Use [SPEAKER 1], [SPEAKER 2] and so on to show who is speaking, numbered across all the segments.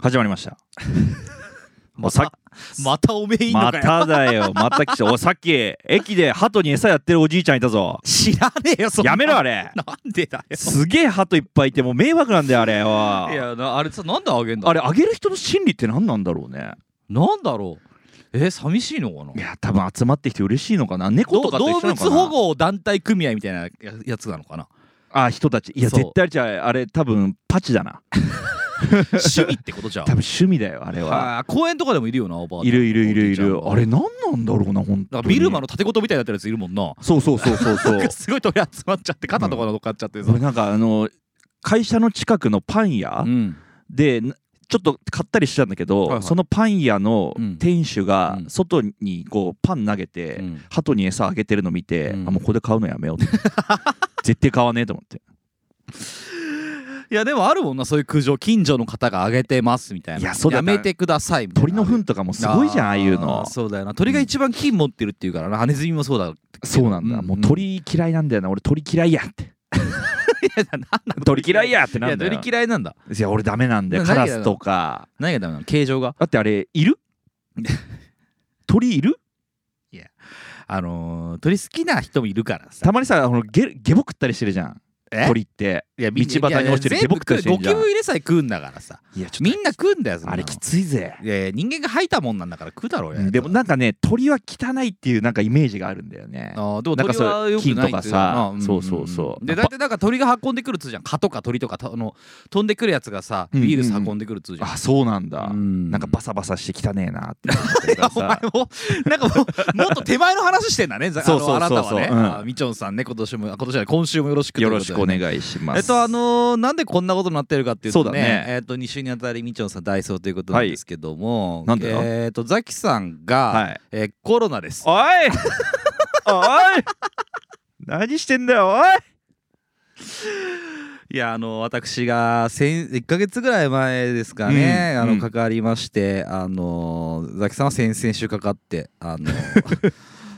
[SPEAKER 1] 始まりましたもうさ
[SPEAKER 2] またおめえいんの
[SPEAKER 1] ま
[SPEAKER 2] かよ、
[SPEAKER 1] ただ よまた来ておさっき駅で鳩に餌やってるおじいちゃんいたぞ
[SPEAKER 2] 知らねえよそんな
[SPEAKER 1] やめろあれ
[SPEAKER 2] なんでだよ
[SPEAKER 1] すげえ鳩いっぱいいてもう迷惑なんだよあれ
[SPEAKER 2] い
[SPEAKER 1] は
[SPEAKER 2] やなあれさなんであげんだ
[SPEAKER 1] あれあげる人の心理って何なんだろうね
[SPEAKER 2] なんだろうえ寂しいのかない
[SPEAKER 1] や多分集まってきて嬉しいのかな猫と
[SPEAKER 2] ど
[SPEAKER 1] かと一
[SPEAKER 2] 動
[SPEAKER 1] 緒な
[SPEAKER 2] 物
[SPEAKER 1] のかな
[SPEAKER 2] 保護団体組合みたいなややつなのかな
[SPEAKER 1] あ人たちいや
[SPEAKER 2] そう
[SPEAKER 1] 絶対じゃああれ多分パチだな
[SPEAKER 2] 趣味ってこと じゃん
[SPEAKER 1] 多分趣味だよあれは
[SPEAKER 2] あー公園とかでもいるよなおばあち
[SPEAKER 1] い
[SPEAKER 2] ゃん
[SPEAKER 1] るいるいるい
[SPEAKER 2] おじちゃん
[SPEAKER 1] る
[SPEAKER 2] が
[SPEAKER 1] あれ何なんだろうな本
[SPEAKER 2] な
[SPEAKER 1] 当
[SPEAKER 2] ん
[SPEAKER 1] に
[SPEAKER 2] かビルマの縦言みたいになってるやついるもんな
[SPEAKER 1] そうそうそうそうそう
[SPEAKER 2] すごい鳥集まっちゃって肩とか乗っかっちゃってさ
[SPEAKER 1] 俺なんかあの会社の近くのパン屋
[SPEAKER 2] うん
[SPEAKER 1] でなちょっと買ったりしてたんだけど、
[SPEAKER 2] はいはい
[SPEAKER 1] そのパン屋の
[SPEAKER 2] うん
[SPEAKER 1] 店主が
[SPEAKER 2] うん
[SPEAKER 1] 外にこうパン投げて、
[SPEAKER 2] うん
[SPEAKER 1] 鳩に餌あげてるの見て、
[SPEAKER 2] うん
[SPEAKER 1] あもうここで買うのやめようと思って絶対買わねえと思って
[SPEAKER 2] いやでもあるもんなそういう苦情近所の方があげてますみたいない
[SPEAKER 1] やそうだよな
[SPEAKER 2] めてくださいみたいな
[SPEAKER 1] 鳥の糞とかもすごいじゃんああいうの
[SPEAKER 2] ーそうだよな鳥が一番金持ってるっていうからなネズミもそうだ けど
[SPEAKER 1] そうなんだ、もう
[SPEAKER 2] い
[SPEAKER 1] 鳥嫌いなんだよな俺鳥嫌いやって
[SPEAKER 2] やなんなんだ
[SPEAKER 1] 鳥嫌いやって
[SPEAKER 2] い
[SPEAKER 1] な
[SPEAKER 2] や
[SPEAKER 1] んだよ
[SPEAKER 2] 鳥嫌いなんだ
[SPEAKER 1] いや俺ダメなんだよ
[SPEAKER 2] な
[SPEAKER 1] カラスとか
[SPEAKER 2] 何がダメなの形状が
[SPEAKER 1] だってあれいる鳥いる
[SPEAKER 2] あのー鳥好きな人もいるからさ
[SPEAKER 1] たまにさあのゲゲボ食ったりしてるじゃん
[SPEAKER 2] え
[SPEAKER 1] 鳥って
[SPEAKER 2] いや
[SPEAKER 1] 道端に落ちてる下僕として
[SPEAKER 2] ゴ
[SPEAKER 1] ん
[SPEAKER 2] キ
[SPEAKER 1] じゃん
[SPEAKER 2] ブイでさえ食うんだからさ
[SPEAKER 1] いやち
[SPEAKER 2] みんな食うんだよそんな
[SPEAKER 1] あ
[SPEAKER 2] の
[SPEAKER 1] れきついぜ
[SPEAKER 2] いやいや人間が吐いたもんなんだから食うだろう
[SPEAKER 1] う
[SPEAKER 2] よ
[SPEAKER 1] んでもなんかね鳥は汚いっていうなんかイメージがあるんだよね
[SPEAKER 2] あーでも
[SPEAKER 1] なんか
[SPEAKER 2] 鳥
[SPEAKER 1] そう
[SPEAKER 2] はよくな
[SPEAKER 1] 金
[SPEAKER 2] い
[SPEAKER 1] とか
[SPEAKER 2] っ
[SPEAKER 1] さ
[SPEAKER 2] ていうなうん
[SPEAKER 1] そうそうそうん
[SPEAKER 2] で大体なんか鳥が運んでくるっつうじゃん蚊とか鳥とかたあの飛んでくるやつがさ
[SPEAKER 1] うんうん
[SPEAKER 2] ビールス運んでくるっつうじゃん、
[SPEAKER 1] あそうなんだ、
[SPEAKER 2] うん
[SPEAKER 1] なんかバサバサして汚ねえなっ て思ってた
[SPEAKER 2] お前
[SPEAKER 1] からさ
[SPEAKER 2] もなんかもうもっと手前の話してん だねざ
[SPEAKER 1] そうそう
[SPEAKER 2] あのあなたはね、
[SPEAKER 1] そうそううん
[SPEAKER 2] あみちょんさんね今年もあ今年は今週もよろしくとい
[SPEAKER 1] よ
[SPEAKER 2] うこ
[SPEAKER 1] ろ
[SPEAKER 2] と
[SPEAKER 1] し
[SPEAKER 2] で
[SPEAKER 1] くお願いします
[SPEAKER 2] えっとあのーなんでこんなことになってるかっていうと
[SPEAKER 1] そう
[SPEAKER 2] ね
[SPEAKER 1] だね
[SPEAKER 2] えっと2週にあたりみちょんさんダイソーということなんですけども、
[SPEAKER 1] なんだよ
[SPEAKER 2] えっとザキさんが、
[SPEAKER 1] はい
[SPEAKER 2] えーコロナです
[SPEAKER 1] おいおい何してんだよおい
[SPEAKER 2] いやあの私が先1か月ぐらい前ですかね、
[SPEAKER 1] うん
[SPEAKER 2] あ
[SPEAKER 1] うん
[SPEAKER 2] のかかりまして、あのザキさんは先々週かかってあの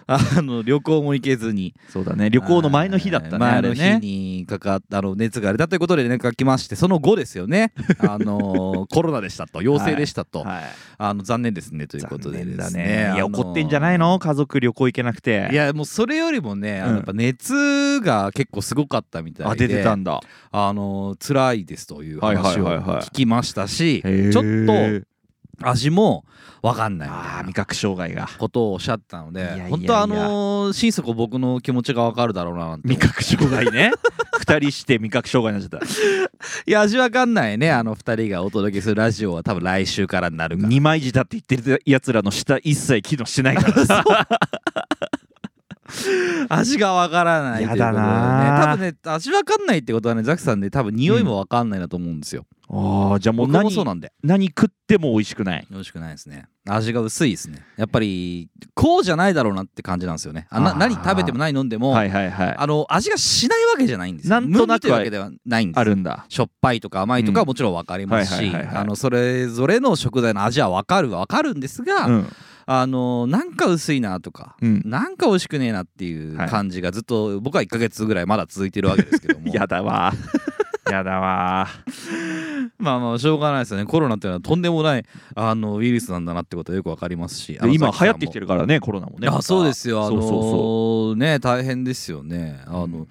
[SPEAKER 2] あの旅行も行けずに
[SPEAKER 1] そうだね旅行の前の日だったね
[SPEAKER 2] 前
[SPEAKER 1] あ
[SPEAKER 2] の
[SPEAKER 1] れ
[SPEAKER 2] 日
[SPEAKER 1] ね
[SPEAKER 2] にかかっあの熱が出たということで連絡が来ましてその後ですよ ねあのコロナでしたと陽性でしたと、
[SPEAKER 1] はい
[SPEAKER 2] あの残念ですねということで
[SPEAKER 1] 残念
[SPEAKER 2] で
[SPEAKER 1] だ
[SPEAKER 2] す
[SPEAKER 1] ね
[SPEAKER 2] ね
[SPEAKER 1] いや
[SPEAKER 2] あの
[SPEAKER 1] 怒ってんじゃないの家族旅行行けなくて
[SPEAKER 2] いやもうそれよりもね、
[SPEAKER 1] う
[SPEAKER 2] あ
[SPEAKER 1] ん
[SPEAKER 2] のやっぱ熱が結構すごかったみたいで
[SPEAKER 1] あ出てたんだ
[SPEAKER 2] あの辛いですという
[SPEAKER 1] はい
[SPEAKER 2] 話を
[SPEAKER 1] はいはいはい
[SPEAKER 2] 聞きましたし、
[SPEAKER 1] へー
[SPEAKER 2] ちょっと味も分かんないみ
[SPEAKER 1] あ
[SPEAKER 2] た
[SPEAKER 1] ー
[SPEAKER 2] いな
[SPEAKER 1] 味覚障害が
[SPEAKER 2] ことをおっしゃったので
[SPEAKER 1] いやいやいや
[SPEAKER 2] 本当はあのー心底僕の気持ちが分かるだろうななんて
[SPEAKER 1] 味覚障害ね二人して味覚障害になっちゃっ
[SPEAKER 2] いや味分かんないねあの2人がお届けするラジオは多分来週からにな
[SPEAKER 1] た
[SPEAKER 2] るから
[SPEAKER 1] 二枚舌って言ってるやつらの舌一切機能してない からさ
[SPEAKER 2] 味が分からないということで
[SPEAKER 1] やだ
[SPEAKER 2] ね
[SPEAKER 1] なー
[SPEAKER 2] 多分ね味分かんないってことはねザクさんね多分匂いも分かんないなと思うんですよ、
[SPEAKER 1] ああじゃあもう
[SPEAKER 2] 僕も
[SPEAKER 1] 何
[SPEAKER 2] そうなんで
[SPEAKER 1] 何食っても美味しくない
[SPEAKER 2] よろしくないですね味が薄いですねやっぱりこうじゃないだろうなって感じなんですよねあな
[SPEAKER 1] あー
[SPEAKER 2] 何食べても何飲んでも、
[SPEAKER 1] はいはいはい
[SPEAKER 2] あの味がしないわけじゃないんです
[SPEAKER 1] な
[SPEAKER 2] よ
[SPEAKER 1] んとなく
[SPEAKER 2] 無味という
[SPEAKER 1] は
[SPEAKER 2] わけではないんです
[SPEAKER 1] あ
[SPEAKER 2] よ
[SPEAKER 1] るんだ
[SPEAKER 2] しょっぱいとか甘いとか
[SPEAKER 1] う
[SPEAKER 2] は
[SPEAKER 1] ん
[SPEAKER 2] もちろん分かります
[SPEAKER 1] はい
[SPEAKER 2] し
[SPEAKER 1] はいはいはい
[SPEAKER 2] あのそれぞれの食材の味は分かるは分かるんですが、
[SPEAKER 1] うん
[SPEAKER 2] あのなんか薄いなとか
[SPEAKER 1] うん
[SPEAKER 2] なんか美味しくねえなっていう
[SPEAKER 1] はい
[SPEAKER 2] 感じがずっと僕は1ヶ月ぐらいまだ 続いてるわけですけども
[SPEAKER 1] やだわやだ わ
[SPEAKER 2] まあまあしょうがないですよねコロナっていうのはとんでもないあのウイルスなんだなってことはよくわかりますしあの
[SPEAKER 1] 今流
[SPEAKER 2] さきさ
[SPEAKER 1] 行
[SPEAKER 2] んも
[SPEAKER 1] ってきてるからねコロナもね
[SPEAKER 2] あそうですよあの
[SPEAKER 1] そうそうそ
[SPEAKER 2] ね大変ですよねあ
[SPEAKER 1] う
[SPEAKER 2] の、
[SPEAKER 1] ん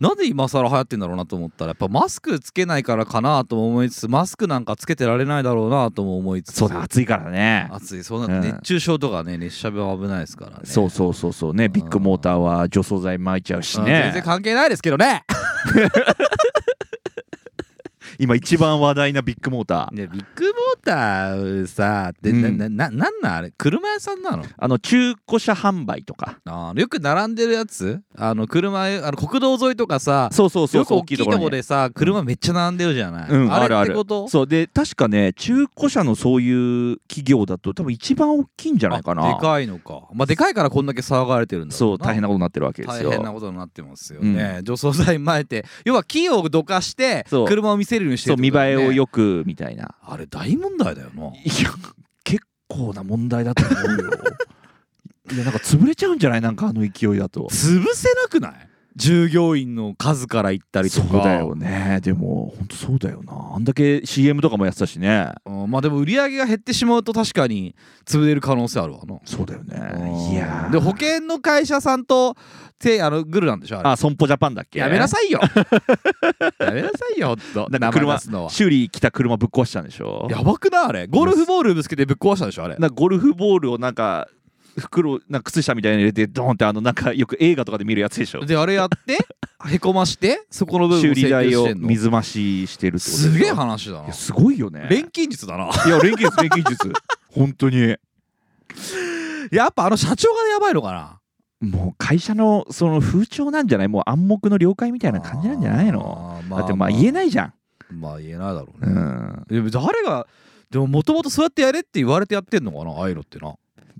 [SPEAKER 2] なんで今更流行ってんだろうなと思ったらやっぱマスクつけないからかなとも思いつつマスクなんかつけてられないだろうなとも思いつ
[SPEAKER 1] う
[SPEAKER 2] つ
[SPEAKER 1] そうだ暑いからね
[SPEAKER 2] 暑いそうなって
[SPEAKER 1] うん
[SPEAKER 2] 熱中症とかね熱射病は危ないですからね
[SPEAKER 1] そうそうそうそうねビッグモーターは除草剤撒いちゃうし
[SPEAKER 2] うん全
[SPEAKER 1] ね
[SPEAKER 2] 然関係ないですけどね
[SPEAKER 1] 今一番話題なビッグモーター
[SPEAKER 2] ねビッグモーターさって、
[SPEAKER 1] うん
[SPEAKER 2] ななななんなんあれ車屋さんなの
[SPEAKER 1] あの中古車販売とか
[SPEAKER 2] あーよく並んでるやつあの車あの国道沿いとかさ
[SPEAKER 1] そうそうそう
[SPEAKER 2] よく
[SPEAKER 1] そう
[SPEAKER 2] 大きいとこ
[SPEAKER 1] に
[SPEAKER 2] でさ車めっちゃ並んでるじゃない、
[SPEAKER 1] うん、ある
[SPEAKER 2] あれっ
[SPEAKER 1] あ
[SPEAKER 2] て
[SPEAKER 1] る
[SPEAKER 2] こと
[SPEAKER 1] そうで確かね中古車のそういう企業だと多分一番大きいんじゃないかな
[SPEAKER 2] あでかいのかまあでかいからこんだけ騒がれてるんだろ
[SPEAKER 1] そうう大変な
[SPEAKER 2] な
[SPEAKER 1] ことになってるわけです
[SPEAKER 2] 大
[SPEAKER 1] よ
[SPEAKER 2] 変なことになってますよね、除草剤撒いて要は木をどかして
[SPEAKER 1] そう
[SPEAKER 2] 車を見せ
[SPEAKER 1] そ
[SPEAKER 2] るようにしてる
[SPEAKER 1] う
[SPEAKER 2] って
[SPEAKER 1] 見
[SPEAKER 2] ことだ
[SPEAKER 1] 栄え
[SPEAKER 2] よね
[SPEAKER 1] を良くみたいな
[SPEAKER 2] あれ大問題だよない
[SPEAKER 1] や結構な問題だと 思うよいやなんか潰れちゃうんじゃないなんかあの勢いだと
[SPEAKER 2] 潰せなくない従業員の数から言ったりと
[SPEAKER 1] そ
[SPEAKER 2] か
[SPEAKER 1] うだよねでも本当そうだよなあんだけ CM とかもやってたしね
[SPEAKER 2] うんまあでも売り上げが減ってしまうと確かに潰れる可能性あるわな
[SPEAKER 1] そうだよね
[SPEAKER 2] うん
[SPEAKER 1] いやー
[SPEAKER 2] で保険の会社さんとてあのグルなんでしょあれ
[SPEAKER 1] あ損保ジャパンだっけ
[SPEAKER 2] やめな
[SPEAKER 1] さ
[SPEAKER 2] さいよやめなさいよほんと
[SPEAKER 1] なんか
[SPEAKER 2] 名前
[SPEAKER 1] 車
[SPEAKER 2] 出すのは
[SPEAKER 1] 修理来た車ぶっ壊したんでしょ
[SPEAKER 2] やばくないあれゴルフボールぶつけてぶっ壊したでしょあれ
[SPEAKER 1] なんかゴルフボールをなんか袋なんか靴下みたいに入れてドーンってあのなんかよく映画とかで見るやつでしょ
[SPEAKER 2] であれやってへこましてそこの部分
[SPEAKER 1] 修
[SPEAKER 2] を
[SPEAKER 1] 理
[SPEAKER 2] 請求
[SPEAKER 1] 代
[SPEAKER 2] し
[SPEAKER 1] を
[SPEAKER 2] てんの
[SPEAKER 1] 水増ししてるってことでしょ
[SPEAKER 2] すげえ話だ
[SPEAKER 1] い
[SPEAKER 2] な
[SPEAKER 1] やすごいよね
[SPEAKER 2] 錬金術だな
[SPEAKER 1] いや錬金術錬金術 本当に
[SPEAKER 2] やっぱあの社長がやばいのかな
[SPEAKER 1] もう会社のその風潮なんじゃないもう暗黙の了解みたいな感じなんじゃないの
[SPEAKER 2] あー
[SPEAKER 1] だってまあ言えないいじゃん
[SPEAKER 2] まあ言えないだろう
[SPEAKER 1] う
[SPEAKER 2] ね、
[SPEAKER 1] ん
[SPEAKER 2] でも誰がでももともとそうやってやれって言われてやってんのかなああいうのってな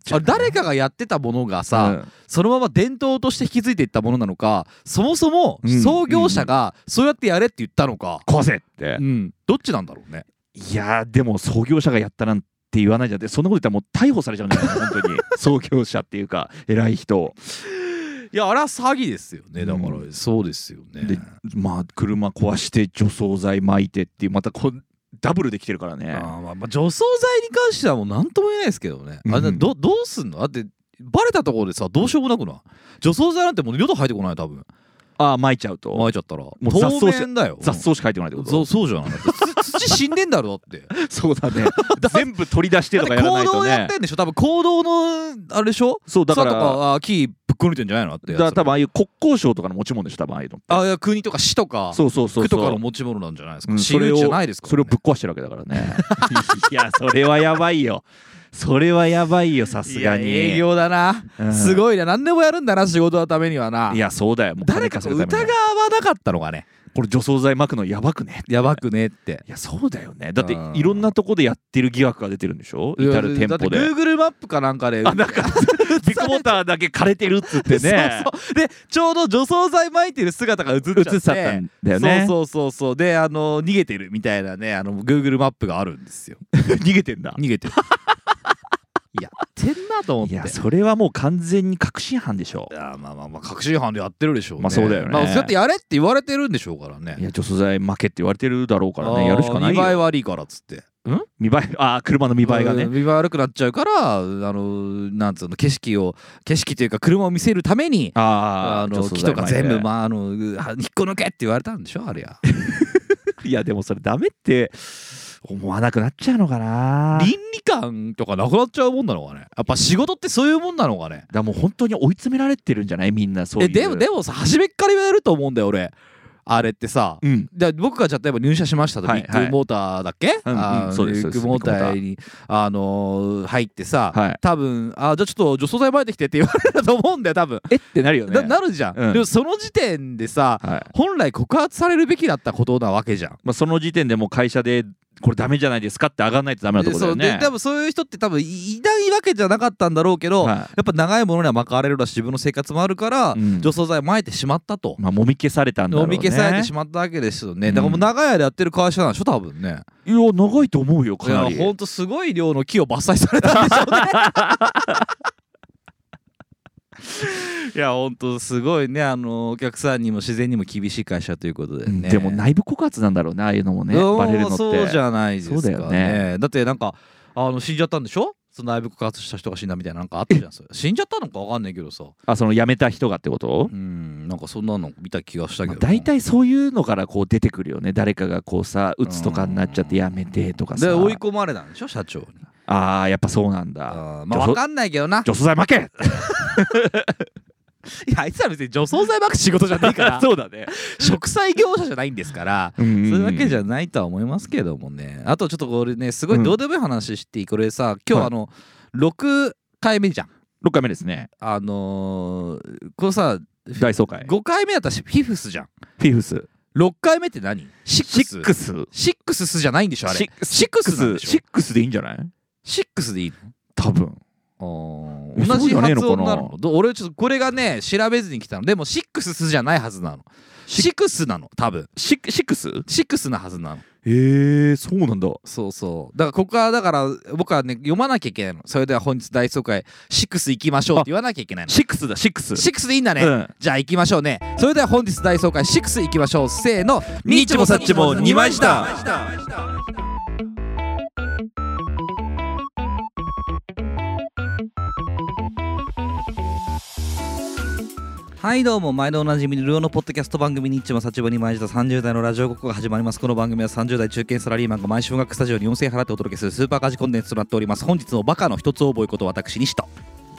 [SPEAKER 1] じゃあ
[SPEAKER 2] あ誰かがやってたものがさ、
[SPEAKER 1] うん
[SPEAKER 2] そのまま伝統として引き継いでいったものなのかそもそも
[SPEAKER 1] うん
[SPEAKER 2] 創業者がそうやってやれって言ったのか、
[SPEAKER 1] 壊せって
[SPEAKER 2] うんどっちなんだろうね
[SPEAKER 1] いやーでも創業者がやったなんて言わないじゃんでそんなこと言ったらもう逮捕されちゃうんじゃないの本 当に創業者っていうか偉い人
[SPEAKER 2] いやあれは詐欺ですよねだから、
[SPEAKER 1] う
[SPEAKER 2] そうですよね
[SPEAKER 1] でまあ車壊して除草剤撒いてっていうまたこうダブルできてるから
[SPEAKER 2] あ
[SPEAKER 1] ね
[SPEAKER 2] ーまあまあ除草剤に関してはもう何とも言えないですけどね、あれ
[SPEAKER 1] うん
[SPEAKER 2] どどうすんのだってバレたところでさどうしようもなくない除草剤なんてもう二度と入ってこない多分
[SPEAKER 1] ああ撒いちゃうと
[SPEAKER 2] 撒いちゃったらも
[SPEAKER 1] う雑草し
[SPEAKER 2] だよ
[SPEAKER 1] 雑草しか入ってこないってこと
[SPEAKER 2] そうそうじゃないだってつ土死んでんだろだって
[SPEAKER 1] そうだね全部取り出して
[SPEAKER 2] だ
[SPEAKER 1] と
[SPEAKER 2] って
[SPEAKER 1] かやらな
[SPEAKER 2] 行
[SPEAKER 1] いと
[SPEAKER 2] 動や
[SPEAKER 1] ね
[SPEAKER 2] ってんでしょ多分行動のあれでしょ
[SPEAKER 1] そうだ
[SPEAKER 2] だか
[SPEAKER 1] から
[SPEAKER 2] と
[SPEAKER 1] ら
[SPEAKER 2] かあ木ぶっこ抜いてんじゃないのだって
[SPEAKER 1] だ
[SPEAKER 2] や
[SPEAKER 1] か
[SPEAKER 2] つ
[SPEAKER 1] ら多分ああいう国交省とかの持ち物でしょ多分ああいうのって
[SPEAKER 2] あいや国とか市とか
[SPEAKER 1] そうそうそう
[SPEAKER 2] 区と
[SPEAKER 1] そ
[SPEAKER 2] かの
[SPEAKER 1] う
[SPEAKER 2] 持ち物なんじゃないですか、
[SPEAKER 1] うん
[SPEAKER 2] 私有
[SPEAKER 1] それ
[SPEAKER 2] 地
[SPEAKER 1] を
[SPEAKER 2] じゃないですか
[SPEAKER 1] それ
[SPEAKER 2] ら
[SPEAKER 1] を
[SPEAKER 2] ね、
[SPEAKER 1] ぶっ壊してるわけだからね いやそれはやばいよそれはやばいよさすがに
[SPEAKER 2] いや営業だな、
[SPEAKER 1] うん
[SPEAKER 2] すごいな何でもやるんだな仕事のためにはない
[SPEAKER 1] やそうだよもう金
[SPEAKER 2] 誰か
[SPEAKER 1] 稼
[SPEAKER 2] 疑
[SPEAKER 1] ぐ
[SPEAKER 2] わ
[SPEAKER 1] ために
[SPEAKER 2] なかったのがね
[SPEAKER 1] これ除草剤撒くのやばくね
[SPEAKER 2] やばくねって
[SPEAKER 1] いやそうだよねだって
[SPEAKER 2] うん
[SPEAKER 1] いろんなとこでやってる疑惑が出てるんでしょ至る店
[SPEAKER 2] だって
[SPEAKER 1] 舗で
[SPEAKER 2] Google マップかなんかで
[SPEAKER 1] あなんかビッグモーターだけ枯れてるっつってね
[SPEAKER 2] そうそうでちょうど除草剤撒いてる姿が映っちゃっ
[SPEAKER 1] 映ってちゃったんだよね
[SPEAKER 2] そうそうそうそうであの逃げてるみたいなねあの Google マップがあるんですよ
[SPEAKER 1] 逃げてんだ
[SPEAKER 2] 逃げてるやってんなと思っ
[SPEAKER 1] い
[SPEAKER 2] て
[SPEAKER 1] やそれはもう完全に確信犯でしょ
[SPEAKER 2] いやまあまあまあ確信犯でやってるでしょうね
[SPEAKER 1] まあそうだよね
[SPEAKER 2] まあそうやってやれって言われてるんでしょうから
[SPEAKER 1] い
[SPEAKER 2] ね
[SPEAKER 1] や除草剤負けって言われてるだろうからねやるしかない
[SPEAKER 2] あー見栄え
[SPEAKER 1] よ
[SPEAKER 2] 悪いからっつって
[SPEAKER 1] 見栄えあー車の見栄えが
[SPEAKER 2] うん
[SPEAKER 1] ね
[SPEAKER 2] 見栄え悪くなっちゃうからあのなんつうの景色を景色というか車を見せるために
[SPEAKER 1] あ
[SPEAKER 2] あ
[SPEAKER 1] ー
[SPEAKER 2] の
[SPEAKER 1] 除
[SPEAKER 2] 木
[SPEAKER 1] 草剤
[SPEAKER 2] と
[SPEAKER 1] 撒い
[SPEAKER 2] か
[SPEAKER 1] て
[SPEAKER 2] 全部まああのうは引っこ抜けって言われたんでしょあれや
[SPEAKER 1] いやでもそれダメって思わなくなっちゃうのかな
[SPEAKER 2] 倫理観とかなくなっちゃうもんなのかねやっぱ仕事ってそういうもんなのかね
[SPEAKER 1] だからもう本当に追い詰められてるんじゃないみんなそうい
[SPEAKER 2] え
[SPEAKER 1] う
[SPEAKER 2] でもでもさ初めっから言われると思うんだよ俺あれってさ
[SPEAKER 1] うん
[SPEAKER 2] で僕が例えば入社しましたと、
[SPEAKER 1] はい
[SPEAKER 2] ビッグモーターだっけ、
[SPEAKER 1] うんうん
[SPEAKER 2] あー
[SPEAKER 1] そうです
[SPEAKER 2] ビッグモーターにあのー入ってさ、
[SPEAKER 1] はい
[SPEAKER 2] 多分あーじゃあちょっと除草剤撒いてきてって言われたと思うんだよ多分、
[SPEAKER 1] えってなるよね
[SPEAKER 2] ななるじゃん、
[SPEAKER 1] うん
[SPEAKER 2] でもその時点でさ
[SPEAKER 1] はい
[SPEAKER 2] 本来告発されるべきだったことなわけじゃん。
[SPEAKER 1] まあ、その時点でもう会社でこれダメじゃないですかって上がらないとダメなと
[SPEAKER 2] で
[SPEAKER 1] ころだよ
[SPEAKER 2] そうで
[SPEAKER 1] ね
[SPEAKER 2] 多分そういう人って多分いいないわけじゃなかったんだろうけど、
[SPEAKER 1] は
[SPEAKER 2] やっぱ長いものには巻かれるだし自分の生活もあるから、
[SPEAKER 1] いうん
[SPEAKER 2] 除草剤撒いてしまったと。
[SPEAKER 1] まあ、もみ消されたんだろう
[SPEAKER 2] 飲
[SPEAKER 1] ね
[SPEAKER 2] み消されてしまったわけですよね、
[SPEAKER 1] うん
[SPEAKER 2] だからもう長い間やってる会社なんでしょ多分ね、
[SPEAKER 1] いや長いと思うよかないり
[SPEAKER 2] やほんとすごい量の木を伐採されたんでしょうね いやほんとすごいねあのお客さんにも自然にも厳しい会社ということで
[SPEAKER 1] うん
[SPEAKER 2] ね
[SPEAKER 1] でも内部告発なんだろうねああいうのもね
[SPEAKER 2] うん
[SPEAKER 1] バレるのって
[SPEAKER 2] そうじゃないですかね
[SPEAKER 1] そうだよね
[SPEAKER 2] だってなんかあの死んじゃったんでしょその内部告発した人が死んだみたいななんかあったじゃんそれ死んじゃったのかわかんないけどさ
[SPEAKER 1] あその辞めた人がってこと、
[SPEAKER 2] うんなんかそんなの見た気がしたけ
[SPEAKER 1] まあ、
[SPEAKER 2] ど、
[SPEAKER 1] 大体そういうのからこう出てくるよね誰かがこうさ鬱とかになっちゃって辞めてとか
[SPEAKER 2] で
[SPEAKER 1] さ
[SPEAKER 2] 追い込まれたんでしょ社長に
[SPEAKER 1] あーやっぱそうなんだ
[SPEAKER 2] あーまあわかんないけどな
[SPEAKER 1] 除草剤負け
[SPEAKER 2] いやあいつら別に除草剤ばく仕事じゃないか ら
[SPEAKER 1] そうだね
[SPEAKER 2] 植栽業者じゃないんですから
[SPEAKER 1] そう
[SPEAKER 2] そういうわけじ
[SPEAKER 1] ゃ
[SPEAKER 2] ゃないとは思いますけどもねあとちょっとこれねすご
[SPEAKER 1] う
[SPEAKER 2] い
[SPEAKER 1] ん
[SPEAKER 2] どうでもいい話していいこれさ今
[SPEAKER 1] は
[SPEAKER 2] 日
[SPEAKER 1] い
[SPEAKER 2] あの6回目じゃん
[SPEAKER 1] 6回目ですね
[SPEAKER 2] あのーこのさ
[SPEAKER 1] 大総会
[SPEAKER 2] 5回目だったしフィフスじゃん
[SPEAKER 1] フィフス
[SPEAKER 2] 6回目って何シ
[SPEAKER 1] シ
[SPEAKER 2] ッ
[SPEAKER 1] ッ
[SPEAKER 2] ク
[SPEAKER 1] ク
[SPEAKER 2] ス
[SPEAKER 1] ス
[SPEAKER 2] シックススじゃないんでしょあれ
[SPEAKER 1] シ
[SPEAKER 2] シックスなんでしょ
[SPEAKER 1] シックスでいいんじゃない
[SPEAKER 2] シックスでいい
[SPEAKER 1] 多分
[SPEAKER 2] の
[SPEAKER 1] え
[SPEAKER 2] 同
[SPEAKER 1] そう
[SPEAKER 2] じ
[SPEAKER 1] じゃねえの
[SPEAKER 2] 発
[SPEAKER 1] かな
[SPEAKER 2] 音になるのど俺ちょっとこれがね調べずに来たのでもシックススじゃないはずなのシックスなの多分
[SPEAKER 1] シックシックス
[SPEAKER 2] シックスなはずなの
[SPEAKER 1] えええそうなんだ。
[SPEAKER 2] そうそうだからここはだから僕はね読まなきゃいけないのそれでは本日大総会6行きましょうって言わなきゃいけないの
[SPEAKER 1] シックスだ、シックス。
[SPEAKER 2] 6でいいんだね、
[SPEAKER 1] うん
[SPEAKER 2] じゃあ行きましょうねそれでは本日大総会6行きましょうせーの
[SPEAKER 1] ニッチもサッチも二枚舌
[SPEAKER 2] はいどうも毎度おなじみルオのポッドキャスト番組ニッチもサチボに毎日と30代のラジオごっこが始まりますこの番組は30代中堅サラリーマンが毎週音楽スタジオに4000円払ってお届けするスーパーカジコンテンツとなっております本日のバカの一つ覚えこと私にした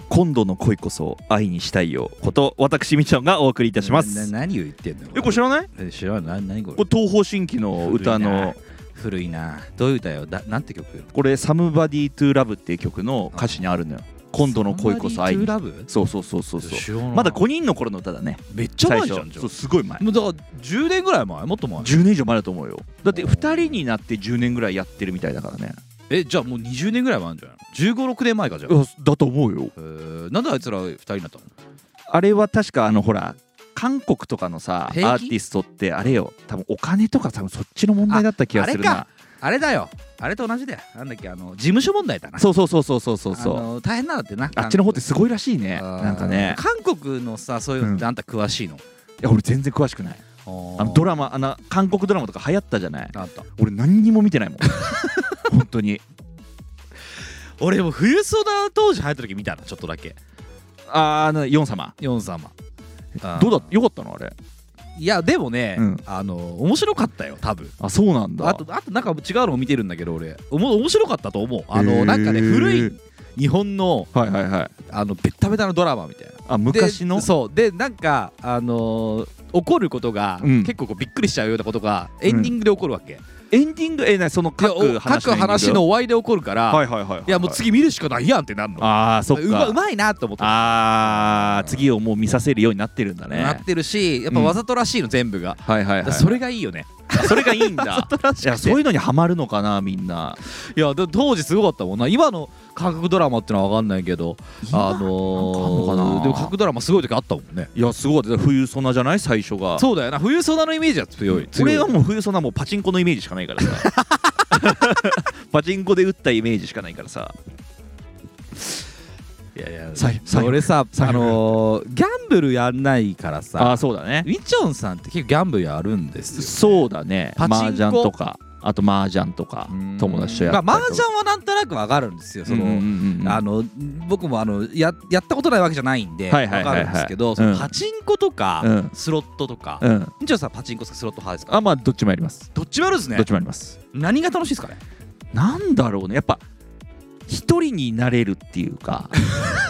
[SPEAKER 1] 今度の恋こそ愛にしたいよこと私みちゃんがお送りいたしま
[SPEAKER 2] な
[SPEAKER 1] す。
[SPEAKER 2] 何を言ってんの
[SPEAKER 1] え、これ知らない
[SPEAKER 2] れ知らない何これ
[SPEAKER 1] これ東方神起の歌の
[SPEAKER 2] 古いなどういう歌よだなんて曲
[SPEAKER 1] これ「サムバディ・トゥ・ラブ」っていう曲の歌詞にあるのよ今度の恋こそ愛に
[SPEAKER 2] ラブ
[SPEAKER 1] そうそうそうそうそう
[SPEAKER 2] 知らない
[SPEAKER 1] まだ5人の頃の歌だね
[SPEAKER 2] めっちゃ前じゃ
[SPEAKER 1] 最
[SPEAKER 2] ん
[SPEAKER 1] 初
[SPEAKER 2] じゃ
[SPEAKER 1] そうすごい前
[SPEAKER 2] あもうだから10年ぐらい前もっと前
[SPEAKER 1] 10年以上前だと思うよだって2人になって10年ぐらいやってるみたいだからね
[SPEAKER 2] えじゃあもう20年ぐらい前じゃん1 5 6年前かじゃん、
[SPEAKER 1] いやだと思うよ
[SPEAKER 2] えーなんであいつら2人になったの
[SPEAKER 1] あれは確かあのほら韓国とかのさア
[SPEAKER 2] 平気
[SPEAKER 1] ーティストってあれよ多分お金とか多分そっちの問題だった気がする
[SPEAKER 2] あ
[SPEAKER 1] な
[SPEAKER 2] あれだよあれと同じだよなんだっけあの事務所問題だな
[SPEAKER 1] そうそうそうそうそうそう
[SPEAKER 2] あ
[SPEAKER 1] そう
[SPEAKER 2] の大変なんだってな
[SPEAKER 1] あっちの方って
[SPEAKER 2] 韓
[SPEAKER 1] すごいらしいね
[SPEAKER 2] 国あー
[SPEAKER 1] なんかね
[SPEAKER 2] 韓国のさそういうのっ
[SPEAKER 1] うん
[SPEAKER 2] てあんた詳しいの、
[SPEAKER 1] いや俺全然詳しくないあのドラマあの韓国ドラマとか流行ったじゃない
[SPEAKER 2] マあった
[SPEAKER 1] 俺何にも見て ないもん本当に
[SPEAKER 2] 俺でも冬ソダ当時流行った時見たなちょっとだけ
[SPEAKER 1] あーあのヨン様
[SPEAKER 2] ヨン様
[SPEAKER 1] どう
[SPEAKER 2] だ
[SPEAKER 1] だよかったのあれ
[SPEAKER 2] いやでもね、
[SPEAKER 1] うん
[SPEAKER 2] あの面白かったよ多分
[SPEAKER 1] あそうなんだ
[SPEAKER 2] あとあとなんか違うのも見てるんだけど俺おも面白かったと思うあ
[SPEAKER 1] へー
[SPEAKER 2] のなんかね古い日本の
[SPEAKER 1] はいはいはい
[SPEAKER 2] あのベッタベタのドラマみたいな
[SPEAKER 1] あ昔の
[SPEAKER 2] でそうでなんかあのー起こることが、
[SPEAKER 1] うん
[SPEAKER 2] 結構こうびっくりしちゃうようなことがエンディングで起こるわけ、
[SPEAKER 1] エンディングえなその
[SPEAKER 2] いや
[SPEAKER 1] 各
[SPEAKER 2] お
[SPEAKER 1] 話
[SPEAKER 2] 各話の終わりで起こるから、、
[SPEAKER 1] はいいはいはいはい
[SPEAKER 2] やもう次見るしかないやんってなるの
[SPEAKER 1] ああそっ
[SPEAKER 2] うまう
[SPEAKER 1] か
[SPEAKER 2] まいなと思って
[SPEAKER 1] あー次をもう見させるようになってるんだね
[SPEAKER 2] なってるしやっぱ
[SPEAKER 1] うん
[SPEAKER 2] わざとらしいの全部が、
[SPEAKER 1] はいはいはい
[SPEAKER 2] だか らそれがいいよね
[SPEAKER 1] あそれがい いんだいやそういうのにはまるのかなみんない
[SPEAKER 2] やで当時すごかったもんな今の韓国ドラマってのは分かんないけど
[SPEAKER 1] な
[SPEAKER 2] あの
[SPEAKER 1] んかあんのかな
[SPEAKER 2] ー、でも韓国ドラマすごい時あったもんね
[SPEAKER 1] いやすごい冬ソナじゃない最初が
[SPEAKER 2] そうだよな冬ソナのイメージは強い強い
[SPEAKER 1] 俺はもう冬ソナもうパチンコのイメージしかないから さパチンコで打ったイメージしかないからさ
[SPEAKER 2] いやいや
[SPEAKER 1] さいさい
[SPEAKER 2] 俺さ
[SPEAKER 1] さい
[SPEAKER 2] あのー、ギャンブルやんないから
[SPEAKER 1] ああ
[SPEAKER 2] さ
[SPEAKER 1] ーそうだね
[SPEAKER 2] ウィチョンさんって結構ギャンブルやるんですよ
[SPEAKER 1] そうだね
[SPEAKER 2] パチンコ
[SPEAKER 1] 麻雀とかあと麻雀とか
[SPEAKER 2] うん
[SPEAKER 1] 友達とやったりと
[SPEAKER 2] ま
[SPEAKER 1] か
[SPEAKER 2] あ麻雀はなんとなくわかるんですよその、
[SPEAKER 1] うんうんうん
[SPEAKER 2] あの僕もあのややったことないわけじゃないんで
[SPEAKER 1] は
[SPEAKER 2] わ
[SPEAKER 1] いはいはいは
[SPEAKER 2] か
[SPEAKER 1] い
[SPEAKER 2] るんですけど、
[SPEAKER 1] うん
[SPEAKER 2] そのパチンコとか、
[SPEAKER 1] うん
[SPEAKER 2] スロットとか、
[SPEAKER 1] うんうん
[SPEAKER 2] ウィチョンさんパチンコですかスロット派ですか
[SPEAKER 1] あまあどっちもやります
[SPEAKER 2] どっちもあるんですね
[SPEAKER 1] どっちもやります
[SPEAKER 2] 何が楽しいですかね
[SPEAKER 1] なんだろうねやっぱ一人になれるっていう か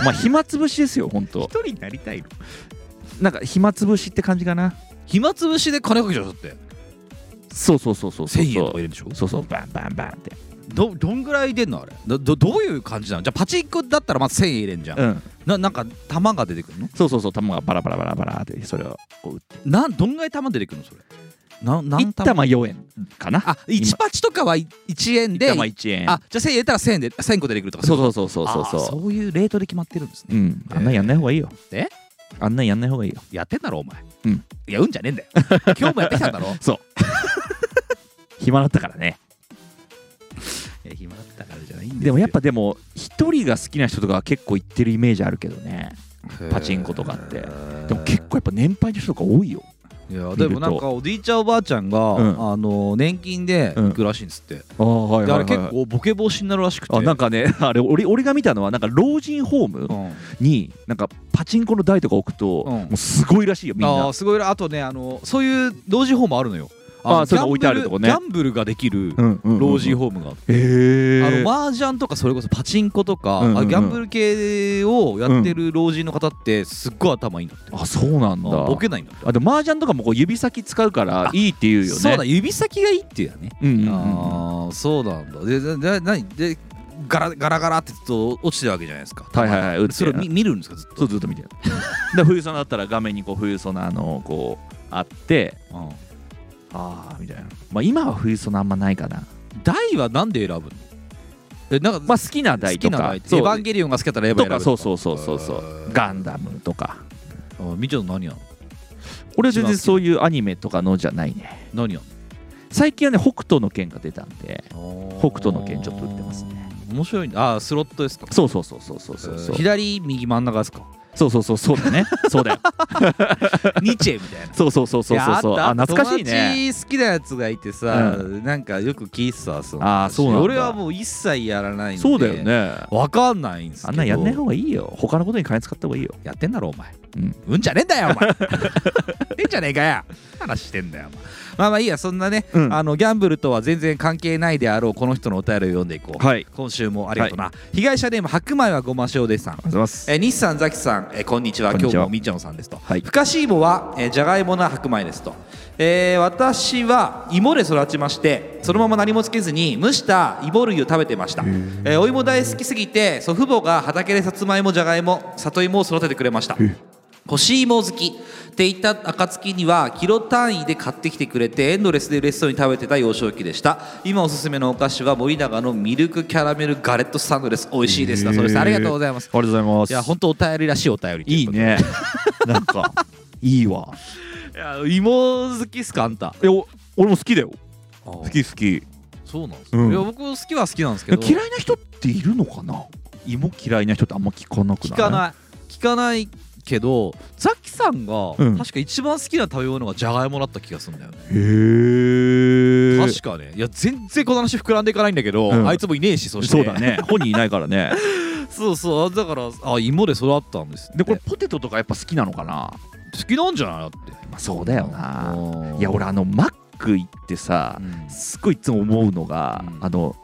[SPEAKER 1] まあ暇つぶしですよ本当
[SPEAKER 2] 人になりたいの
[SPEAKER 1] なんか暇つぶしって感じかな
[SPEAKER 2] 暇つぶしで金かけちゃうだって
[SPEAKER 1] そうそうそうそうそう
[SPEAKER 2] 1000円とか入
[SPEAKER 1] そう
[SPEAKER 2] れるんでしょ
[SPEAKER 1] そうそうバンバンバンって
[SPEAKER 2] どどんぐらい出んのあれどどどういう感じなのじゃあパチンコだったらまず1000円入れんじゃん、
[SPEAKER 1] うん
[SPEAKER 2] ななんか玉が出てくるの
[SPEAKER 1] そうそうそう球がバラバラバラバラってそれをこう打って
[SPEAKER 2] なんどんぐらい玉出てくるのそれな何
[SPEAKER 1] 1玉4円かな
[SPEAKER 2] あ1パチとかは1円
[SPEAKER 1] 1
[SPEAKER 2] で
[SPEAKER 1] 玉1円
[SPEAKER 2] あじゃあ1000円入れたら1000円で1000個出てくるとか
[SPEAKER 1] そう
[SPEAKER 2] う
[SPEAKER 1] そうそうそうそう
[SPEAKER 2] そう
[SPEAKER 1] そう
[SPEAKER 2] そういうレートで決まってるんですね
[SPEAKER 1] うんあんなんやんない方がいいよ
[SPEAKER 2] え
[SPEAKER 1] あんなんやんない方がいいよ
[SPEAKER 2] やってんだろお前
[SPEAKER 1] うん
[SPEAKER 2] いやうんじゃねえん だよ今日もやってきたんだろ
[SPEAKER 1] 暇だったからね
[SPEAKER 2] いや暇だったからじゃないん
[SPEAKER 1] でもやっぱでも一人が好きな人とかは結構行ってるイメージあるけどねパチンコとかってでも結構やっぱ年配の人とか多いよ
[SPEAKER 2] いやでもなんかおじいちゃんおばあちゃんが、
[SPEAKER 1] うん
[SPEAKER 2] あの年金で行くらしいんですって、
[SPEAKER 1] ああはい
[SPEAKER 2] であれ結構ボケ防止になるらしくて
[SPEAKER 1] あなんかね あれ俺俺が見たのはなんか老人ホーム
[SPEAKER 2] うん
[SPEAKER 1] になんかパチンコの台とか置くと、
[SPEAKER 2] うん
[SPEAKER 1] もうすごいらしいよみん
[SPEAKER 2] あ
[SPEAKER 1] な
[SPEAKER 2] ーすごいあとねあのそういう老人ホームあるのよ
[SPEAKER 1] あー
[SPEAKER 2] の
[SPEAKER 1] そういうの置いてあるとこね
[SPEAKER 2] ギャンブルギャンブルができる
[SPEAKER 1] うんうんうん
[SPEAKER 2] 老人ホームがあって
[SPEAKER 1] へえ
[SPEAKER 2] あの麻雀とかそれこそパチンコとか、
[SPEAKER 1] うんうんうん
[SPEAKER 2] あギャンブル系をやってる老人の方ってすっごい頭いいんだって、
[SPEAKER 1] あそうなんだ
[SPEAKER 2] あボケないんだって
[SPEAKER 1] あでも麻雀とかもこう指先使うから
[SPEAKER 2] あ
[SPEAKER 1] いいって言うよね
[SPEAKER 2] そうだ指先がいいっていうね、
[SPEAKER 1] うんうんうん
[SPEAKER 2] ああそうなんだででで何でガラガラガラってずっと落ちてるわけじゃないですか
[SPEAKER 1] はいはいはい打って
[SPEAKER 2] それを見見るんですかずっ
[SPEAKER 1] そうずっと見てる で冬ソナだったら画面にこう冬ソナのこうあって
[SPEAKER 2] と、うん、
[SPEAKER 1] ああみたいなまあ今は冬ソナあんまないかな
[SPEAKER 2] 台はなんで選ぶのえなんか、
[SPEAKER 1] まあ好きな
[SPEAKER 2] 好
[SPEAKER 1] 台
[SPEAKER 2] き
[SPEAKER 1] と
[SPEAKER 2] な
[SPEAKER 1] か
[SPEAKER 2] 台エ
[SPEAKER 1] そう
[SPEAKER 2] ヴァンゲリオンが好きだったらエヴァ
[SPEAKER 1] と
[SPEAKER 2] 選ぶ
[SPEAKER 1] かそうそうそうそうそ
[SPEAKER 2] へ
[SPEAKER 1] う
[SPEAKER 2] ー
[SPEAKER 1] ガンダムとか
[SPEAKER 2] あみちゃん何やんの
[SPEAKER 1] 俺全然そういうアニメとかのじゃないね
[SPEAKER 2] 何やんの
[SPEAKER 1] 最近はね北斗の剣が出たんで
[SPEAKER 2] 北
[SPEAKER 1] 北斗の剣ちょっと売ってますね
[SPEAKER 2] 面白いああスロットですか
[SPEAKER 1] そうそうそうそうそうそうそう
[SPEAKER 2] えー左右真ん中ですか
[SPEAKER 1] そうそうそうそうだねそうだよ
[SPEAKER 2] ニチェみたいな
[SPEAKER 1] そうそうそうそうそうそう
[SPEAKER 2] いや
[SPEAKER 1] あ
[SPEAKER 2] あったあった
[SPEAKER 1] 懐かしいね
[SPEAKER 2] 友達好きなやつがいてさ、なんかよく聞いてたその
[SPEAKER 1] あーそうなんだ
[SPEAKER 2] 俺はもう一切やらないんで
[SPEAKER 1] そうだよね
[SPEAKER 2] わかんないんですけど
[SPEAKER 1] あんなんやんない方がいいよ他のことに金使った方がいいよ
[SPEAKER 2] やってんだろお前
[SPEAKER 1] うん
[SPEAKER 2] うんじゃねえんだよお前えんじゃねえかよ話してんだよお前まあまあいいやそんなね、
[SPEAKER 1] うん
[SPEAKER 2] あのギャンブルとは全然関係ないであろうこの人のお便りを読んでいこう、
[SPEAKER 1] はいありがと
[SPEAKER 2] 今週もありがとうな、被害者ネーム白米はごま塩でさん
[SPEAKER 1] うございます
[SPEAKER 2] えー日産ザキさん、えーこんにちは
[SPEAKER 1] こんにちは
[SPEAKER 2] 今日もみっちゃんさんですと、
[SPEAKER 1] はい
[SPEAKER 2] ふかしいもは、えー、じゃがいもな白米ですと、えー私は芋で育ちましてそのまま何もつけずに蒸した芋類を食べてました、えーお芋大好きすぎて祖父母が畑でさつまいもじゃがいも里芋を育ててくれました干し芋好きって言った暁にはキロ単位で買ってきてくれてエンドレスで嬉しそうに食べてた幼少期でした今おすすめのお菓子は森永のミルクキャラメルガレットサンドです美味しいですだそうですありがとうございます
[SPEAKER 1] ありがとうご
[SPEAKER 2] い
[SPEAKER 1] ざい
[SPEAKER 2] や
[SPEAKER 1] ます
[SPEAKER 2] 本当お便りらしいお便りと
[SPEAKER 1] いい
[SPEAKER 2] い
[SPEAKER 1] う
[SPEAKER 2] ことで
[SPEAKER 1] ねなんかいいわ
[SPEAKER 2] いや芋好きっすかあんた
[SPEAKER 1] えお俺も好きだよ
[SPEAKER 2] 好
[SPEAKER 1] 好き好き
[SPEAKER 2] そうなんです
[SPEAKER 1] かいや
[SPEAKER 2] 僕好きは好きなんです
[SPEAKER 1] 嫌いな人っているのかな芋嫌いな人ってあんま聞かなくない
[SPEAKER 2] 聞かない聞かないけどザキさんが
[SPEAKER 1] うん
[SPEAKER 2] 確か一番好きな食べ物がじゃがいもだった気がするんだよね
[SPEAKER 1] へえ
[SPEAKER 2] 確かねいや全然この話膨らんでいかないんだけど
[SPEAKER 1] うん
[SPEAKER 2] あいつもいねえしそして
[SPEAKER 1] そうだ ね本人いないからね
[SPEAKER 2] そうそうだからあ芋で育ったんですって
[SPEAKER 1] でこれポテトとかやっぱ好きなのかな
[SPEAKER 2] 好きなんじゃないだって
[SPEAKER 1] まあそうだよな
[SPEAKER 2] うん
[SPEAKER 1] いや俺あのマック行ってさ
[SPEAKER 2] うん
[SPEAKER 1] すっごいいつも思うのが
[SPEAKER 2] うん
[SPEAKER 1] あの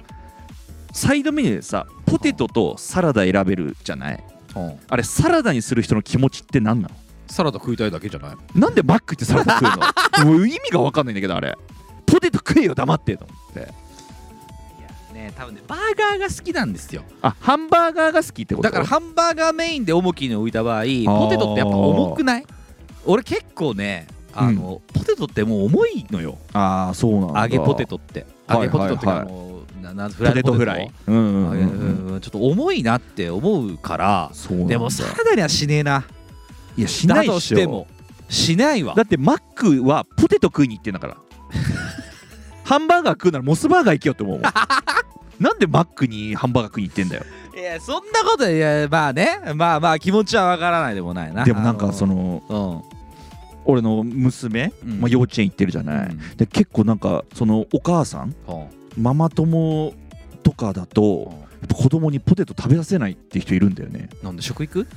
[SPEAKER 1] サイドメニューでさポテトとサラダ選べるじゃない
[SPEAKER 2] うん
[SPEAKER 1] あれサラダにする人の気持ちって何なの
[SPEAKER 2] サラダ食いたいだけじゃない
[SPEAKER 1] なんでマック行ってサラダ食 うのもう意味が分かんないんだけどあれポテト食えよ黙ってと思って
[SPEAKER 2] いやね多分ねバーガーが好きなんですよ
[SPEAKER 1] あハンバーガーが好きってこと
[SPEAKER 2] だからハンバーガーメインで重きに置いた場合ポテトってやっぱ重くない俺結構ねあの、ポテトってもう重いのよ
[SPEAKER 1] ああそうなんだ
[SPEAKER 2] 揚げポテトって
[SPEAKER 1] はい
[SPEAKER 2] 揚
[SPEAKER 1] はい
[SPEAKER 2] げポテトってか、
[SPEAKER 1] はい
[SPEAKER 2] あのななフ
[SPEAKER 1] ポテトフライうんう
[SPEAKER 2] ポ
[SPEAKER 1] ん
[SPEAKER 2] テ
[SPEAKER 1] う
[SPEAKER 2] ト
[SPEAKER 1] んうん
[SPEAKER 2] うんちょっと重いなって思うから
[SPEAKER 1] そうなんだ
[SPEAKER 2] でもサラダにはしねえない
[SPEAKER 1] やしない
[SPEAKER 2] だ
[SPEAKER 1] っ
[SPEAKER 2] と
[SPEAKER 1] し
[SPEAKER 2] し
[SPEAKER 1] ょ
[SPEAKER 2] てもしないわ
[SPEAKER 1] だってマックはポテト食いに行ってんだから ハンバーガー食うならモスバーガー行けよって思うもんなんでマックにハンバーガー食いに行ってんだよ
[SPEAKER 2] いやそんなこといやまあねまあまあ気持ちはわからないでもないな
[SPEAKER 1] でもなんかそ
[SPEAKER 2] の
[SPEAKER 1] の
[SPEAKER 2] うん
[SPEAKER 1] 俺の娘、
[SPEAKER 2] うん
[SPEAKER 1] まあ、幼稚園行ってるじゃない、
[SPEAKER 2] うん
[SPEAKER 1] で結構なんかそのお母さん
[SPEAKER 2] うん
[SPEAKER 1] ママ友とかだとやっぱ子供にポテト食べさせないって人いるんだよね
[SPEAKER 2] なんで食育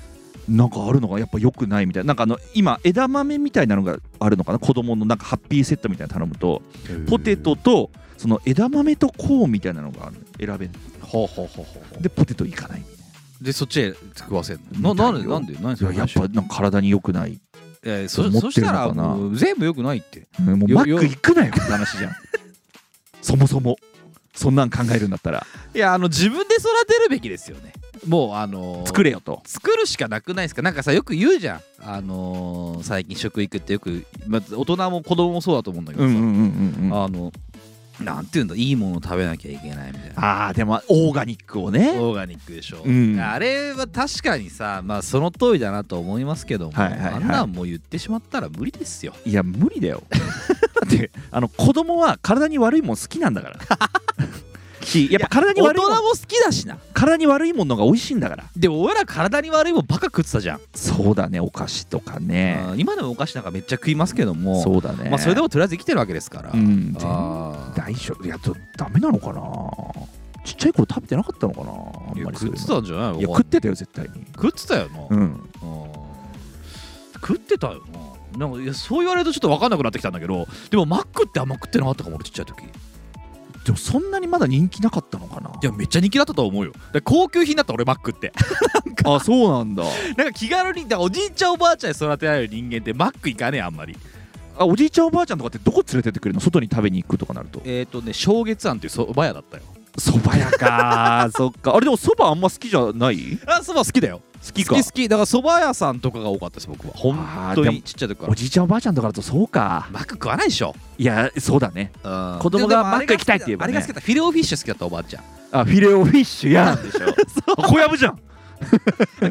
[SPEAKER 1] なんかあるのがやっぱ良くないみたいななんかあの今枝豆みたいなのがあるのかな子供のなんかハッピーセットみたいなの頼むとポテトとその枝豆とコーンみたいなのがある選べる
[SPEAKER 2] ほうほうほうほうほう
[SPEAKER 1] でポテトいかない
[SPEAKER 2] でそっちへ食わせんのななんでなんで何
[SPEAKER 1] い
[SPEAKER 2] そ
[SPEAKER 1] や
[SPEAKER 2] れ
[SPEAKER 1] やっぱなんか体に良くない、
[SPEAKER 2] えーそ
[SPEAKER 1] 思ってるのかな
[SPEAKER 2] そしたらもう全部よくないって
[SPEAKER 1] もう
[SPEAKER 2] よ
[SPEAKER 1] マッ
[SPEAKER 2] よ
[SPEAKER 1] ク行くなよって話じゃん そもそもそんなん考えるんだったら
[SPEAKER 2] いやあの自分で育てるべきですよねもうあのー
[SPEAKER 1] 作れよと
[SPEAKER 2] 作るしかなくないですかなんかさよく言うじゃんあのー最近食育ってよく、まあ、大人も子供もそうだと思うんだけどさ、
[SPEAKER 1] うんあ
[SPEAKER 2] あのなんていうんだいいものを食べなきゃいけないみたいな
[SPEAKER 1] あーでもオーガニックをね
[SPEAKER 2] オーガニックでしょ、
[SPEAKER 1] うん
[SPEAKER 2] あれは確かにさまあその通りだなと思いますけども、
[SPEAKER 1] はいはいはい
[SPEAKER 2] あんなんもう言ってしまったら無理ですよ
[SPEAKER 1] いや無理だよ だってあの子供は体に悪いもん好きなん だからしやっぱ体
[SPEAKER 2] 大
[SPEAKER 1] に
[SPEAKER 2] 人
[SPEAKER 1] 悪い
[SPEAKER 2] も
[SPEAKER 1] もん
[SPEAKER 2] 好きだしな
[SPEAKER 1] 体に悪いものが美味しいんだから
[SPEAKER 2] でも俺ら体に悪いもんバカ食ってたじゃん、
[SPEAKER 1] そうだねお菓子とかね
[SPEAKER 2] うん今でもお菓子なんかめっちゃ食いますけども
[SPEAKER 1] そうだね
[SPEAKER 2] まあ、それでもとりあえず生きてるわけですから、
[SPEAKER 1] うん
[SPEAKER 2] あー
[SPEAKER 1] 大丈夫いやちょダメなのかなちっちゃい頃食べてなかったのかなあん
[SPEAKER 2] いや
[SPEAKER 1] まり
[SPEAKER 2] 食
[SPEAKER 1] そういうの
[SPEAKER 2] ってたんじゃない
[SPEAKER 1] い
[SPEAKER 2] の
[SPEAKER 1] や食ってたよ絶対に
[SPEAKER 2] 食ってたよな、
[SPEAKER 1] うん
[SPEAKER 2] うん食ってたよななんかいやそう言われるとちょっと分かんなくなってきたんだけどでもマックってあんま食ってなかったかも俺ちっちゃい時い
[SPEAKER 1] でもそんなにまだ人気なかったのかない
[SPEAKER 2] やめっちゃ人気だったと思うよで高級品だった俺マックって
[SPEAKER 1] あそうなんだ
[SPEAKER 2] なんか気軽にだからおじいちゃんおばあちゃんに育てられる人間ってマック行かねえあんまり
[SPEAKER 1] あおじいちゃんおばあちゃんとかってどこ連れてってくれるの外に食べに行くとかなると
[SPEAKER 2] えっ、とね正月庵っていうそば屋だったよ
[SPEAKER 1] そば屋 かそっかあれでもそばあんま好きじゃない
[SPEAKER 2] あそば好きだよ
[SPEAKER 1] 好
[SPEAKER 2] 好
[SPEAKER 1] き
[SPEAKER 2] き
[SPEAKER 1] か
[SPEAKER 2] 好きだからそば屋さんとかが多かったです僕は本当
[SPEAKER 1] あーで
[SPEAKER 2] に
[SPEAKER 1] も
[SPEAKER 2] ちっちゃい時か
[SPEAKER 1] お
[SPEAKER 2] ら
[SPEAKER 1] じいちゃんおばあちゃんとかだとそうか
[SPEAKER 2] マック食わないでしょ
[SPEAKER 1] いやそうだね
[SPEAKER 2] 子
[SPEAKER 1] 子供がマック行きたいって言えばね
[SPEAKER 2] あれが好きだフィレオフィッシュ好きだったおばあちゃん
[SPEAKER 1] あフィレオフィッシュやんでしょ小籔じゃん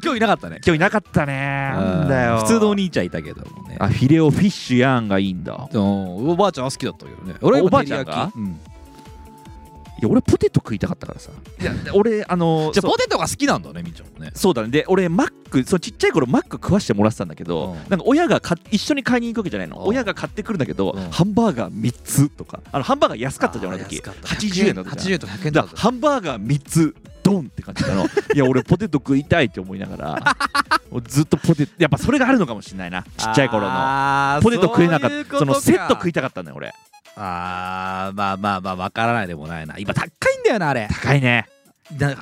[SPEAKER 2] 今日いなかったね
[SPEAKER 1] 今日いなかったねなんだよ
[SPEAKER 2] 普通のお兄ちゃんいたけどもね
[SPEAKER 1] あフィレオフィッシュやんがいいんだい
[SPEAKER 2] うんおばあちゃんは好きだったけどね俺は
[SPEAKER 1] おばあちゃん
[SPEAKER 2] 照り焼きうん
[SPEAKER 1] や俺ポテト食いたかったからさいや俺あの
[SPEAKER 2] じゃあ
[SPEAKER 1] そう
[SPEAKER 2] ポテトが好きなんだねみーちゃんもね
[SPEAKER 1] そうだねで俺マックそうちっちゃい頃マック食わしてもらってたんだけど、
[SPEAKER 2] うん
[SPEAKER 1] なんか親が買っ一緒に買いに行くわけじゃない
[SPEAKER 2] うん
[SPEAKER 1] の親が買ってくるんだけど、
[SPEAKER 2] うん
[SPEAKER 1] ハンバーガー3つとかあのハンバーガー安かったじゃん俺の時
[SPEAKER 2] あー安かった
[SPEAKER 1] 80円だったじゃん
[SPEAKER 2] 80円とか100円
[SPEAKER 1] だ
[SPEAKER 2] だ
[SPEAKER 1] か
[SPEAKER 2] っ
[SPEAKER 1] らハンバーガー3つドンって感じ なのいや俺ポテト食いたいって思いながらもうずっとポテトやっぱそれがあるのかもしれないなち
[SPEAKER 2] た
[SPEAKER 1] っちゃい頃の
[SPEAKER 2] の
[SPEAKER 1] ポテト食えなかったそのセット食
[SPEAKER 2] い
[SPEAKER 1] いたかったんだよ俺
[SPEAKER 2] あーまあまあまあわからないでもないな今高いんだよなあれ
[SPEAKER 1] 高いね
[SPEAKER 2] な800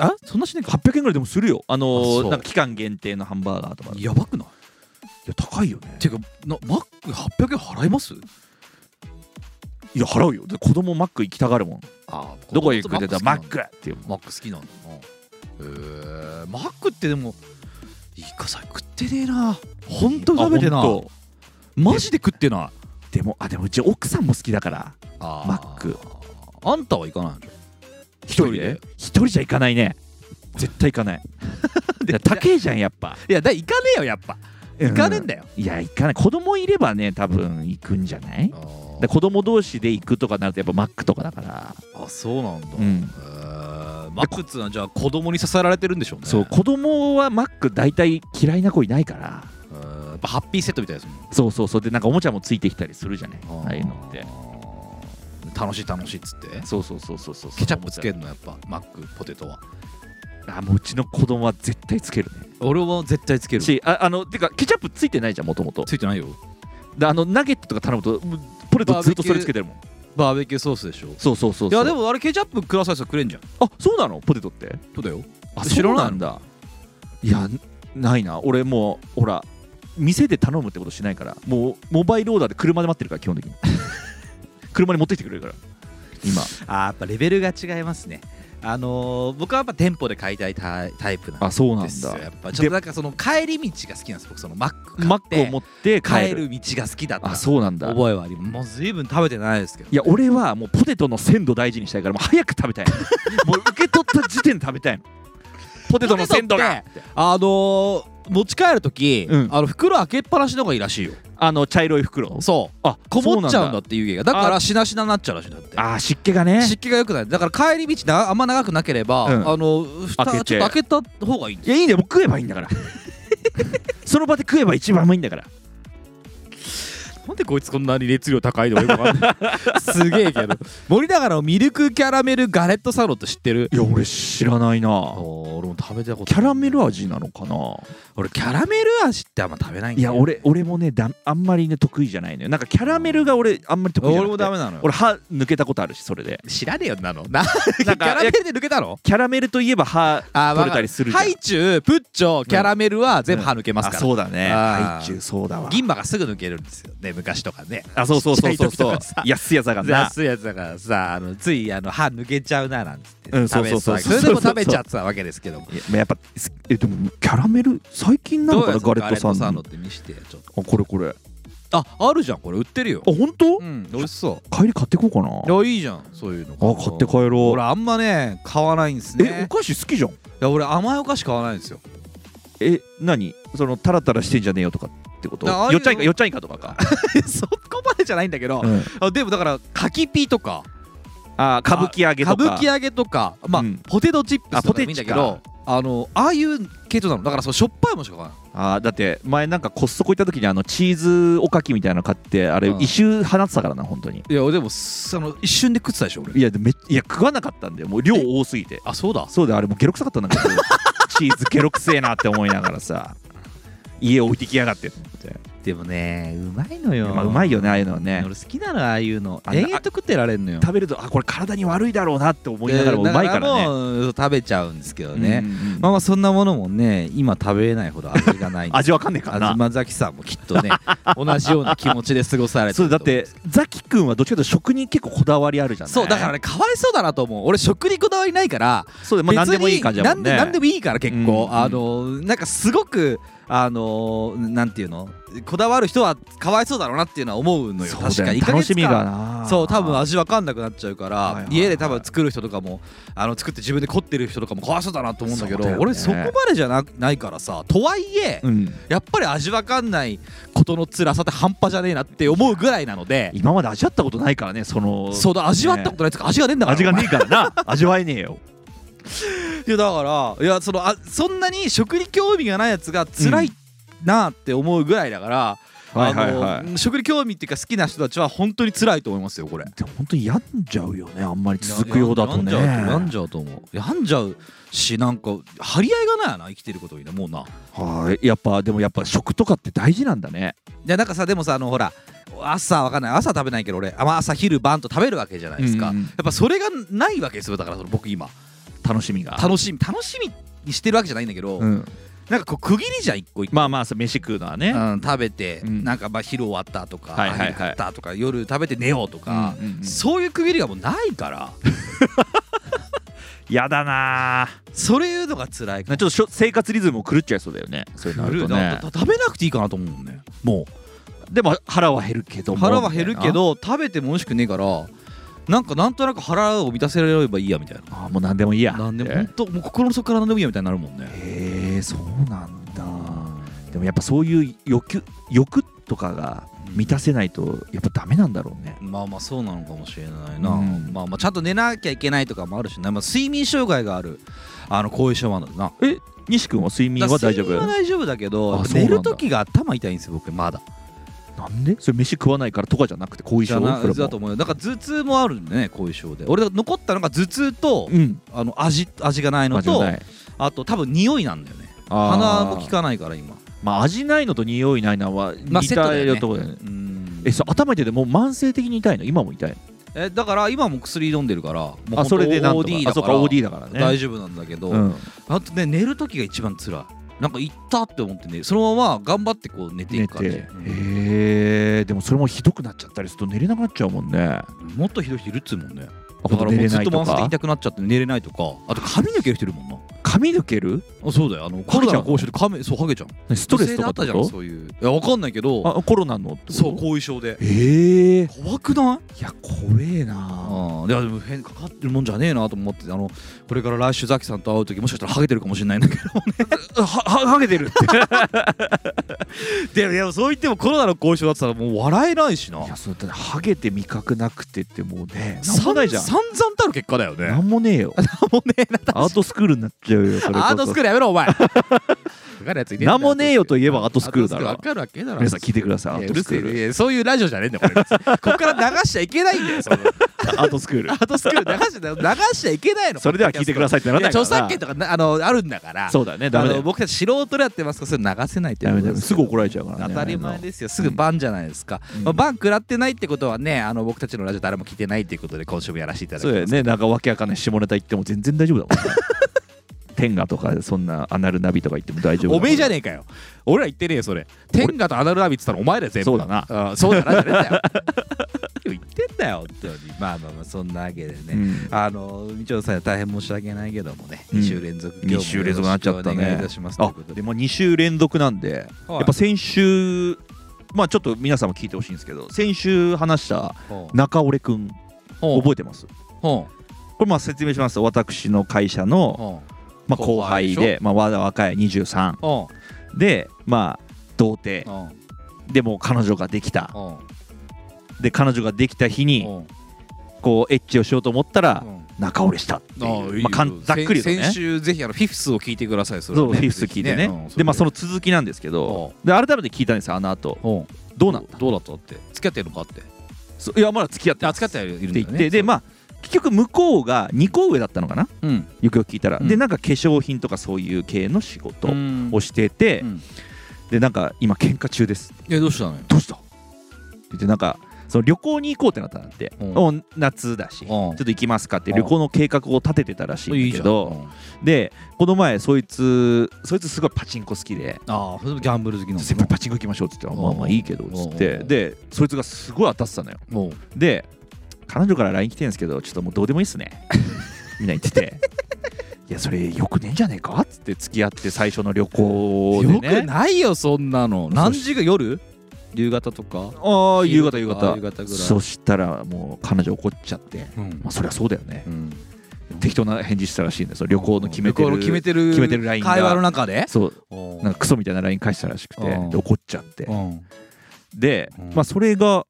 [SPEAKER 2] あそんなしないか
[SPEAKER 1] 800円ぐらいでもするよあの
[SPEAKER 2] あそ
[SPEAKER 1] ー
[SPEAKER 2] う
[SPEAKER 1] なんか期間限定のハンバーガーとかい
[SPEAKER 2] やばくない
[SPEAKER 1] や高いよね
[SPEAKER 2] ていうかなマック800円払います
[SPEAKER 1] いや払うよで子供マック行きたがるもん
[SPEAKER 2] あ
[SPEAKER 1] どこへ行くって言ったらマックっていう
[SPEAKER 2] マック好きなのへえマックってでもイカさえ食ってねえなほんと食べて
[SPEAKER 1] あ
[SPEAKER 2] な
[SPEAKER 1] ほんと
[SPEAKER 2] マジで食ってない
[SPEAKER 1] でもあでもうち奥さんも好きだから
[SPEAKER 2] マ
[SPEAKER 1] マック
[SPEAKER 2] あんたは行かないの
[SPEAKER 1] 一
[SPEAKER 2] 人
[SPEAKER 1] 人
[SPEAKER 2] で
[SPEAKER 1] で一人じゃ行かないね絶対行 かないいや高えじゃんやっぱ
[SPEAKER 2] いやだ行かねえよやっぱ行
[SPEAKER 1] 行
[SPEAKER 2] かねえんだよ、
[SPEAKER 1] いや行かない子供いればね多分行くんじゃないで子供同士で行くとかなるとやっぱマックとかだから、
[SPEAKER 2] あそうなんだ、
[SPEAKER 1] うん
[SPEAKER 2] へーマックっつうのはじゃあ子供に支えられてるんでしょうね
[SPEAKER 1] そう子供はマック大体嫌いな子いないから
[SPEAKER 2] へーやっぱハッピーセットみたいですもん
[SPEAKER 1] そうそうそうでなんかおもちゃもついてきたりするじゃないああいうのって
[SPEAKER 2] あー楽しい楽しいっつって
[SPEAKER 1] そうそうそうそうそう
[SPEAKER 2] ケチャップつけ
[SPEAKER 1] る
[SPEAKER 2] るのやっぱマックポテトは
[SPEAKER 1] あもううちの子供は絶対つけるね
[SPEAKER 2] 俺は絶対つけ
[SPEAKER 1] しああのてかケチャップついてないじゃんもともと
[SPEAKER 2] ついてないよ
[SPEAKER 1] であのナゲットとか頼むともうポテトずっとそれつけてるもん
[SPEAKER 2] バーベキューソースでしょ
[SPEAKER 1] そうそうそうそう
[SPEAKER 2] いやでもあれケチャップくださいさくれんじゃん
[SPEAKER 1] あそうなのポテトって
[SPEAKER 2] そうだよ
[SPEAKER 1] あ
[SPEAKER 2] 知らないの
[SPEAKER 1] そうなんだいやないな俺もうほら店で頼むってことしないからもうモバイルオーダーで車で待ってるから基本的 に車に持ってきてくれるから今
[SPEAKER 2] あーやっぱレベルが違いますねあのー僕はやっぱ店舗で買いたいタイタイプなん
[SPEAKER 1] あそうなん
[SPEAKER 2] ですよ
[SPEAKER 1] だ
[SPEAKER 2] やっぱちょっとなんかその帰り道が好きなんです僕そのマック買って
[SPEAKER 1] マックを持って帰る
[SPEAKER 2] 帰る道が好きだった
[SPEAKER 1] あそうなんだ
[SPEAKER 2] 覚えはありますもう随分食べてないですけど
[SPEAKER 1] いや俺はもうポテトの鮮度大事にしたいからもう早く食 べたいのもう受け取った時点で食べたいのポテトの鮮度が
[SPEAKER 2] あのー持ち帰る時、
[SPEAKER 1] うん
[SPEAKER 2] あの袋開けっぱなしの方がいいらしいよ
[SPEAKER 1] あの茶色い袋
[SPEAKER 2] そう
[SPEAKER 1] あ
[SPEAKER 2] こもっちゃうんだ
[SPEAKER 1] そ
[SPEAKER 2] って湯気がだからしなしなになっちゃうらしいんだって
[SPEAKER 1] あー湿気がね
[SPEAKER 2] 湿気が良くないだから帰り道なあんま長くなければ、
[SPEAKER 1] うん
[SPEAKER 2] あの蓋
[SPEAKER 1] 開けて
[SPEAKER 2] ちょっと開けた方がいいんです
[SPEAKER 1] いやいいんだよもう食えばいいんだから その場で食えば一番うまいんだから
[SPEAKER 2] なんでこいつこんなに熱量高いのか すげえけど森永のミルクキャラメルガレットサンドって知ってる
[SPEAKER 1] いや俺知らないな
[SPEAKER 2] 俺も食べたこと
[SPEAKER 1] キャラメル味なのかな
[SPEAKER 2] 俺キャラメル味ってあんま食べないん
[SPEAKER 1] い
[SPEAKER 2] だよ
[SPEAKER 1] や俺俺もねだあんまりね得意じゃないのよなんかキャラメルが俺あんまり得意じゃな
[SPEAKER 2] 俺
[SPEAKER 1] くて
[SPEAKER 2] もダメなのよ
[SPEAKER 1] 俺歯抜けたことあるしそれで
[SPEAKER 2] 知らねえよなのなキ
[SPEAKER 1] なんか
[SPEAKER 2] ャラメルで抜けたの
[SPEAKER 1] キャラメルといえば歯
[SPEAKER 2] あー
[SPEAKER 1] 取れたりするじゃん
[SPEAKER 2] ハイチュウプッチョキャラメルは全部歯抜けますから、
[SPEAKER 1] そうだね
[SPEAKER 2] あー
[SPEAKER 1] ハイチュウそうだわ
[SPEAKER 2] 銀歯がすぐ抜けるんですよね昔とかね
[SPEAKER 1] あそうそうそうそうそう
[SPEAKER 2] ちっちゃい時とかさ
[SPEAKER 1] 安いやつだからな
[SPEAKER 2] 安いやつだからさあのついあの歯抜けちゃうななんつって、
[SPEAKER 1] うん
[SPEAKER 2] 食べてたわけ
[SPEAKER 1] そうそうそう
[SPEAKER 2] それでも食べちゃってたわけですけども
[SPEAKER 1] いやまあやっぱすえでもキャラメル最近なのかな
[SPEAKER 2] ど
[SPEAKER 1] ガ
[SPEAKER 2] う
[SPEAKER 1] レ
[SPEAKER 2] や
[SPEAKER 1] ッ
[SPEAKER 2] つ
[SPEAKER 1] トさんの
[SPEAKER 2] のガレットサンドって見してちょっと
[SPEAKER 1] あこれこれあ
[SPEAKER 2] ああるじゃんこれ売ってるよ
[SPEAKER 1] 本当
[SPEAKER 2] うん美味しそう
[SPEAKER 1] 帰り買ってこうかない
[SPEAKER 2] やいいじゃんそういうの
[SPEAKER 1] あ買って帰ろう
[SPEAKER 2] 俺あんまね買わないんですね
[SPEAKER 1] えお菓子好きじゃん
[SPEAKER 2] いや俺甘いお菓子買わないん ですよ
[SPEAKER 1] え何そのタラタラしてんじゃねえよとかってこと
[SPEAKER 2] ああいう
[SPEAKER 1] よっちゃいかよっちゃいかとかか、
[SPEAKER 2] そこまでじゃないんだけど、
[SPEAKER 1] うん
[SPEAKER 2] あでもだからかきピーとか
[SPEAKER 1] あ歌舞伎揚げ
[SPEAKER 2] 歌
[SPEAKER 1] とか
[SPEAKER 2] 舞伎揚げとかまあ、
[SPEAKER 1] うん
[SPEAKER 2] ポテトチップス
[SPEAKER 1] あ
[SPEAKER 2] とかでもいいん
[SPEAKER 1] ポテ
[SPEAKER 2] だけ
[SPEAKER 1] チか
[SPEAKER 2] どあのああいう系統なのだからそのしょっぱいものしか買わない
[SPEAKER 1] あだって前なんかコストコ行った時にあのチーズおかきみたいなの買ってあれ
[SPEAKER 2] うん
[SPEAKER 1] 一周放ってたからな本当に
[SPEAKER 2] いやでもその一瞬で食ってたでしょ俺
[SPEAKER 1] いやでめいや食わなかったんだよもう量多すぎて
[SPEAKER 2] あそうだ
[SPEAKER 1] そうだあれもうゲロ臭かったんだ けどチーズゲロ臭えなって思いながらさ家置いてきやがってと思って
[SPEAKER 2] でもねうまいのよ、
[SPEAKER 1] まあうまいよねああいうのはね
[SPEAKER 2] 俺好きなのああいうの
[SPEAKER 1] あんな
[SPEAKER 2] 延々と食ってられんのよ
[SPEAKER 1] 食べるとあこれ体に悪いだろうなって思いながらもうまいから
[SPEAKER 2] だ
[SPEAKER 1] ね
[SPEAKER 2] もう食べちゃうんですけどね、
[SPEAKER 1] うんうんうん
[SPEAKER 2] まあまあそんなものもね今食べれないほど 味がないんで
[SPEAKER 1] 味わかんねえからな
[SPEAKER 2] 東崎さんもきっと ね同じような気持ちで過ごされて
[SPEAKER 1] そう
[SPEAKER 2] る
[SPEAKER 1] だ
[SPEAKER 2] と
[SPEAKER 1] っ
[SPEAKER 2] 思うんで
[SPEAKER 1] て
[SPEAKER 2] す
[SPEAKER 1] ザキ君はどっちかというと食に結構こだわりあるじゃない
[SPEAKER 2] そうだからねかわいそうだなと思う俺食にこだわりないから
[SPEAKER 1] そうで、まあ、何でもいい感じだもんね
[SPEAKER 2] 別に何で何でもいいから結構、
[SPEAKER 1] うん
[SPEAKER 2] あのなんかすごくあのーなんていうのこだわる人はかわいそうだろうなっていうのは思うのよ
[SPEAKER 1] そう
[SPEAKER 2] 確
[SPEAKER 1] だ
[SPEAKER 2] か
[SPEAKER 1] よ
[SPEAKER 2] に
[SPEAKER 1] ね楽しみがな
[SPEAKER 2] そう多分味わかんなくなっちゃうから、
[SPEAKER 1] はいはいはい
[SPEAKER 2] 家で多分作る人とかもあの作って自分で凝ってる人とかもかわいそうだなと思うんだけど
[SPEAKER 1] そうだよね
[SPEAKER 2] 俺そこまでじゃなないからさとはいえ、
[SPEAKER 1] うん
[SPEAKER 2] やっぱり味わかんないことの辛さって半端じゃねえなって思うぐらいなので
[SPEAKER 1] 今まで味わったことないからねその
[SPEAKER 2] そうだ味わったことないやつか味がねえんだから
[SPEAKER 1] 味がねえからな 味わえねえよ
[SPEAKER 2] いやだからいやそのあそんなに食に興味がないやつが辛いなって思うぐらいだから、
[SPEAKER 1] はいはいは
[SPEAKER 2] あ
[SPEAKER 1] い
[SPEAKER 2] の食に興味っていうか好きな人たちは本当に辛いと思いますよこれ
[SPEAKER 1] でも本当に病んじゃうよねあんまり続くようだとね
[SPEAKER 2] や病んじゃうと思う病んじゃうしなんか張り合いがないよな生きてることにねもうな
[SPEAKER 1] はいやっぱでもやっぱ食とかって大事なんだね
[SPEAKER 2] いやなんかさでもさあのほら朝わかんない朝食べないけど俺あまあ朝昼晩と食べるわけじゃないですか、
[SPEAKER 1] うんうん
[SPEAKER 2] やっぱそれがないわけですよだからその僕今
[SPEAKER 1] 楽しみが
[SPEAKER 2] 楽しみ楽しみにしてるわけじゃないんだけど、
[SPEAKER 1] うん
[SPEAKER 2] なんかこう区切りじゃん一個一個、
[SPEAKER 1] まあまあそう飯食うのはね
[SPEAKER 2] うん、食べて、
[SPEAKER 1] うん
[SPEAKER 2] なんかまあ昼終わったとか、
[SPEAKER 1] はいはいはい
[SPEAKER 2] 昼食ったとか夜食べて寝ようとか、
[SPEAKER 1] うんうんうん
[SPEAKER 2] そういう区切りがもうないから
[SPEAKER 1] やだな
[SPEAKER 2] そういうのが辛い
[SPEAKER 1] ちょっとしょ生活リズムも狂っちゃいそうだよねそういうのあるとね
[SPEAKER 2] だ食べなくていいかなと思うもんねも
[SPEAKER 1] でも腹は減るけど
[SPEAKER 2] う
[SPEAKER 1] も
[SPEAKER 2] 腹は減るけ
[SPEAKER 1] みたい
[SPEAKER 2] ど食べても美味しくねえからなんかなんとなく腹を満たせられればいいやみたいな
[SPEAKER 1] なあもう何でもいいや
[SPEAKER 2] なんでも
[SPEAKER 1] って
[SPEAKER 2] 本当もう心の底から何でもいいやみたいになるもんね
[SPEAKER 1] へえそうなんだでもやっぱそういう欲欲とかが満たせないとやっぱダメなんだろうね
[SPEAKER 2] まあまあそうなのかもしれないな、
[SPEAKER 1] うん
[SPEAKER 2] まあまあちゃんと寝なきゃいけないとかもあるしな、まあ、睡眠障害があるあの後遺症もあるんだな
[SPEAKER 1] え西君は睡眠は大丈
[SPEAKER 2] 睡
[SPEAKER 1] 夫
[SPEAKER 2] 眠は大丈夫だけど
[SPEAKER 1] あそうな
[SPEAKER 2] 寝
[SPEAKER 1] んだ
[SPEAKER 2] る時が頭痛いんですよ僕まだ
[SPEAKER 1] なんでそれ飯食わないからとかじゃなくて後遺
[SPEAKER 2] じゃ
[SPEAKER 1] 症
[SPEAKER 2] な
[SPEAKER 1] それも
[SPEAKER 2] だと思うよだから頭痛もあるんでね後遺症で俺残ったのが頭痛と、
[SPEAKER 1] うん
[SPEAKER 2] あの味味がないの
[SPEAKER 1] 味の
[SPEAKER 2] と
[SPEAKER 1] ない
[SPEAKER 2] あと多分匂いなんだよね
[SPEAKER 1] あ
[SPEAKER 2] 鼻
[SPEAKER 1] ー
[SPEAKER 2] も効かないから今
[SPEAKER 1] まあ味ないのと匂いないのは
[SPEAKER 2] まあ
[SPEAKER 1] 似たようなとこだよね
[SPEAKER 2] うん
[SPEAKER 1] えそう頭痛いてもう慢性的に痛いの今も痛いの
[SPEAKER 2] えだから今も薬飲んでるからもう
[SPEAKER 1] あそれでなんとか
[SPEAKER 2] OD
[SPEAKER 1] あ
[SPEAKER 2] だ
[SPEAKER 1] そ
[SPEAKER 2] か
[SPEAKER 1] うから OD だからね
[SPEAKER 2] 大丈夫なんだけど、
[SPEAKER 1] うん
[SPEAKER 2] あとね寝る時が一番辛いなんか行ったって思ってねそのまま頑張ってこう寝てい
[SPEAKER 1] 寝
[SPEAKER 2] く
[SPEAKER 1] て
[SPEAKER 2] 感じ
[SPEAKER 1] へ、えでもそれもひどくなっちゃったりすると寝れなくなっちゃうもんねあ
[SPEAKER 2] うんもっとひどい人いるっつうもんねだ
[SPEAKER 1] ほ
[SPEAKER 2] か
[SPEAKER 1] んと
[SPEAKER 2] らも
[SPEAKER 1] 寝
[SPEAKER 2] う
[SPEAKER 1] れ
[SPEAKER 2] ず
[SPEAKER 1] な
[SPEAKER 2] っ
[SPEAKER 1] い
[SPEAKER 2] と
[SPEAKER 1] と
[SPEAKER 2] 回して
[SPEAKER 1] か
[SPEAKER 2] 痛くなっちゃって寝れないとかあと髪抜ける人いるもんな
[SPEAKER 1] 髪抜ける
[SPEAKER 2] あそうだよあのコロナの後遺症で髪そうハゲちゃん
[SPEAKER 1] ストレスとか
[SPEAKER 2] あ
[SPEAKER 1] っ
[SPEAKER 2] った
[SPEAKER 1] て
[SPEAKER 2] じゃん
[SPEAKER 1] こ
[SPEAKER 2] そういういやわかんないけど
[SPEAKER 1] とあコロナのってこと
[SPEAKER 2] そう後遺症で
[SPEAKER 1] ええ
[SPEAKER 2] 怖くない
[SPEAKER 1] いや怖えな
[SPEAKER 2] ああいやでも変かかってるもんじゃねえなと思ってあのこれから来週ザキさんと会う時もしかしたらハゲてるかもしれないんだけど
[SPEAKER 1] はははげてるって
[SPEAKER 2] でもでもそう言ってもコロナの後遺症だったらもう笑えないしない
[SPEAKER 1] やそうだってハゲて味覚なくてってもうね
[SPEAKER 2] さ
[SPEAKER 1] なんもないじゃん
[SPEAKER 2] 散々たる結果だよね
[SPEAKER 1] なんもねえよ
[SPEAKER 2] もうね
[SPEAKER 1] アートスクールになっちゃうよそれこそ
[SPEAKER 2] アートスクールやめろお 前わかるやついねえんだ
[SPEAKER 1] なんもねえよと言えばアートスクールだろ
[SPEAKER 2] アートスクールわかるわけだろ
[SPEAKER 1] 皆さん聞いてくださいア
[SPEAKER 2] いや
[SPEAKER 1] ー
[SPEAKER 2] う
[SPEAKER 1] ト
[SPEAKER 2] る
[SPEAKER 1] スク
[SPEAKER 2] せ
[SPEAKER 1] ー
[SPEAKER 2] え
[SPEAKER 1] ル
[SPEAKER 2] いやそういうラジオじゃねえんだよこれ別にここから流しちゃいけないんだよ その
[SPEAKER 1] アートスクール
[SPEAKER 2] アートスクール流しちゃ流しちゃい けないの
[SPEAKER 1] それでは聞いてくだ
[SPEAKER 2] さ
[SPEAKER 1] さいってならないからな
[SPEAKER 2] 著作権とかなあのあるんだから
[SPEAKER 1] そうだねダメだ
[SPEAKER 2] あの
[SPEAKER 1] よ
[SPEAKER 2] 僕たち素人でやってますからそれ流せないって
[SPEAKER 1] ダメだよすぐ怒られちゃうから
[SPEAKER 2] 当
[SPEAKER 1] ね
[SPEAKER 2] たり前ですよすぐバンじゃないですか、
[SPEAKER 1] うん
[SPEAKER 2] まあ、バン食らってないってことはねあの僕たちのラジオ誰も聞いてないっていうことで今週もやらせていただき
[SPEAKER 1] そ
[SPEAKER 2] ま
[SPEAKER 1] う
[SPEAKER 2] す
[SPEAKER 1] だよねなんかわけわかんない下ネタ言っても全然大丈夫だもん ね天下とかそんなアナルナビとか言っても大丈夫
[SPEAKER 2] おめえじゃ
[SPEAKER 1] ね
[SPEAKER 2] ねえかよ俺ら言ってねえよそれ天下とアナルナビって言ったらお前ら全部
[SPEAKER 1] そうだな
[SPEAKER 2] あそうだなじゃねえんだよ言ってんだよ本当にまあまあまあそんなわけでね、
[SPEAKER 1] うん
[SPEAKER 2] あのみちょさん大変申し訳ないけどもね、
[SPEAKER 1] うん
[SPEAKER 2] 2週連続今日も
[SPEAKER 1] 2週連続になっちゃった
[SPEAKER 2] よろしくお願いい
[SPEAKER 1] ね
[SPEAKER 2] たしますという
[SPEAKER 1] あ
[SPEAKER 2] ことで
[SPEAKER 1] でも2週連続なんで
[SPEAKER 2] はい
[SPEAKER 1] やっぱ先週まあちょっと皆さんも聞いてほしいんですけど先週話した
[SPEAKER 2] ほう
[SPEAKER 1] 中折くん
[SPEAKER 2] ほう
[SPEAKER 1] 覚えてます
[SPEAKER 2] ほ
[SPEAKER 1] これまあ説明しますと私の会社
[SPEAKER 2] う
[SPEAKER 1] の
[SPEAKER 2] ほ
[SPEAKER 1] まあ後輩
[SPEAKER 2] 後輩で
[SPEAKER 1] でまあわ若い23
[SPEAKER 2] うほ
[SPEAKER 1] でまあ童
[SPEAKER 2] う
[SPEAKER 1] 貞
[SPEAKER 2] ほ
[SPEAKER 1] でもう彼女ができた
[SPEAKER 2] う
[SPEAKER 1] で彼女ができた日に
[SPEAKER 2] ほう
[SPEAKER 1] こうエッチをしようと思ったら
[SPEAKER 2] うん
[SPEAKER 1] 中折れしたって
[SPEAKER 2] ああ
[SPEAKER 1] い
[SPEAKER 2] いうい
[SPEAKER 1] まあか
[SPEAKER 2] よ
[SPEAKER 1] んざっくりと
[SPEAKER 2] 先
[SPEAKER 1] ね
[SPEAKER 2] 先週ぜひあのフィフスを聞いてくださいそれ
[SPEAKER 1] そ
[SPEAKER 2] は
[SPEAKER 1] う
[SPEAKER 2] ね
[SPEAKER 1] フィフス聞いてね
[SPEAKER 2] うん
[SPEAKER 1] でまあその
[SPEAKER 2] の
[SPEAKER 1] 続きなんですけど
[SPEAKER 2] う
[SPEAKER 1] で改めて聞いたんですよあの後どうなった
[SPEAKER 2] どうだったって付き合ってるのかって
[SPEAKER 1] そういやまだ付き合って
[SPEAKER 2] あ
[SPEAKER 1] ます
[SPEAKER 2] 付き合ってはいる
[SPEAKER 1] っ
[SPEAKER 2] んだ
[SPEAKER 1] て
[SPEAKER 2] よ
[SPEAKER 1] 言っ
[SPEAKER 2] ね
[SPEAKER 1] てでまあ結局向こうが2個上だったのかな
[SPEAKER 2] あうん
[SPEAKER 1] よくよく聞いたら
[SPEAKER 2] うん
[SPEAKER 1] でなんか化粧品とかそういう系の仕事
[SPEAKER 2] うん
[SPEAKER 1] をしてて
[SPEAKER 2] うん
[SPEAKER 1] でなんか今喧嘩中です
[SPEAKER 2] えどうしたのよ
[SPEAKER 1] どうしたって言ってなんかその旅行に行こうってなったんだって
[SPEAKER 2] うん
[SPEAKER 1] お夏だし
[SPEAKER 2] ん
[SPEAKER 1] ちょっと行きますかって旅行の計画を立ててたらしいんだけどでこの前そいつそいつすごいパチンコ好きで
[SPEAKER 2] ああそれもギャンブル好きなの
[SPEAKER 1] 先輩パチンコ行きましょうって言って
[SPEAKER 2] うん
[SPEAKER 1] まあまあいいけどっつっ
[SPEAKER 2] う
[SPEAKER 1] て
[SPEAKER 2] ん
[SPEAKER 1] でそいつがすごい当たってたのよ
[SPEAKER 2] もう
[SPEAKER 1] で彼女から LINE 来てるんですけどちょっともうどうでもいいっすねみんな言ってていやそれよくねえんじゃねえかっつって付き合って最初の旅行で
[SPEAKER 2] よ
[SPEAKER 1] ね
[SPEAKER 2] くないよそんなの
[SPEAKER 1] そし
[SPEAKER 2] 何時が夜夕方とか
[SPEAKER 1] ああ夕方夕
[SPEAKER 2] 夕
[SPEAKER 1] 方
[SPEAKER 2] 方ぐらい
[SPEAKER 1] そしたらもう彼女怒っちゃって
[SPEAKER 2] うん
[SPEAKER 1] まあそりゃそうだよね
[SPEAKER 2] うん
[SPEAKER 1] 適当な返事したらしいんですよ旅行の決めて
[SPEAKER 2] 旅
[SPEAKER 1] る
[SPEAKER 2] 行の決めてる
[SPEAKER 1] 決めてるラインが
[SPEAKER 2] 会話の中で
[SPEAKER 1] そう
[SPEAKER 2] な
[SPEAKER 1] なんかクソみたいな LINE 返したらしくて
[SPEAKER 2] うん
[SPEAKER 1] で怒っちゃって
[SPEAKER 2] うん
[SPEAKER 1] で
[SPEAKER 2] うん
[SPEAKER 1] まあそれが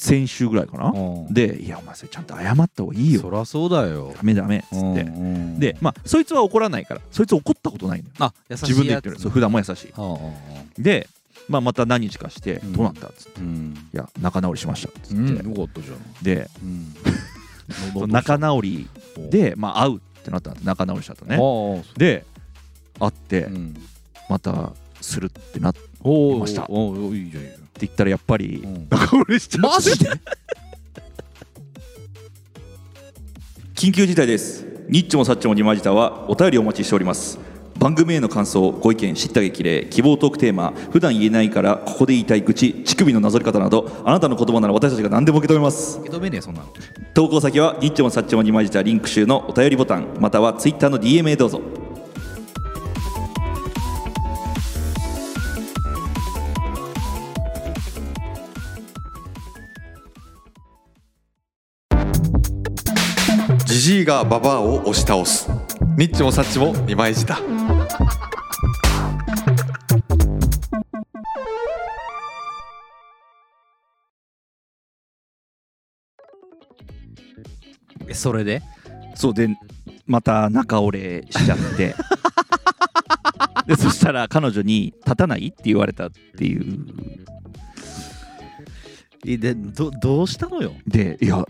[SPEAKER 1] 先週ぐらいかな
[SPEAKER 2] うん
[SPEAKER 1] でいやお前それちゃんと謝った方がいいよ
[SPEAKER 2] そりゃそうだよ
[SPEAKER 1] ダメダメっつ
[SPEAKER 2] うん
[SPEAKER 1] って
[SPEAKER 2] うん
[SPEAKER 1] でまあそいつは怒らないからそいつ怒ったことないのよ
[SPEAKER 2] あ優しい
[SPEAKER 1] 自分で言ってる
[SPEAKER 2] やつ
[SPEAKER 1] そう普段も優しい
[SPEAKER 2] うん
[SPEAKER 1] でまあまた何日かして
[SPEAKER 2] うん
[SPEAKER 1] どうなったっつって
[SPEAKER 2] うん
[SPEAKER 1] いや仲直りしましたっつっ
[SPEAKER 2] う
[SPEAKER 1] て
[SPEAKER 2] んうんよかったじゃん
[SPEAKER 1] で
[SPEAKER 2] うん
[SPEAKER 1] その 仲直りで、まあ、会うってなったんです仲直りしたと
[SPEAKER 2] ね
[SPEAKER 1] ねで会って
[SPEAKER 2] うん
[SPEAKER 1] またするってなって
[SPEAKER 2] おー
[SPEAKER 1] ました
[SPEAKER 2] おーおーいいじゃんいいじ
[SPEAKER 1] 言ったらやっぱり
[SPEAKER 2] ゃん うん
[SPEAKER 1] 仲直りしちゃった
[SPEAKER 2] マジで
[SPEAKER 1] 緊急事態ですニッチもサッチもにまじたはお便りお待ちしております番組への感想ご意見知った激励希望トークテーマ普段言えないからここで言いたい口乳首のなぞり方などあなたの言葉なら私たちが何でも受け止めます
[SPEAKER 2] 受け止めねえそんなの
[SPEAKER 1] 投稿先はニッチもサッチもにまじたリンク集のお便りボタンまたはツイッターの DM へどうぞ
[SPEAKER 3] ジジイがババアを押し倒すニッチもサッチも二枚舌
[SPEAKER 2] えそれで
[SPEAKER 1] そうでまた仲折れしちゃって でそしたら彼女に「立たない?」って言われたっていう
[SPEAKER 2] えでどどうしたのよ
[SPEAKER 1] で「いや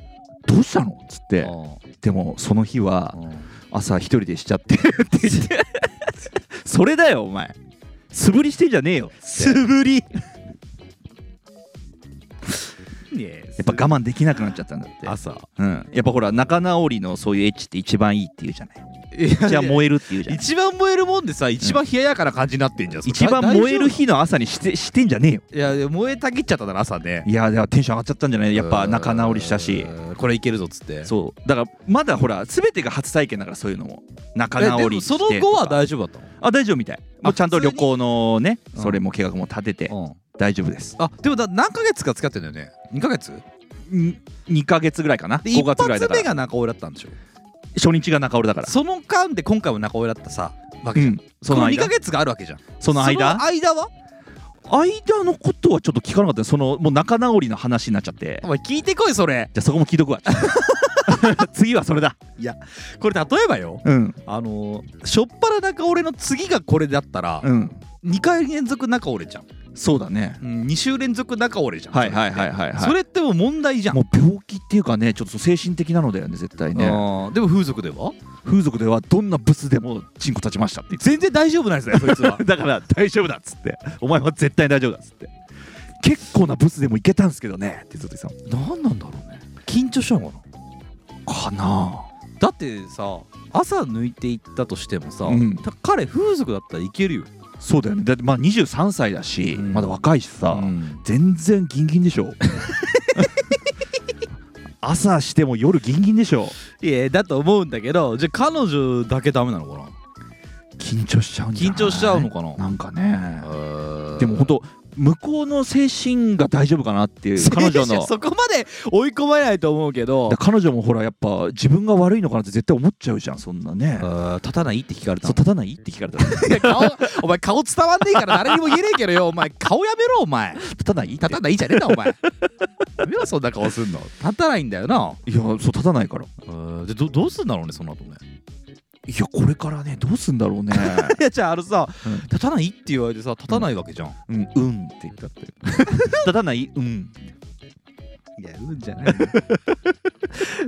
[SPEAKER 1] どうしたの?」っつって
[SPEAKER 2] う
[SPEAKER 1] でもその日は
[SPEAKER 2] ん
[SPEAKER 1] 朝一人でしちゃってって言って それだよお前素振りしてんじゃねえよ素振りや
[SPEAKER 2] や
[SPEAKER 1] っぱ我慢できなくなっちゃったんだって
[SPEAKER 2] 朝
[SPEAKER 1] うん、やっぱほら仲直りのそういうエッチって一番いいって言うじゃないじゃあ燃えるって言うじゃない
[SPEAKER 2] 一番燃えるもんでさ一番冷ややかな感じになってんじゃん、
[SPEAKER 1] 一番燃える日の朝にしてしてんじゃねえよ
[SPEAKER 2] いやいや燃えたぎっちゃったな朝ね
[SPEAKER 1] いやではテンション上がっちゃったんじゃないやっぱ仲直りしたし
[SPEAKER 2] うーんこれいけるぞっつって
[SPEAKER 1] そうだからまだほら全てが初体験だからそういうのも仲
[SPEAKER 2] えでも
[SPEAKER 1] 直りして
[SPEAKER 2] そ
[SPEAKER 1] とか
[SPEAKER 2] の後は大丈夫だっ
[SPEAKER 1] あ大丈夫みたいもうちゃんと
[SPEAKER 2] 普
[SPEAKER 1] 旅
[SPEAKER 2] 通に
[SPEAKER 1] 行のね
[SPEAKER 2] うん
[SPEAKER 1] それも計画も立てて
[SPEAKER 2] たの、うん、
[SPEAKER 1] 大丈夫です
[SPEAKER 2] あでもだ何ヶ月か使ってんだよね2ヶ月
[SPEAKER 1] 2ヶ月ぐらいかな
[SPEAKER 2] で
[SPEAKER 1] 5月ぐらいだ
[SPEAKER 2] 一発
[SPEAKER 1] から
[SPEAKER 2] 目が中折だったんでしょ
[SPEAKER 1] 初日が中折だから
[SPEAKER 2] その間で今回も中折だったさわ
[SPEAKER 1] う
[SPEAKER 2] けじゃん、
[SPEAKER 1] んその
[SPEAKER 2] この2
[SPEAKER 1] 間
[SPEAKER 2] ヶ月があるわけじゃん
[SPEAKER 1] その間
[SPEAKER 2] その間は
[SPEAKER 1] 間のことはちょっと聞かなかったねそのもう仲直りの話になっちゃって
[SPEAKER 2] お前聞いてこいそれ
[SPEAKER 1] じゃあそこも聞いとく わ次はそれだ
[SPEAKER 2] これ例えばよ
[SPEAKER 1] うん
[SPEAKER 2] あのー、しょっぱな中折れの次がこれだったら、
[SPEAKER 1] うん
[SPEAKER 2] 2回連続中折れじゃん、
[SPEAKER 1] そうだね
[SPEAKER 2] うん、2週連続中折れじゃん
[SPEAKER 1] はいはいはいはいはい
[SPEAKER 2] それってもう問題じゃん
[SPEAKER 1] もう病気っていうかねちょっと精神的なのだよね絶対ね
[SPEAKER 2] あーでも風俗では
[SPEAKER 1] 風俗ではどんなブスでもチンコ立ちましたって言って
[SPEAKER 2] 全然大丈夫なんです ねそいつは
[SPEAKER 1] だから大丈夫だっつってお前は絶対大丈夫だっつって結構なブスでもいけたんすけどねってずっと言って
[SPEAKER 2] 何なんだろうね緊張したのかな
[SPEAKER 1] たかな
[SPEAKER 2] だってさ朝抜いていったとしてもさ、
[SPEAKER 1] うん
[SPEAKER 2] た彼風俗だったらいけるよ、
[SPEAKER 1] そうだよねだってまあ23歳だし、
[SPEAKER 2] うん
[SPEAKER 1] まだ若いしさ、
[SPEAKER 2] うん
[SPEAKER 1] 全然ギンギンでし ょ朝しても夜ギンギンでしょ
[SPEAKER 2] いやだと思うんだけどじゃあ彼女だけダメなのかな
[SPEAKER 1] 緊張しちゃうんじゃ
[SPEAKER 2] 緊
[SPEAKER 1] ない
[SPEAKER 2] 張しちゃうのかな
[SPEAKER 1] なんかね
[SPEAKER 2] で
[SPEAKER 1] でも本当向こうの精神が大丈夫かなっていう彼女の
[SPEAKER 2] そこまで追い込まれないと思うけど
[SPEAKER 1] だ彼女もほらやっぱ自分が悪いのかなって絶対思っちゃうじゃんそんなね
[SPEAKER 2] あー立たないって聞かれた
[SPEAKER 1] そう
[SPEAKER 2] の
[SPEAKER 1] 立たないって聞かれ たの立
[SPEAKER 2] いや顔お前顔伝わんねえから誰にも言えねえけどよお前顔やめろお前
[SPEAKER 1] たないって
[SPEAKER 2] 立たないじゃねえんだお前やめろそんな顔すんの立たないんだよない
[SPEAKER 1] やそう立たないから
[SPEAKER 2] でどどうすんだろうねその後ね
[SPEAKER 1] いやこれからねどうすんだろうね、
[SPEAKER 2] いやじゃああのさ、
[SPEAKER 1] うん
[SPEAKER 2] 立たないって言われてさ立たないわけじゃん、
[SPEAKER 1] うん、うんって言ったって 立たないうん
[SPEAKER 2] いやうんじゃない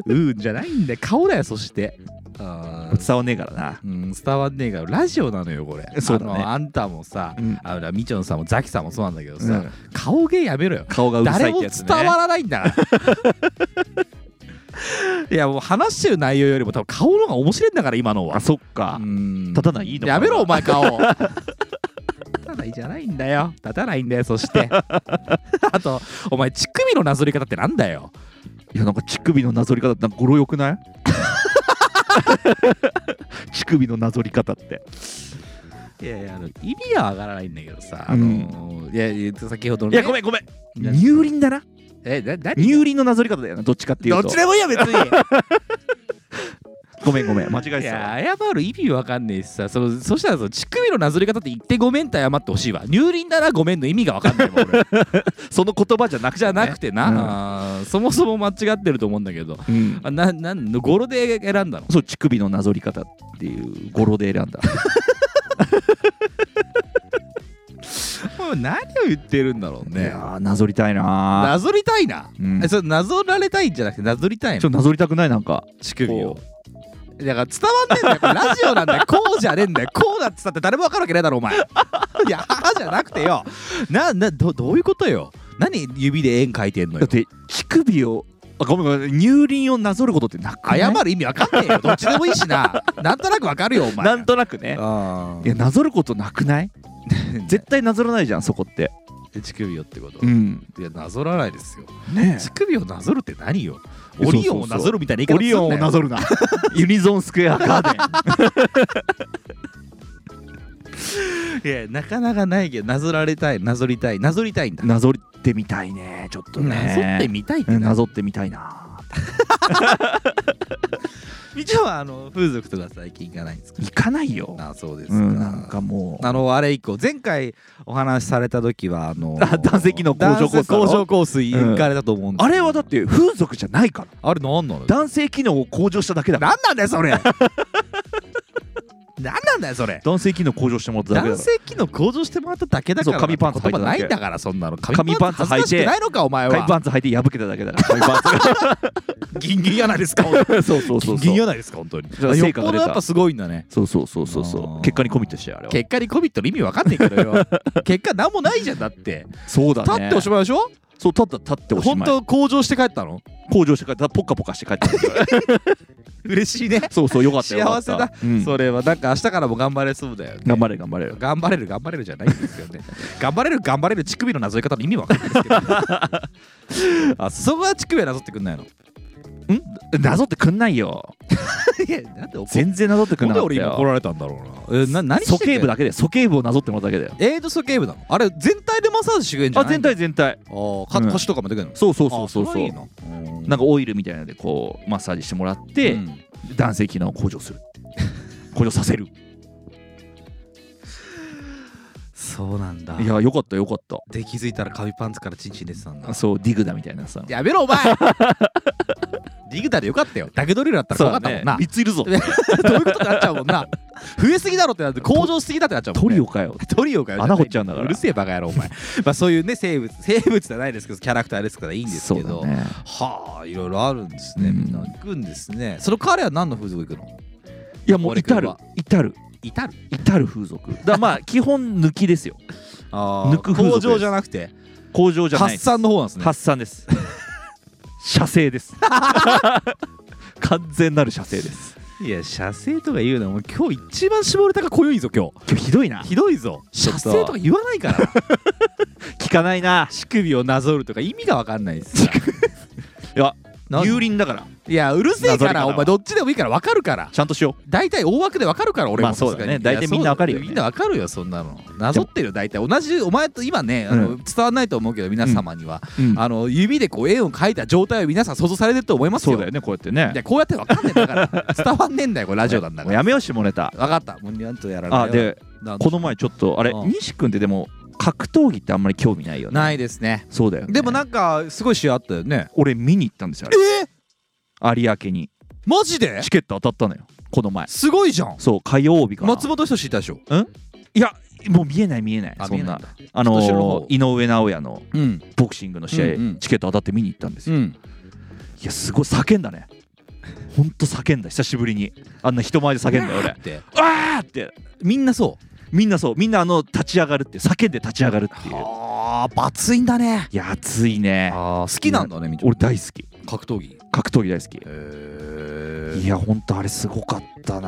[SPEAKER 2] うんじゃないんだよ顔だよそしてあー
[SPEAKER 1] 伝わんねえからな
[SPEAKER 2] うん伝わんねえからラジオなのよこれ
[SPEAKER 1] そうだね
[SPEAKER 2] あのあんたもさ、
[SPEAKER 1] うん
[SPEAKER 2] あのみちょんさんもザキさんもそうなんだけどさ、
[SPEAKER 1] うん
[SPEAKER 2] 顔芸やめろよ
[SPEAKER 1] 顔がうるさ
[SPEAKER 2] 誰
[SPEAKER 1] いっ
[SPEAKER 2] も
[SPEAKER 1] て
[SPEAKER 2] 伝
[SPEAKER 1] やつね
[SPEAKER 2] わらないんだから いやもう話してる内容よりも多分顔の方が面白いんだから今のは
[SPEAKER 1] あそっか、立
[SPEAKER 2] 立
[SPEAKER 1] たないのかな
[SPEAKER 2] やめろお前顔立たないじゃないんだよ立たないんだよそして あとお前乳首のなぞり方ってなんだよ
[SPEAKER 1] いやなんか乳首のなぞり方なんか語呂よくない乳首のなぞり方って
[SPEAKER 2] いやいやあの意味は上がらないんだけどさ、あのいやいや先ほど
[SPEAKER 1] い
[SPEAKER 2] の、ね、
[SPEAKER 1] やごめんごめん
[SPEAKER 2] な
[SPEAKER 1] 乳輪だな
[SPEAKER 2] えな何
[SPEAKER 1] 乳輪のなぞり方だよなどっちかっていう
[SPEAKER 2] ど
[SPEAKER 1] と
[SPEAKER 2] っちでもいいや別に
[SPEAKER 1] ごめんごめん間違え
[SPEAKER 2] い
[SPEAKER 1] てたわ
[SPEAKER 2] や謝る意味わかんねえしさそのそしたらその乳首のなぞり方って言ってごめんって謝ってほしいわ乳輪ならごめんの意味がわかんないもん 俺
[SPEAKER 1] その言葉じゃなく
[SPEAKER 2] じ
[SPEAKER 1] て
[SPEAKER 2] ゃ
[SPEAKER 1] ね
[SPEAKER 2] なくてな、
[SPEAKER 1] うん
[SPEAKER 2] あーそもそも間違ってると思うんだけど
[SPEAKER 1] うん
[SPEAKER 2] あななんの語呂で選んだの
[SPEAKER 1] そう乳首のなぞり方っていう語呂で選ん だ
[SPEAKER 2] もう何を言ってるんだろう
[SPEAKER 1] いやーなぞりたいな
[SPEAKER 2] なぞりたいな、
[SPEAKER 1] うん
[SPEAKER 2] えそれなぞられたいんじゃなくてなぞりたい
[SPEAKER 1] ーちょ
[SPEAKER 2] の
[SPEAKER 1] っとなぞりたくないなんか
[SPEAKER 2] 乳首をだから伝わんねえんだよこれラジオなん だよこうじゃねえんだよこうだってさって誰も分かるわけねえだろお前いや母じゃなくてよななどどういうことよ何指で円描いてんの
[SPEAKER 1] だ
[SPEAKER 2] よ
[SPEAKER 1] って乳首をあごめんごめん乳輪をなぞることってなくない
[SPEAKER 2] 謝る意味わかんねえよどっちでもいいし ななんとなくわかるよお前
[SPEAKER 1] なんとなくね
[SPEAKER 2] あ
[SPEAKER 1] いやなぞることなくない 絶対なぞらないじゃんそこって
[SPEAKER 2] あ乳首をってこと、
[SPEAKER 1] ん
[SPEAKER 2] いやなぞらないですよ
[SPEAKER 1] ね
[SPEAKER 2] 乳首をなぞるって何よ
[SPEAKER 1] え
[SPEAKER 2] オリオン
[SPEAKER 1] そうそうそ
[SPEAKER 2] を
[SPEAKER 1] う
[SPEAKER 2] なぞるみたいな
[SPEAKER 1] オ
[SPEAKER 2] 言い
[SPEAKER 1] リ
[SPEAKER 2] 方
[SPEAKER 1] オ
[SPEAKER 2] すん
[SPEAKER 1] ンを
[SPEAKER 2] なよ
[SPEAKER 1] なぞるな ユニゾンスクエアガーデン
[SPEAKER 2] いやなかなかないけどなぞられたいなぞりたいなぞりたいん だ
[SPEAKER 1] なぞってみたいねちょっとね
[SPEAKER 2] なぞってみたいって
[SPEAKER 1] うんな
[SPEAKER 2] なぞ
[SPEAKER 1] ぞってみたいな
[SPEAKER 2] 一応はあの風俗とか最近行かないんですか
[SPEAKER 1] 行かないよ
[SPEAKER 2] あそうです
[SPEAKER 1] う
[SPEAKER 2] か、
[SPEAKER 1] んなんかもう
[SPEAKER 2] あのあれ以降前回お話しされた時はあの
[SPEAKER 1] あ男性器の工場コースだろ
[SPEAKER 2] 男性工場コース行かれたと思うんで
[SPEAKER 1] あ
[SPEAKER 2] すけど
[SPEAKER 1] れはだって風俗じゃないから
[SPEAKER 2] あれなんなの
[SPEAKER 1] 男性機能を向上しただけだから
[SPEAKER 2] なんなんだよそれ なんなんだよそれ
[SPEAKER 1] 男性機能向上してもらっただけだ
[SPEAKER 2] 男
[SPEAKER 1] か
[SPEAKER 2] 性機能向上してもらっただけだから
[SPEAKER 1] そう紙パンツ履い
[SPEAKER 2] 言
[SPEAKER 1] た
[SPEAKER 2] 葉
[SPEAKER 1] だ
[SPEAKER 2] な
[SPEAKER 1] け
[SPEAKER 2] いんだからそんなの
[SPEAKER 1] 紙パンツ
[SPEAKER 2] 恥
[SPEAKER 1] 履
[SPEAKER 2] ずかし
[SPEAKER 1] いて
[SPEAKER 2] くないのかお前
[SPEAKER 1] ら紙
[SPEAKER 2] は
[SPEAKER 1] パンツ履いて破けただけだから紙 パン
[SPEAKER 2] ギンギンやないですか
[SPEAKER 1] ツそうそうそう
[SPEAKER 2] ギンギ
[SPEAKER 1] そ
[SPEAKER 2] ン
[SPEAKER 1] う
[SPEAKER 2] やないですか本当に
[SPEAKER 1] ゃあ
[SPEAKER 2] よ
[SPEAKER 1] 成
[SPEAKER 2] っ
[SPEAKER 1] 果
[SPEAKER 2] ぽ
[SPEAKER 1] が出
[SPEAKER 2] ど
[SPEAKER 1] た
[SPEAKER 2] やっぱすごいんだね
[SPEAKER 1] そうそうそうそうそ
[SPEAKER 2] あー
[SPEAKER 1] う結果にコミットしてあれは
[SPEAKER 2] 結果にコミットの意味わかんねえけ どよ結果なんもないじゃんだって
[SPEAKER 1] そうだね
[SPEAKER 2] 立っておしまいでしょ
[SPEAKER 1] そう立った立っておし
[SPEAKER 2] 本
[SPEAKER 1] まい
[SPEAKER 2] 当向上して帰ったの
[SPEAKER 1] 向上して帰ったポッカポカして帰った
[SPEAKER 2] 嬉しいね
[SPEAKER 1] そうそうよかったよか
[SPEAKER 2] 幸
[SPEAKER 1] った
[SPEAKER 2] せだ、
[SPEAKER 1] うん
[SPEAKER 2] それはなんか明日からも頑張れそうだよね
[SPEAKER 1] 頑張れ頑張れよ
[SPEAKER 2] 頑張れる頑張れるじゃないんですよね頑張れる頑張れる乳首のなぞり方の意味わかんないですけどあそこは乳首はなぞってくんないの
[SPEAKER 1] なぞってくんないよ
[SPEAKER 2] いやなんで怒っ
[SPEAKER 1] 全然なぞってくん
[SPEAKER 2] なん
[SPEAKER 1] な
[SPEAKER 2] で
[SPEAKER 1] かった
[SPEAKER 2] 俺今怒
[SPEAKER 1] よ
[SPEAKER 2] られたんだろうなえな何して
[SPEAKER 1] 鼠
[SPEAKER 2] んだ
[SPEAKER 1] 径
[SPEAKER 2] よ
[SPEAKER 1] 部だけで鼠径部をなぞってもらっただけだよ
[SPEAKER 2] エイド鼠径部なのあれ全体でマッサージしてくれんじゃ
[SPEAKER 1] あ
[SPEAKER 2] ない
[SPEAKER 1] 全体全体
[SPEAKER 2] あーか
[SPEAKER 1] うん
[SPEAKER 2] 腰とかも出てくるの
[SPEAKER 1] そうそうそうそう
[SPEAKER 2] あ
[SPEAKER 1] そ
[SPEAKER 2] れ
[SPEAKER 1] う
[SPEAKER 2] はいいのうん
[SPEAKER 1] なんかオイルみたいなのでこうマッサージしてもらって、
[SPEAKER 2] うん
[SPEAKER 1] 男性機能を向上する向上さ せる
[SPEAKER 2] そうなんだ
[SPEAKER 1] いやよかったよかっ
[SPEAKER 2] で気づいたら紙パンツからチンチン出てたんだ
[SPEAKER 1] たそうディグダみたいなさ
[SPEAKER 2] やめろお 前ディグダでよかったよだけドリルだったらよかったもんな、
[SPEAKER 1] いついるぞ
[SPEAKER 2] どういうことってなっちゃうもんな増えすぎだろってなって向上しすぎだってなっちゃうもん、
[SPEAKER 1] ト
[SPEAKER 2] ね、
[SPEAKER 1] リオかよ
[SPEAKER 2] トリオかよ
[SPEAKER 1] 穴掘っちゃうんだから
[SPEAKER 2] うるせえバカ野郎お前 まあそういうね生物生物じゃないですけどキャラクターですからいいんです
[SPEAKER 1] そ
[SPEAKER 2] け
[SPEAKER 1] う
[SPEAKER 2] ど、
[SPEAKER 1] だね
[SPEAKER 2] はあいろいろあるんですね
[SPEAKER 1] うん
[SPEAKER 2] みんな行くんですねその彼は何の風俗行くの
[SPEAKER 1] いやもう
[SPEAKER 2] 俺
[SPEAKER 1] 至
[SPEAKER 2] 君
[SPEAKER 1] る
[SPEAKER 2] は
[SPEAKER 1] 至る
[SPEAKER 2] 至る
[SPEAKER 1] 至る風俗だ からまあ基本抜きですよ
[SPEAKER 2] あ
[SPEAKER 1] 抜く風俗で
[SPEAKER 2] 向
[SPEAKER 1] す
[SPEAKER 2] 上じゃなくて
[SPEAKER 1] 向上じゃない
[SPEAKER 2] 発散の方なんですね
[SPEAKER 1] 発散です射精です 完全なる射精です
[SPEAKER 2] いや射精とか言うのはもう今日一番絞れたが濃いぞ今日
[SPEAKER 1] 今日ひどいな
[SPEAKER 2] ひどいぞ射精とか言わないから な
[SPEAKER 1] 聞かないな
[SPEAKER 2] 乳首をなぞるとか意味がわかんないです
[SPEAKER 1] いや
[SPEAKER 2] なん
[SPEAKER 1] 油輪だから
[SPEAKER 2] いやうるせえ
[SPEAKER 1] なぞ
[SPEAKER 2] か
[SPEAKER 1] り
[SPEAKER 2] ら
[SPEAKER 1] 方は
[SPEAKER 2] お前どっちでもいいからわかるから
[SPEAKER 1] ちゃんとしよ
[SPEAKER 2] 大体大枠でわかるから俺も
[SPEAKER 1] まあそうだね
[SPEAKER 2] さすがに
[SPEAKER 1] 大体みんなわかるよね
[SPEAKER 2] いやそうみんなわかるよそんなのなぞってるよ大体同じお前と今ねあの、
[SPEAKER 1] う
[SPEAKER 2] 伝わんないと思うけど皆様には、
[SPEAKER 1] う、
[SPEAKER 2] あの指でこう円を描いた状態を皆さん想像されてると思いますよ
[SPEAKER 1] そうだよねこうやってね
[SPEAKER 2] いやこうやってわかんねえんだか ら伝わんねえんだよこれラジオなんだ
[SPEAKER 1] も
[SPEAKER 2] か
[SPEAKER 1] う
[SPEAKER 2] ら
[SPEAKER 1] やめよう下ネタ
[SPEAKER 2] わかったもうなんとやらない
[SPEAKER 1] あでこの前ちょっとあれ
[SPEAKER 2] うん
[SPEAKER 1] 西君ってでも格闘技ってあんまり興味ないよね
[SPEAKER 2] ないいですね
[SPEAKER 1] そうだよね
[SPEAKER 2] でもなんかすごい試合あったよね
[SPEAKER 1] 俺見に行ったんですよ
[SPEAKER 2] え
[SPEAKER 1] あれ有明に
[SPEAKER 2] マジで
[SPEAKER 1] チケット当たったのよこの前
[SPEAKER 2] すごいじゃん
[SPEAKER 1] そう火曜日かな
[SPEAKER 2] 松本人志いたでしょ
[SPEAKER 1] いやもう見えない見えない
[SPEAKER 2] あ
[SPEAKER 1] そ
[SPEAKER 2] 見え
[SPEAKER 1] ん
[SPEAKER 2] ないん
[SPEAKER 1] な
[SPEAKER 2] だ
[SPEAKER 1] あ
[SPEAKER 2] ちょっと後ろの
[SPEAKER 1] の
[SPEAKER 2] 方
[SPEAKER 1] 井上尚弥の
[SPEAKER 2] うん
[SPEAKER 1] ボクシングの試合
[SPEAKER 2] うんうん
[SPEAKER 1] チケット当たって見に行ったんです
[SPEAKER 2] う
[SPEAKER 1] よ
[SPEAKER 2] ん
[SPEAKER 1] いやすごい叫んだねほんと叫んだ久しぶりにあんな人前で叫んだよ俺
[SPEAKER 2] だって
[SPEAKER 1] わーって
[SPEAKER 2] みんなそう
[SPEAKER 1] みんなそうみんなあの立ち上がるっていう叫んで立ち上がるっていう
[SPEAKER 2] ああ罰いんだね
[SPEAKER 1] いや熱いね
[SPEAKER 2] あー好きなんだねみんな
[SPEAKER 1] 俺大好き
[SPEAKER 2] 格闘技
[SPEAKER 1] 格闘技大好き
[SPEAKER 2] へえ
[SPEAKER 1] いやほんとあれすごかった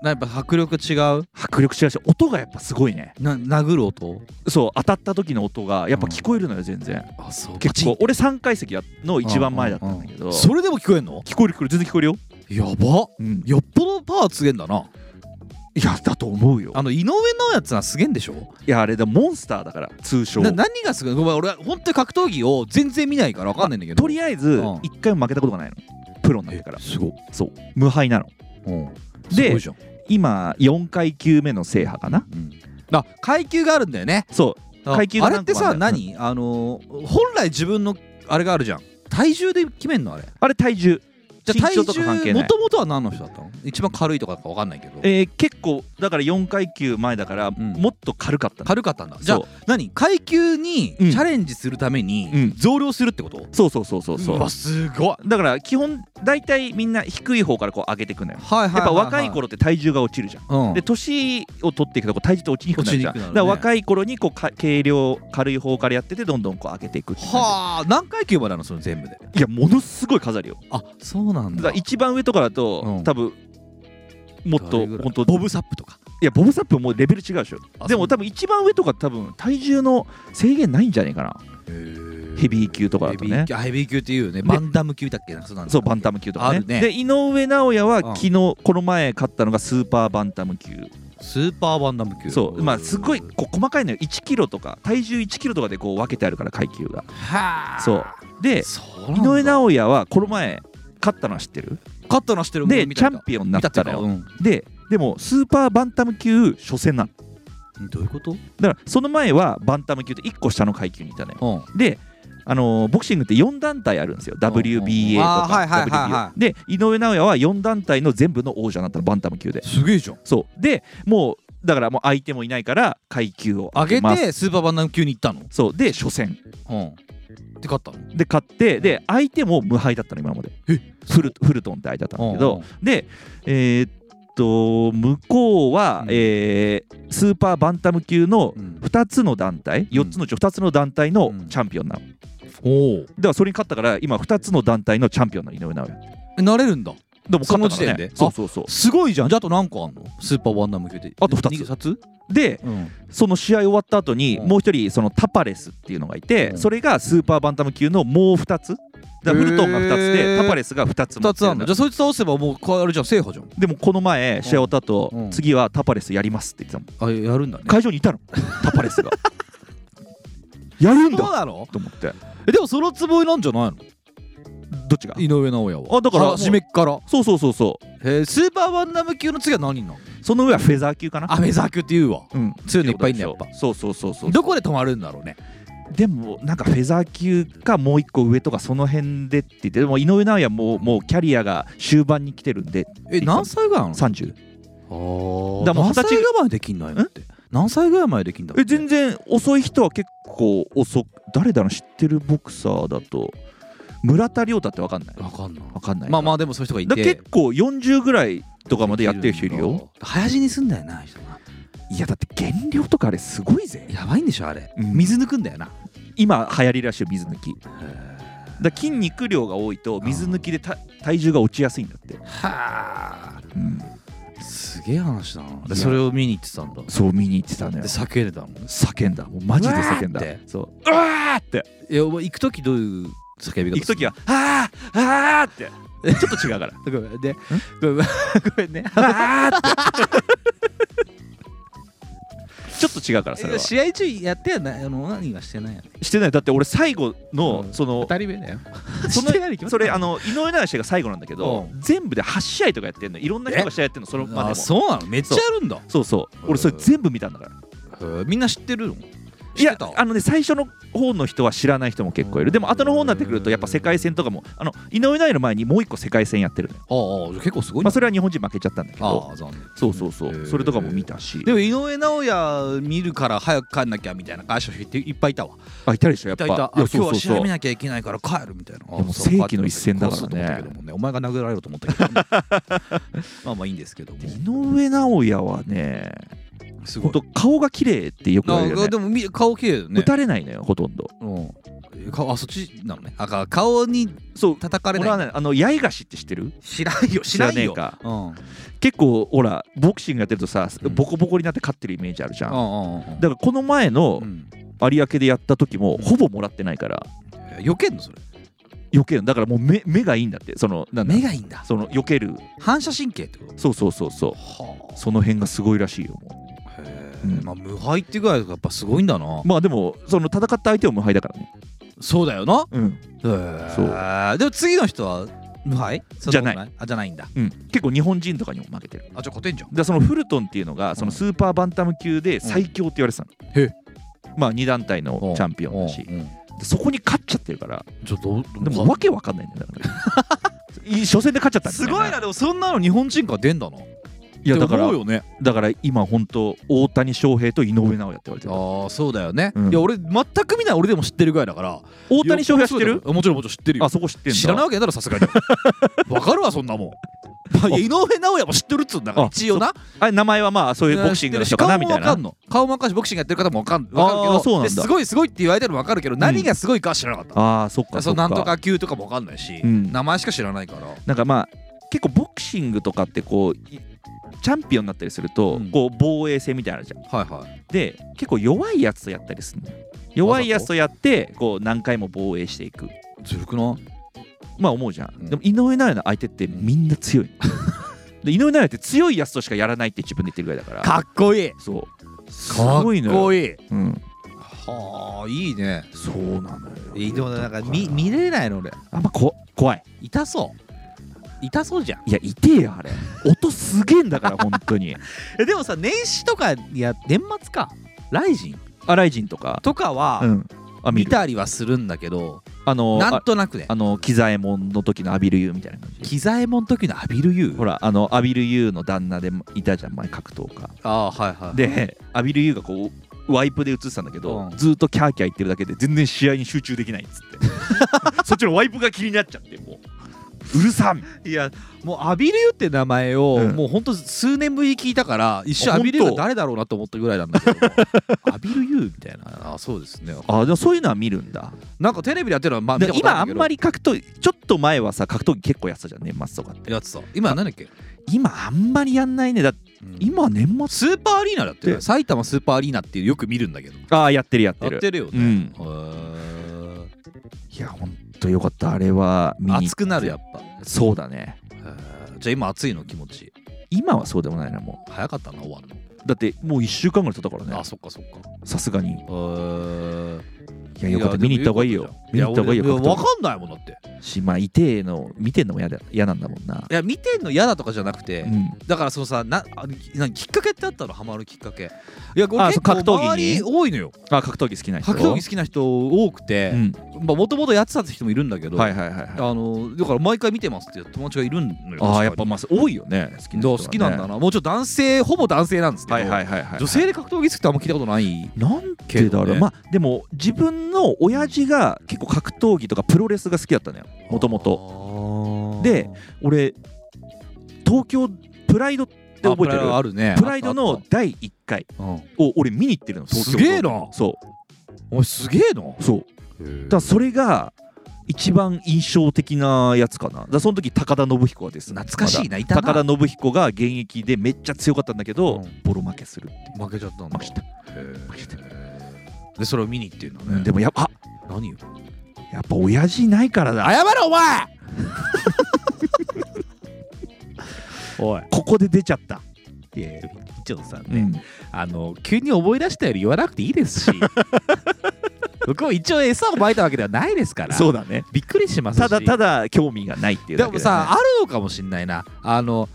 [SPEAKER 1] な
[SPEAKER 2] やっぱ迫力違う
[SPEAKER 1] 迫力違うし音がやっぱすごいね
[SPEAKER 2] な殴る音
[SPEAKER 1] そう当たった時の音がやっぱ聞こえるのよ全然、
[SPEAKER 2] あそう
[SPEAKER 1] 結構俺3階席の一番前だったんだけど、
[SPEAKER 2] それでも聞こえんの
[SPEAKER 1] 聞こえる聞こえる全然聞こえるよ
[SPEAKER 2] やば、
[SPEAKER 4] うん
[SPEAKER 2] よっぽどパワーつげんだない
[SPEAKER 4] やだと思うよ
[SPEAKER 2] あの井上尚弥っつうのはすげえんでしょ
[SPEAKER 1] いやあれだモンスターだから
[SPEAKER 4] 通称
[SPEAKER 2] な何がすごいごめん俺は本当に格闘技を全然見ないから分かんないんだけど
[SPEAKER 1] とりあえ
[SPEAKER 2] う
[SPEAKER 1] ず
[SPEAKER 2] ん
[SPEAKER 1] 一回も負けたことがないのプロになってから
[SPEAKER 2] すごい、
[SPEAKER 1] そう無敗なの
[SPEAKER 2] うん
[SPEAKER 1] です
[SPEAKER 2] ごいじゃん、
[SPEAKER 1] 今4階級目の制覇かな
[SPEAKER 2] うんあ階級があるんだよね
[SPEAKER 1] そう
[SPEAKER 2] あ
[SPEAKER 1] 階級
[SPEAKER 2] あ
[SPEAKER 1] が
[SPEAKER 2] れっ
[SPEAKER 1] 何個
[SPEAKER 2] て
[SPEAKER 1] もあ
[SPEAKER 2] さ
[SPEAKER 1] るんだようん
[SPEAKER 2] 何、あのー本来自分のあれがあるじゃん体重で決めんのあれ
[SPEAKER 1] あれ体重
[SPEAKER 2] じゃあ
[SPEAKER 1] 身
[SPEAKER 2] 体
[SPEAKER 1] 長とか関係
[SPEAKER 2] 重
[SPEAKER 1] ない
[SPEAKER 2] もともとは何の人だったの一番軽いとかか分かんないけど
[SPEAKER 1] えー結構だから4階級前だから
[SPEAKER 2] ん
[SPEAKER 1] もっと軽かったの
[SPEAKER 2] 軽かったんだじゃあ
[SPEAKER 1] そう
[SPEAKER 2] 何階級にチ
[SPEAKER 1] うん
[SPEAKER 2] ャレンジするため
[SPEAKER 1] う
[SPEAKER 2] に
[SPEAKER 1] ん
[SPEAKER 2] 増量するってこと、
[SPEAKER 1] そうそうそうそうそう
[SPEAKER 2] わすごいはい
[SPEAKER 1] だから基本大体みんな低い方からこう上げていくのよ
[SPEAKER 2] はいはい、
[SPEAKER 1] やっぱ若い、頃って体重が落ちるじゃん
[SPEAKER 2] うん、
[SPEAKER 1] で年を取っていくとこう体重って落ちにくくなるじゃん
[SPEAKER 2] 落ちにくくなるね
[SPEAKER 1] だから若い頃にこうか軽量軽い方からやっててどんどんこう上げていくって感じ
[SPEAKER 2] はあ何階級までなのその全部で
[SPEAKER 1] いやものすごい飾りよ
[SPEAKER 2] あそうな
[SPEAKER 1] だ
[SPEAKER 2] んだ
[SPEAKER 1] から一番上とかだと、
[SPEAKER 2] うん
[SPEAKER 1] 多分もっ
[SPEAKER 2] ど
[SPEAKER 1] と
[SPEAKER 2] れぐらい
[SPEAKER 1] 本当
[SPEAKER 2] ボブサップとか
[SPEAKER 1] いやボブサップもレベル違うでしょ
[SPEAKER 2] あ
[SPEAKER 1] でも
[SPEAKER 2] そう
[SPEAKER 1] 多分一番上とか多分体重の制限ないんじゃないかなヘ
[SPEAKER 2] ヘ
[SPEAKER 1] ビー級とかだと
[SPEAKER 2] ヘビー
[SPEAKER 1] ね
[SPEAKER 2] 級あヘビー級っていうよねバンダム級だっけなそうなんだ
[SPEAKER 1] そうバンタム級とか
[SPEAKER 2] あ
[SPEAKER 1] ね
[SPEAKER 2] るね
[SPEAKER 1] で井上尚弥は、
[SPEAKER 2] うん
[SPEAKER 1] 昨日この前勝ったのがスーパーバンタム級
[SPEAKER 2] スーパーバンダム級
[SPEAKER 1] そうまあすごい
[SPEAKER 2] は
[SPEAKER 1] こう細かいのよ1キロとか体重1キロとかでこう分けてあるから階級が
[SPEAKER 2] あ
[SPEAKER 1] そうで
[SPEAKER 2] そうなん
[SPEAKER 1] 井
[SPEAKER 2] だ
[SPEAKER 1] 上尚弥はこの前勝ったのは知ってる
[SPEAKER 2] カットなしてる
[SPEAKER 1] でチャン
[SPEAKER 2] ピ
[SPEAKER 1] ピオンになったのよ
[SPEAKER 2] よ
[SPEAKER 1] ででもスーパーバンタム級初戦なの
[SPEAKER 2] どういうこと
[SPEAKER 1] だからその前はバンタム級って1個下の階級にいたのよ
[SPEAKER 2] うん
[SPEAKER 1] であのーボクシングって4団体あるんですよ
[SPEAKER 2] んうん
[SPEAKER 1] WBA と
[SPEAKER 2] あーはいはいはい
[SPEAKER 1] か
[SPEAKER 2] は
[SPEAKER 1] WBO で井上尚弥は4団体の全部の王者になったのバンタム級です
[SPEAKER 2] げえじゃん
[SPEAKER 1] そうでもうだからもう相手もいないから階級を
[SPEAKER 2] 上
[SPEAKER 1] 上げ
[SPEAKER 2] げ
[SPEAKER 1] ます
[SPEAKER 2] てスーパーバンダム級に行ったの
[SPEAKER 1] そうで初戦
[SPEAKER 2] うんで勝ったの
[SPEAKER 1] で勝ってで相手も無敗だったの今まで
[SPEAKER 2] え
[SPEAKER 1] フルフルトンって相手だったんだけど
[SPEAKER 2] う
[SPEAKER 1] でえーっと向こうは、
[SPEAKER 2] うん
[SPEAKER 1] えースーパーバンタム級の
[SPEAKER 2] ん
[SPEAKER 1] 2つの団体4つのうち2つの団体の
[SPEAKER 2] うん
[SPEAKER 1] チャンピオンなの、
[SPEAKER 2] おお
[SPEAKER 1] だからそれに勝ったから今2つの団体のチャンピオンなの井上尚弥
[SPEAKER 2] なれるんだ
[SPEAKER 1] でも勝ったから
[SPEAKER 2] その時点で
[SPEAKER 1] ねそうそうそう
[SPEAKER 2] すごいじゃんじゃああと何個あんのスーパーバンダム級で
[SPEAKER 1] あと二つ
[SPEAKER 2] 二つ
[SPEAKER 1] で
[SPEAKER 2] うん
[SPEAKER 1] その試合終わった後に
[SPEAKER 2] うん
[SPEAKER 1] もう一人そのタパレスっていうのがいて、
[SPEAKER 2] うん
[SPEAKER 1] それがスーパーバンタム級のもう2つだからフルトンが2つ
[SPEAKER 2] へ
[SPEAKER 1] で
[SPEAKER 2] ー
[SPEAKER 1] タパレスが2つ持
[SPEAKER 2] 二
[SPEAKER 1] って
[SPEAKER 2] つあ
[SPEAKER 1] る
[SPEAKER 2] ん
[SPEAKER 1] んだ
[SPEAKER 2] のじゃあそいつ倒せばもうこうあれじゃん制覇じゃん
[SPEAKER 1] でもこの前試合終わった後、
[SPEAKER 2] うん
[SPEAKER 1] 次はタパレスやりますって言ってたもん
[SPEAKER 2] あやるんだね
[SPEAKER 1] 会場にい たのタパレスがやるん
[SPEAKER 2] そう
[SPEAKER 1] だ
[SPEAKER 2] なの
[SPEAKER 1] と思って
[SPEAKER 2] えでもそのつぼいなんじゃないの
[SPEAKER 1] どっちが
[SPEAKER 2] 井上尚弥は
[SPEAKER 1] あだから
[SPEAKER 2] は締めっから
[SPEAKER 1] そうそうそうそう
[SPEAKER 2] えースーパーバンダム級の次は何になるの
[SPEAKER 1] その上はフェザー級かな
[SPEAKER 2] アメザ級って言うわ
[SPEAKER 1] うん
[SPEAKER 2] 強いのいっぱいいんだやっぱ
[SPEAKER 1] そうそうそうそう
[SPEAKER 2] どこで止まるんだろうね
[SPEAKER 1] でもなんかフェザー級かもう一個上とかその辺でって言ってでも井上尚弥ももうキャリアが終盤に来てるんで
[SPEAKER 2] え何歳ぐらいなの
[SPEAKER 1] 30
[SPEAKER 2] あ
[SPEAKER 1] だからもう
[SPEAKER 2] 何
[SPEAKER 1] 二十
[SPEAKER 2] 歳
[SPEAKER 1] 歳
[SPEAKER 2] ぐらいまでできんのよって何歳ぐらいまでできんだろう
[SPEAKER 1] え全然遅い人は結構遅く誰だろう知ってるボクサーだと村田亮太って分かんない
[SPEAKER 2] わかんない
[SPEAKER 1] 分かんない
[SPEAKER 2] まあま
[SPEAKER 1] あ
[SPEAKER 2] あでもそういう人がいて
[SPEAKER 1] 結構40ぐらいとかまでやってる人いるよ
[SPEAKER 2] 林に住んだよなあの人が
[SPEAKER 1] いやだって減量とかあれすごいぜ
[SPEAKER 2] やばいんでしょあれ
[SPEAKER 1] うん
[SPEAKER 2] 水抜くんだよな
[SPEAKER 1] 今流行りらしいよ水抜きだから筋肉量が多いと水抜きでた体重が落ちやすいんだって、
[SPEAKER 2] は
[SPEAKER 1] うん
[SPEAKER 2] あすげえ話だない
[SPEAKER 1] や
[SPEAKER 2] でそれを見に行ってたんだ
[SPEAKER 1] そう見に行ってたのよ
[SPEAKER 2] で叫んでたの
[SPEAKER 1] 叫んだもうマジで叫んだ
[SPEAKER 2] うわーって
[SPEAKER 1] そううわーって
[SPEAKER 2] えお前行く時どういう叫び方
[SPEAKER 1] 行く時はあーあーってちょっと違うから
[SPEAKER 2] ごめんねごめんごめんね
[SPEAKER 1] あーってちょっと違うからそれは
[SPEAKER 2] 試合中やってはないあの何はしてないやね
[SPEAKER 1] してないだって俺最後の
[SPEAKER 2] うん
[SPEAKER 1] その
[SPEAKER 2] 二人目だよ
[SPEAKER 1] そ
[SPEAKER 2] してないに決ま
[SPEAKER 1] の
[SPEAKER 2] っ
[SPEAKER 1] それ
[SPEAKER 2] た
[SPEAKER 1] あの井上尚弥が最後なんだけど
[SPEAKER 2] う
[SPEAKER 1] 全部で8試合とかやってんのいろんな人が試合やってんのそのまでも
[SPEAKER 2] あそうなのめっちゃやるんだ
[SPEAKER 1] そうそう俺それ全部見たんだから
[SPEAKER 2] みんな知ってるの
[SPEAKER 1] い
[SPEAKER 2] 知っ
[SPEAKER 1] や
[SPEAKER 2] てた
[SPEAKER 1] あのね最初の方の人は知らない人も結構いるでも後の方になってくるとやっぱ世界戦とかもあの井上尚弥の前にもう一個世界戦やってるのよ
[SPEAKER 2] ああ結構すごい
[SPEAKER 1] まあ
[SPEAKER 2] な
[SPEAKER 1] それは日本人負けちゃったんだけど
[SPEAKER 2] ああ残念
[SPEAKER 1] そうそうそ
[SPEAKER 2] へー
[SPEAKER 1] うそれとかも見たし
[SPEAKER 2] でも井上尚弥見るから早く帰んなきゃみたいな会社っていっぱいいたわ
[SPEAKER 1] あいたでしょや
[SPEAKER 2] い
[SPEAKER 1] っぱ
[SPEAKER 2] たいた
[SPEAKER 1] い
[SPEAKER 2] あ今
[SPEAKER 1] や
[SPEAKER 2] 日
[SPEAKER 1] そう
[SPEAKER 2] は
[SPEAKER 1] そう
[SPEAKER 2] 試
[SPEAKER 1] そ
[SPEAKER 2] 合
[SPEAKER 1] う
[SPEAKER 2] 見なきゃいけないから帰るみたいな
[SPEAKER 1] もう世紀の一戦だからね
[SPEAKER 2] そう帰ってくださいこうすると思ったけどもねお前が殴られると思ったけど ねまあまあいいんですけども
[SPEAKER 1] 井上尚弥はね
[SPEAKER 2] す
[SPEAKER 1] ほんと顔が綺麗ってよく言われるよ
[SPEAKER 2] あ
[SPEAKER 1] ね
[SPEAKER 2] でもみ顔綺麗だよね
[SPEAKER 1] 打たれないのよほとんど
[SPEAKER 2] うんえ顔あそっちなのねあか顔に
[SPEAKER 1] そう
[SPEAKER 2] 叩かれ
[SPEAKER 1] 俺は
[SPEAKER 2] ない
[SPEAKER 1] ねあの八重樫って知ってる
[SPEAKER 2] 知らんよ知らん
[SPEAKER 1] 知らね
[SPEAKER 2] よ
[SPEAKER 1] えか
[SPEAKER 2] うんうん
[SPEAKER 1] 結構ほらボクシングやってるとさ
[SPEAKER 2] うん
[SPEAKER 1] ボコボコになって勝ってるイメージあるじゃん、
[SPEAKER 2] うんうん
[SPEAKER 1] だからこの前の
[SPEAKER 2] うん
[SPEAKER 1] 有明でやった時もほぼもらってないから
[SPEAKER 2] え避けんのそれ
[SPEAKER 1] 避けるだからもう目目がいいんだってそのなんだ
[SPEAKER 2] 目がいいんだ
[SPEAKER 1] その避ける
[SPEAKER 2] 反射神経ってこと
[SPEAKER 1] そうそうそうそう
[SPEAKER 2] は
[SPEAKER 1] その辺がすごいらしいよもう
[SPEAKER 2] あ
[SPEAKER 1] うん
[SPEAKER 2] まあ無敗ってぐらいがやっぱすごいんだな
[SPEAKER 1] まあでもその戦った相手は無敗だからね、
[SPEAKER 2] そうだよな
[SPEAKER 1] うん
[SPEAKER 2] へえでも次の人は無敗そんこと
[SPEAKER 1] じゃ
[SPEAKER 2] あじゃないんだ
[SPEAKER 1] うん、結構日本人とかにも負けてるだか
[SPEAKER 2] あじゃあ勝てんじゃん
[SPEAKER 1] らそのフルトンっていうのがそのスーパーバンタム級で最強って言われてたの、
[SPEAKER 2] うんへえ
[SPEAKER 1] まあ2団体のチャンピオンだし
[SPEAKER 2] うんうん
[SPEAKER 1] でそこに勝っちゃってるから
[SPEAKER 2] ちょっと
[SPEAKER 1] でもわけわかんないんだよだから い初戦で勝っちゃったみた
[SPEAKER 2] すごいなでもそんなの日本人が出んだない
[SPEAKER 1] いやだから
[SPEAKER 2] よね
[SPEAKER 1] だから今本当大谷翔平と井上尚弥って言われてる
[SPEAKER 2] ああそうだよね、
[SPEAKER 1] うん
[SPEAKER 2] いや俺全く見ない俺でも知ってるぐらいだから
[SPEAKER 1] 大谷翔平知って
[SPEAKER 2] いや
[SPEAKER 1] る
[SPEAKER 2] そうだよもちろんもちろん知ってるよ
[SPEAKER 1] あそこ知ってんだ
[SPEAKER 2] 知らないわけないだろさす がにわかるわそんなもん、まあ、いや井上尚弥も知ってるっつうんだから
[SPEAKER 1] あ
[SPEAKER 2] 一応な
[SPEAKER 1] あれ名前はまあそういうボクシングの人かなみたいな
[SPEAKER 2] 顔もわかんの顔もわかるしボクシングやってる方もわかんわかるけ
[SPEAKER 1] あ
[SPEAKER 2] ど
[SPEAKER 1] ーそうなんだ
[SPEAKER 2] ですごいすごいって言われてるのわかるけど、何がすごいかは知らなかった
[SPEAKER 1] ああそっか
[SPEAKER 2] そ
[SPEAKER 1] そっか
[SPEAKER 2] のなんとか級とかもわかんないし、
[SPEAKER 1] うん
[SPEAKER 2] 名前しか知らないから
[SPEAKER 1] なんかまあ結構ボクシングとかってこういチャンピオンになったりすると、
[SPEAKER 2] うん
[SPEAKER 1] こう防衛戦みたいなのあるじゃん
[SPEAKER 2] はいはい
[SPEAKER 1] で結構弱いやつとやったりするのよ弱いやつとやってこう何回も防衛していく
[SPEAKER 2] ずるくな
[SPEAKER 1] まあ思うじゃん、
[SPEAKER 2] うん
[SPEAKER 1] でも井上尚弥の相手ってみんな強 い、で井上尚弥って強いやつとしかやらないって自分で言ってるぐらいだから
[SPEAKER 2] かっこいい
[SPEAKER 1] そうす
[SPEAKER 2] かっ
[SPEAKER 1] ごいのよ
[SPEAKER 2] こいい
[SPEAKER 1] うん、
[SPEAKER 2] はあいいね
[SPEAKER 1] そうなのよ
[SPEAKER 2] えでもなんか見見れないの俺
[SPEAKER 1] あんまこ怖い
[SPEAKER 2] 痛そう痛そうじゃん
[SPEAKER 1] いや痛えよあれ音すげえんだ から本当に
[SPEAKER 2] えでもさ年始とかいや年末かライジン
[SPEAKER 1] アライジンとか
[SPEAKER 2] とかは、
[SPEAKER 1] うんあ見
[SPEAKER 2] 見
[SPEAKER 1] る
[SPEAKER 2] たりはするんだけど
[SPEAKER 1] あの
[SPEAKER 2] な
[SPEAKER 1] あ
[SPEAKER 2] んとなくね
[SPEAKER 1] あの喜左衛門の時のアビルユーみたいな感じ
[SPEAKER 2] 機材もん時のアビル U
[SPEAKER 1] ほらあのアビルユーの旦那でいたじゃん前格闘家
[SPEAKER 2] ああはいはい
[SPEAKER 1] でアビルユーがこうワイプで映ってたんだけど、
[SPEAKER 2] うん
[SPEAKER 1] ずっとキャーキャー言ってるだけで全然試合に集中できないっつって そっちのワイプが気になっちゃってもううるさみたいない
[SPEAKER 2] やもうアビルユって名前を、
[SPEAKER 1] うん
[SPEAKER 2] もうほんと数年ぶりに聞いたから一瞬
[SPEAKER 1] あ
[SPEAKER 2] アビルユ
[SPEAKER 1] ほ
[SPEAKER 2] が
[SPEAKER 1] んと
[SPEAKER 2] 誰だろうなと思ったぐらいなんだ けどアビルユみたいなあそうですね
[SPEAKER 1] あでもそういうのは見るんだ
[SPEAKER 2] なんかテレビでやってるのは、まあ、見
[SPEAKER 1] で
[SPEAKER 2] たこと
[SPEAKER 1] 今あ
[SPEAKER 2] あ
[SPEAKER 1] ん
[SPEAKER 2] るん
[SPEAKER 1] ま
[SPEAKER 2] だけ
[SPEAKER 1] り格闘技ちょっと前はさ格闘技結構やってたじゃん年末とかって
[SPEAKER 2] どやってた今なんだっけ、
[SPEAKER 1] 今あんまりやんないねだって
[SPEAKER 2] うん
[SPEAKER 1] 今年末
[SPEAKER 2] スーパーアリーナだってね
[SPEAKER 1] で
[SPEAKER 2] 埼玉スーパーアリーナっていうよく見るんだけど
[SPEAKER 1] ああやってるやってる
[SPEAKER 2] やってるよ
[SPEAKER 1] う
[SPEAKER 2] ね、
[SPEAKER 1] ん
[SPEAKER 2] へー
[SPEAKER 1] いやほんとよかったあれは見に行って
[SPEAKER 2] 熱くなるやっぱ
[SPEAKER 1] そうだね
[SPEAKER 2] へーじゃあ今熱いの気持ち
[SPEAKER 1] 今はそうでもないなもう
[SPEAKER 2] 早かったな終わるの、
[SPEAKER 1] だってもう1週間ぐらい経ったからね
[SPEAKER 2] あそっかそっか
[SPEAKER 1] さすがにい
[SPEAKER 2] へー
[SPEAKER 1] やよかった
[SPEAKER 2] でも
[SPEAKER 1] 見に行った方がいいよ見に行った方がいいよ
[SPEAKER 2] や俺い
[SPEAKER 1] 格闘
[SPEAKER 2] やわ
[SPEAKER 1] 技
[SPEAKER 2] かんないもんだって
[SPEAKER 1] しまあいてえの見てんのも嫌だ嫌なんだもんない
[SPEAKER 2] や見てんの嫌だとかじゃなくて、
[SPEAKER 1] うん
[SPEAKER 2] だからそのさなあなきっかけってあったのハマるきっかけいやこ
[SPEAKER 1] あ
[SPEAKER 2] れ結構
[SPEAKER 1] そう格闘技
[SPEAKER 2] 周り
[SPEAKER 1] に
[SPEAKER 2] 多いのよ
[SPEAKER 1] あ格闘技好きな人
[SPEAKER 2] 格闘技好きな人多くて
[SPEAKER 1] うん
[SPEAKER 2] もともとやってたって人もいるんだけど、
[SPEAKER 1] はいはいはいはい
[SPEAKER 2] あのだから毎回見てますっていう友達がいるのよ
[SPEAKER 1] ああやっ
[SPEAKER 2] 確か
[SPEAKER 1] ぱ
[SPEAKER 2] に
[SPEAKER 1] まあ多いよね好きな人
[SPEAKER 2] ど
[SPEAKER 1] は
[SPEAKER 2] う
[SPEAKER 1] ね
[SPEAKER 2] 好きなんだなもうちょっと男性ほぼ男性なんですけど、
[SPEAKER 1] はいはいはいはい
[SPEAKER 2] 女性で格闘技好きってあんま聞いたことない
[SPEAKER 1] なんでだ
[SPEAKER 2] けど
[SPEAKER 1] ろう
[SPEAKER 2] ね
[SPEAKER 1] まあでも自分の親父が結構格闘技とかプロレスが好きだったのよもともと
[SPEAKER 2] と
[SPEAKER 1] で俺東京プライドって覚えてる
[SPEAKER 2] あるね
[SPEAKER 1] プライド
[SPEAKER 2] あっ
[SPEAKER 1] の
[SPEAKER 2] た
[SPEAKER 1] 第1回
[SPEAKER 2] あっ
[SPEAKER 1] を俺見に行ってるの
[SPEAKER 2] たうん
[SPEAKER 1] 東京
[SPEAKER 2] す
[SPEAKER 1] ド
[SPEAKER 2] げえな
[SPEAKER 1] そ
[SPEAKER 2] お前すげえな
[SPEAKER 1] うそうだからそれが一番印象的なやつかなだからその時高田信彦がです
[SPEAKER 2] 懐かしい
[SPEAKER 1] ま
[SPEAKER 2] な、い
[SPEAKER 1] だ
[SPEAKER 2] たな
[SPEAKER 1] 高田信彦が現役でめっちゃ強かったんだけど、
[SPEAKER 2] うん
[SPEAKER 1] ボロ負けするって
[SPEAKER 2] 負けちゃったんだ
[SPEAKER 1] 負けた、負けた
[SPEAKER 2] でそれを見に行ってるのね
[SPEAKER 1] でもやっぱあ
[SPEAKER 2] 何よ
[SPEAKER 1] やっぱ親父いないからだ
[SPEAKER 2] 謝れお前 おい
[SPEAKER 1] ここで出ちゃった、
[SPEAKER 2] いや一応さん
[SPEAKER 1] うん
[SPEAKER 2] ね、あの急に思い出したより言わなくていいです し僕も一応餌をまいたわけではないですか ら
[SPEAKER 1] そうだね
[SPEAKER 2] びっくりしますした
[SPEAKER 1] だただ興味がないっていう
[SPEAKER 2] で
[SPEAKER 1] だけ
[SPEAKER 2] も
[SPEAKER 1] だよね
[SPEAKER 2] さあるのかもしんないなあの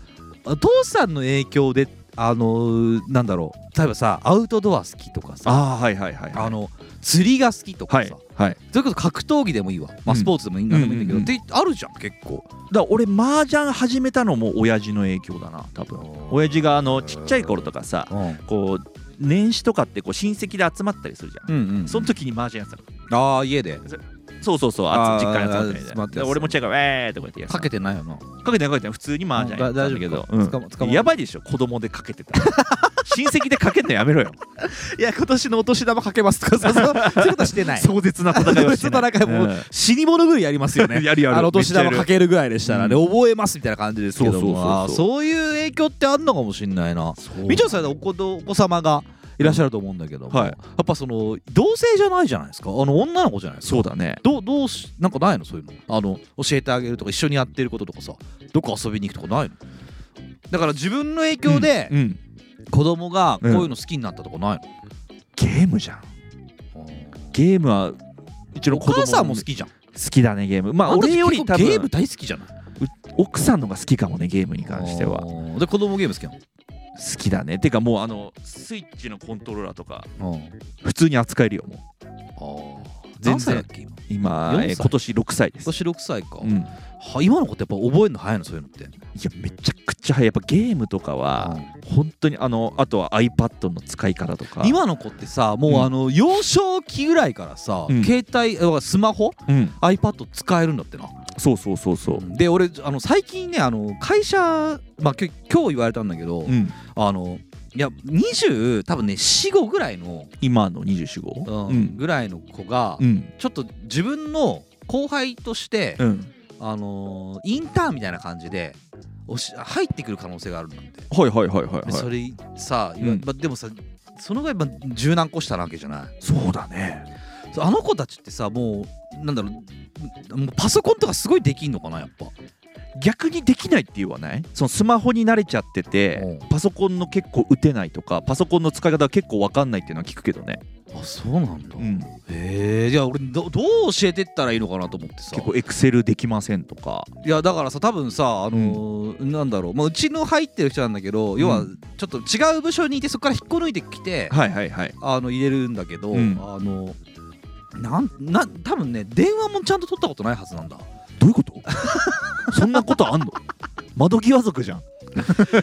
[SPEAKER 2] お父さんの影響であのなんだろう例えばさアウトドア好きとかさ
[SPEAKER 1] あーはいはいはい
[SPEAKER 2] あの釣りが好きとか
[SPEAKER 1] は
[SPEAKER 2] さ、
[SPEAKER 1] いはい
[SPEAKER 2] それこそ格闘技でもいいわ、
[SPEAKER 1] う
[SPEAKER 2] ま
[SPEAKER 1] ん
[SPEAKER 2] あ、スポーツでもいいんだでもいいんだけど、
[SPEAKER 1] うんうんう
[SPEAKER 2] であるじゃん結構
[SPEAKER 1] だから俺麻雀始めたのも親父の影響だな多分親父があのちっちゃい頃とかさ
[SPEAKER 2] うん
[SPEAKER 1] こう年始とかってこう親戚で集まったりするじゃん、
[SPEAKER 2] うんうん
[SPEAKER 1] その時に麻雀やってたの
[SPEAKER 2] ああ家で
[SPEAKER 1] そうそうそう、あ
[SPEAKER 2] あ
[SPEAKER 1] っ
[SPEAKER 2] ー
[SPEAKER 1] 実家に集まってみた
[SPEAKER 2] 集
[SPEAKER 1] い
[SPEAKER 2] ま
[SPEAKER 1] な
[SPEAKER 2] って
[SPEAKER 1] で。俺もチェック、えーとか言ってやってた
[SPEAKER 2] かけてないよな
[SPEAKER 1] かけてないかけてない、普通にマージャンやってたんだけど
[SPEAKER 2] あ大丈夫か、
[SPEAKER 1] うん
[SPEAKER 2] 捕ま捕ま
[SPEAKER 1] やばいでしょ、子供でかけてた ら。親戚でかけるのやめろよ。
[SPEAKER 2] いや今年のお年玉かけますとかそうそうそういうことはして ない
[SPEAKER 1] 壮絶な戦いをして
[SPEAKER 2] そ
[SPEAKER 1] な
[SPEAKER 2] の
[SPEAKER 1] い。
[SPEAKER 2] 中でもう死に物狂いやりますよ
[SPEAKER 1] うん
[SPEAKER 2] ね
[SPEAKER 1] やるやる。
[SPEAKER 2] あのお年
[SPEAKER 1] めっ
[SPEAKER 2] 玉
[SPEAKER 1] ちゃや
[SPEAKER 2] か
[SPEAKER 1] る
[SPEAKER 2] けるぐらいでしたらね、
[SPEAKER 1] う
[SPEAKER 2] 覚えますみたいな感じですけ
[SPEAKER 1] そ
[SPEAKER 2] ども
[SPEAKER 1] うそうそうそう
[SPEAKER 2] あーそういう影響ってあんのかもしんないなみちょさんお子どお子様がいらっしゃると思うんだけども、
[SPEAKER 1] はい
[SPEAKER 2] やっぱその同性じゃないじゃないですかあの女の子じゃないですか
[SPEAKER 1] そうだね
[SPEAKER 2] どうどうしなんかないのそういうのあの教えてあげるとか一緒にやってることとかさどっか遊びに行くとかないのだから自分の影響で
[SPEAKER 1] うん
[SPEAKER 2] 子供がこういうの好きになったとかない
[SPEAKER 1] ゲームじゃん
[SPEAKER 2] の、
[SPEAKER 1] ゲームはうちの
[SPEAKER 2] お
[SPEAKER 1] 子供
[SPEAKER 2] 母さんも好きじゃん
[SPEAKER 1] 好きだねゲームまあ
[SPEAKER 2] んた
[SPEAKER 1] 俺より
[SPEAKER 2] 結構
[SPEAKER 1] 多分
[SPEAKER 2] ゲーム大好きじゃない
[SPEAKER 1] 奥さんのが好きかもねゲームに関しては
[SPEAKER 2] あ
[SPEAKER 1] 好
[SPEAKER 2] ーで子供ゲーム好きな
[SPEAKER 1] きだねてかもうあのスイッチのコントローラーとか
[SPEAKER 2] の
[SPEAKER 1] 普通に扱えるよもう
[SPEAKER 2] あー
[SPEAKER 1] 全然
[SPEAKER 2] 何歳だっけ今
[SPEAKER 1] 今
[SPEAKER 2] 4歳
[SPEAKER 1] えー今年6歳です、
[SPEAKER 2] 私6歳か、
[SPEAKER 1] うん、い
[SPEAKER 2] は今の子ってやっぱ覚えるの早いのそういうのって
[SPEAKER 1] やめちゃくちゃ早いやっぱゲームとかは本当にあのあとは iPad の使い方とか、
[SPEAKER 2] 今の子ってさもううんあの幼少期ぐらいからさ、
[SPEAKER 1] うん
[SPEAKER 2] 携帯だからスマホ
[SPEAKER 1] うん、
[SPEAKER 2] iPad 使えるんだってな、
[SPEAKER 1] そうそうそうそう、
[SPEAKER 2] で俺あの最近ねあの会社、まあ、きょ今日言われたんだけど、
[SPEAKER 1] うん、
[SPEAKER 2] あのいや20多分ね45ぐらいの、
[SPEAKER 1] 今の24号うん
[SPEAKER 2] ぐらいの子が、
[SPEAKER 1] うん
[SPEAKER 2] ちょっと自分の後輩として、
[SPEAKER 1] うん
[SPEAKER 2] あのーインターンみたいな感じでおし入ってくる可能性があるんだって、
[SPEAKER 1] はいはいはいはいは
[SPEAKER 2] でそ
[SPEAKER 1] い
[SPEAKER 2] れさ、いわ
[SPEAKER 1] うん
[SPEAKER 2] まあ、でもさそのぐらいまあ十何個したわけじゃない
[SPEAKER 1] そうだね
[SPEAKER 2] そうあの子たちってさもうなんだろうもうパソコンとかすごいできんのかなやっぱ
[SPEAKER 1] 逆にできないって言わないそのスマホに慣れちゃって
[SPEAKER 2] う
[SPEAKER 1] て
[SPEAKER 2] ん
[SPEAKER 1] パソコンの結構打てないとかパソコンの使い方が結構わかんないっていうのは聞くけどね、
[SPEAKER 2] あそうなんだ、
[SPEAKER 1] うん、
[SPEAKER 2] えー、じゃあ俺どどう教えてったらいいのかなと思ってさ
[SPEAKER 1] 結構エクセルできませんとか
[SPEAKER 2] いやだからさ多分さあのーなんだろう、まあ、うちの入ってる人なんだけど、要はちょっと違う部署にいてそこから引っこ抜いてきて、
[SPEAKER 1] はいはいはい
[SPEAKER 2] あの入れるんだけど、
[SPEAKER 1] うん
[SPEAKER 2] あのなんなん多分ね電話もちゃんと取ったことないはずなんだ、
[SPEAKER 1] どういうこと そんなことあんの窓際族じゃん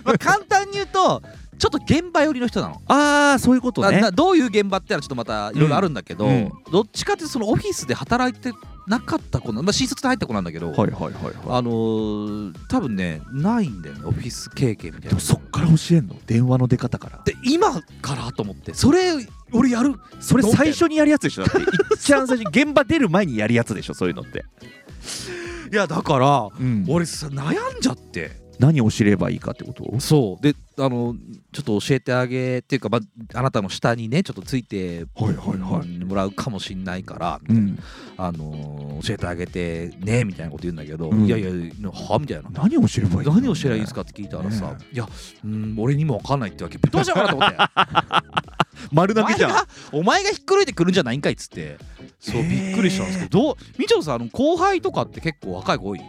[SPEAKER 2] まあ、簡単に言うとちょっと現場寄りの人なの。
[SPEAKER 1] ああそういうこと
[SPEAKER 2] な
[SPEAKER 1] ね
[SPEAKER 2] などういう現場ってのはちょっとまたいろいろあるんだけど、
[SPEAKER 1] うんうん
[SPEAKER 2] どっちかっていうとそのオフィスで働いてなかった子な、まあ、新卒で入った子なんだけど、
[SPEAKER 1] はいはいはいはい
[SPEAKER 2] あのー多分ねないんだよねオフィス経験みたい
[SPEAKER 1] で
[SPEAKER 2] な
[SPEAKER 1] も。そっから教えんの電話の出方から
[SPEAKER 2] で今からと思ってそれ俺やる
[SPEAKER 1] それ
[SPEAKER 2] どうみた
[SPEAKER 1] 最
[SPEAKER 2] いな
[SPEAKER 1] 初にやるやつでしょだって一番最初に現場出る前にやるやつでしょそういうのって、
[SPEAKER 2] いやだから
[SPEAKER 1] うん
[SPEAKER 2] 俺さ悩んじゃって
[SPEAKER 1] 何を知ればいいかってこと
[SPEAKER 2] そうであのちょっと教えてあげっていうか、まあ、あなたの下にねちょっとついて
[SPEAKER 1] はいはいはい
[SPEAKER 2] もらうかもしんないから、
[SPEAKER 1] うん、
[SPEAKER 2] あのー教えてあげてねみたいなこと言うんだけど、
[SPEAKER 1] うん
[SPEAKER 2] いやいやはみたいな
[SPEAKER 1] 何を知ればいいの
[SPEAKER 2] 何をしてりゃいいんですかって聞いたらさ、
[SPEAKER 1] ね
[SPEAKER 2] いやうん俺にも分かんないって わけどうしようかなと思って
[SPEAKER 1] 丸投げじゃん
[SPEAKER 2] お前がお前がひっくるいてくるんじゃないんかいっつってそう、
[SPEAKER 1] へー
[SPEAKER 2] びっくりしたんですけどどうみちょさんあの後輩とかって結構若い子多い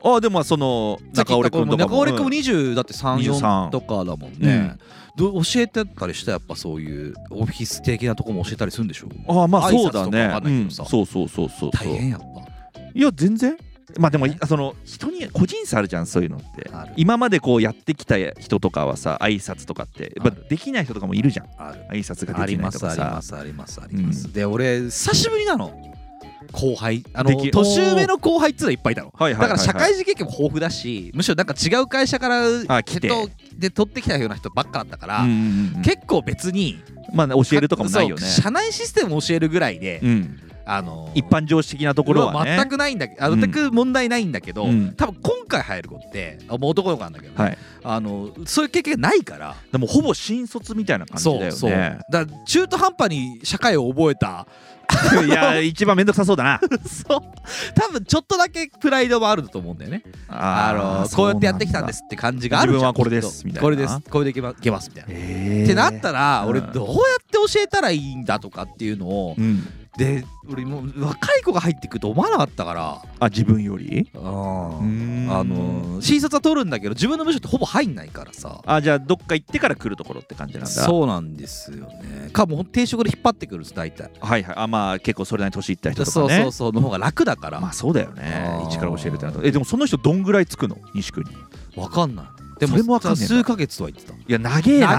[SPEAKER 1] ああでもその中折君とか
[SPEAKER 2] 中
[SPEAKER 1] も
[SPEAKER 2] 折君も20だって34
[SPEAKER 1] 23
[SPEAKER 2] とかだもんね、どう教えてたりしたらやっぱそういうオフィス的なとこも教えたりするんでしょ
[SPEAKER 1] ああまあそうだ
[SPEAKER 2] 挨拶とかわ
[SPEAKER 1] ね
[SPEAKER 2] か
[SPEAKER 1] う
[SPEAKER 2] んないけ
[SPEAKER 1] ん
[SPEAKER 2] どさ
[SPEAKER 1] そうそうそうそう
[SPEAKER 2] 大変やっ
[SPEAKER 1] いや全然まあでもその人に個人差あるじゃんそういうのって
[SPEAKER 2] ある
[SPEAKER 1] 今までこうやってきた人とかはさ挨拶とかってやっぱ
[SPEAKER 2] ある
[SPEAKER 1] できない人とかもいるじゃん
[SPEAKER 2] ぱある
[SPEAKER 1] 挨拶が
[SPEAKER 2] あ
[SPEAKER 1] で
[SPEAKER 2] り
[SPEAKER 1] きない
[SPEAKER 2] ま
[SPEAKER 1] と
[SPEAKER 2] す
[SPEAKER 1] か
[SPEAKER 2] あり
[SPEAKER 1] さ
[SPEAKER 2] ますありますあります、で俺久しぶりなの後輩あの
[SPEAKER 1] でき
[SPEAKER 2] 年上の後輩っつうのはいっぱいいたの
[SPEAKER 1] はい
[SPEAKER 2] だ
[SPEAKER 1] は
[SPEAKER 2] か
[SPEAKER 1] いはいはい
[SPEAKER 2] ら社会人経験も豊富だしむしろなんか違う会社から
[SPEAKER 1] あ来て
[SPEAKER 2] えっとで取ってきたような人ばっかだったから、
[SPEAKER 1] うんうんうん
[SPEAKER 2] 結構別に
[SPEAKER 1] まあね教えるとかもないよね
[SPEAKER 2] そう社内システムを教えるぐらいで、
[SPEAKER 1] うん
[SPEAKER 2] あの
[SPEAKER 1] 一般常識的なところはね
[SPEAKER 2] 全くないんだけど、あ
[SPEAKER 1] うん
[SPEAKER 2] 全く問題ないんだけど、
[SPEAKER 1] うん
[SPEAKER 2] 多分今回入る子ってあもう男の子なんだけどね、
[SPEAKER 1] はい
[SPEAKER 2] あのそういう経験ないから
[SPEAKER 1] でもほぼ新卒みたいな感じだよね
[SPEAKER 2] そうそうだから中途半端に社会を覚えた
[SPEAKER 1] いや一番面倒くさ そうだな
[SPEAKER 2] そう多分ちょっとだけプライドはあると思うんだよね あのこうやってやってきたんですって感じがあるじゃ
[SPEAKER 1] 自分は
[SPEAKER 2] ん
[SPEAKER 1] これです
[SPEAKER 2] きっと
[SPEAKER 1] みたいな
[SPEAKER 2] これですこれでいけまいけますみたいな、
[SPEAKER 1] っ
[SPEAKER 2] ってなったら、
[SPEAKER 1] うん
[SPEAKER 2] 俺どうやって教えたらいいんだとかっていうのを、
[SPEAKER 1] うん
[SPEAKER 2] で俺もう若い子が入ってくると思わなかったから
[SPEAKER 1] あ自分より
[SPEAKER 2] あ
[SPEAKER 1] あ
[SPEAKER 2] あのー診察は取るんだけど自分の部署ってほぼ入んないからさ
[SPEAKER 1] あじゃあどっか行ってから来るところって感じなんだ
[SPEAKER 2] そうなんですよねかもう定職で引っ張ってくるんです大体
[SPEAKER 1] はいはいあまあ結構それなりに年いった人とか
[SPEAKER 2] そ
[SPEAKER 1] ね
[SPEAKER 2] うそうそうの方が楽だから、
[SPEAKER 1] まあそうだよね
[SPEAKER 2] あー
[SPEAKER 1] 一から教えるってなるとえでもその人どんぐらいつくの西君に
[SPEAKER 2] わかんないでも
[SPEAKER 1] それもわかんねえんだ
[SPEAKER 2] 数ヶ月とは言ってた
[SPEAKER 1] いや長え
[SPEAKER 2] 長え
[SPEAKER 1] な
[SPEAKER 2] な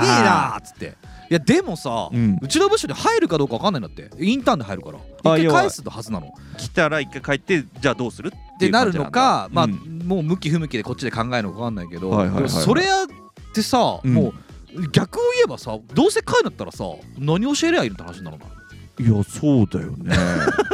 [SPEAKER 2] ーっつっていやでもさ、
[SPEAKER 1] う
[SPEAKER 2] うんちの部署に入るかどうかわかんないんだってインターンで入るから
[SPEAKER 1] あ
[SPEAKER 2] 一回
[SPEAKER 1] 要は
[SPEAKER 2] 返すはずなの
[SPEAKER 1] 来たら一回帰ってじゃあどうするっ
[SPEAKER 2] って
[SPEAKER 1] い
[SPEAKER 2] て
[SPEAKER 1] う
[SPEAKER 2] な
[SPEAKER 1] 感
[SPEAKER 2] る
[SPEAKER 1] じんだ
[SPEAKER 2] のか、まあ、
[SPEAKER 1] うん
[SPEAKER 2] もう向き不向きでこっちで考えるのか分かんないけど、
[SPEAKER 1] はいはいはいはい
[SPEAKER 2] でもそれやってさ、
[SPEAKER 1] うん
[SPEAKER 2] もう逆を言えばさどうせ会だったらさ何教えりゃいいのって話になるのか
[SPEAKER 1] いやそうだよね
[SPEAKER 2] な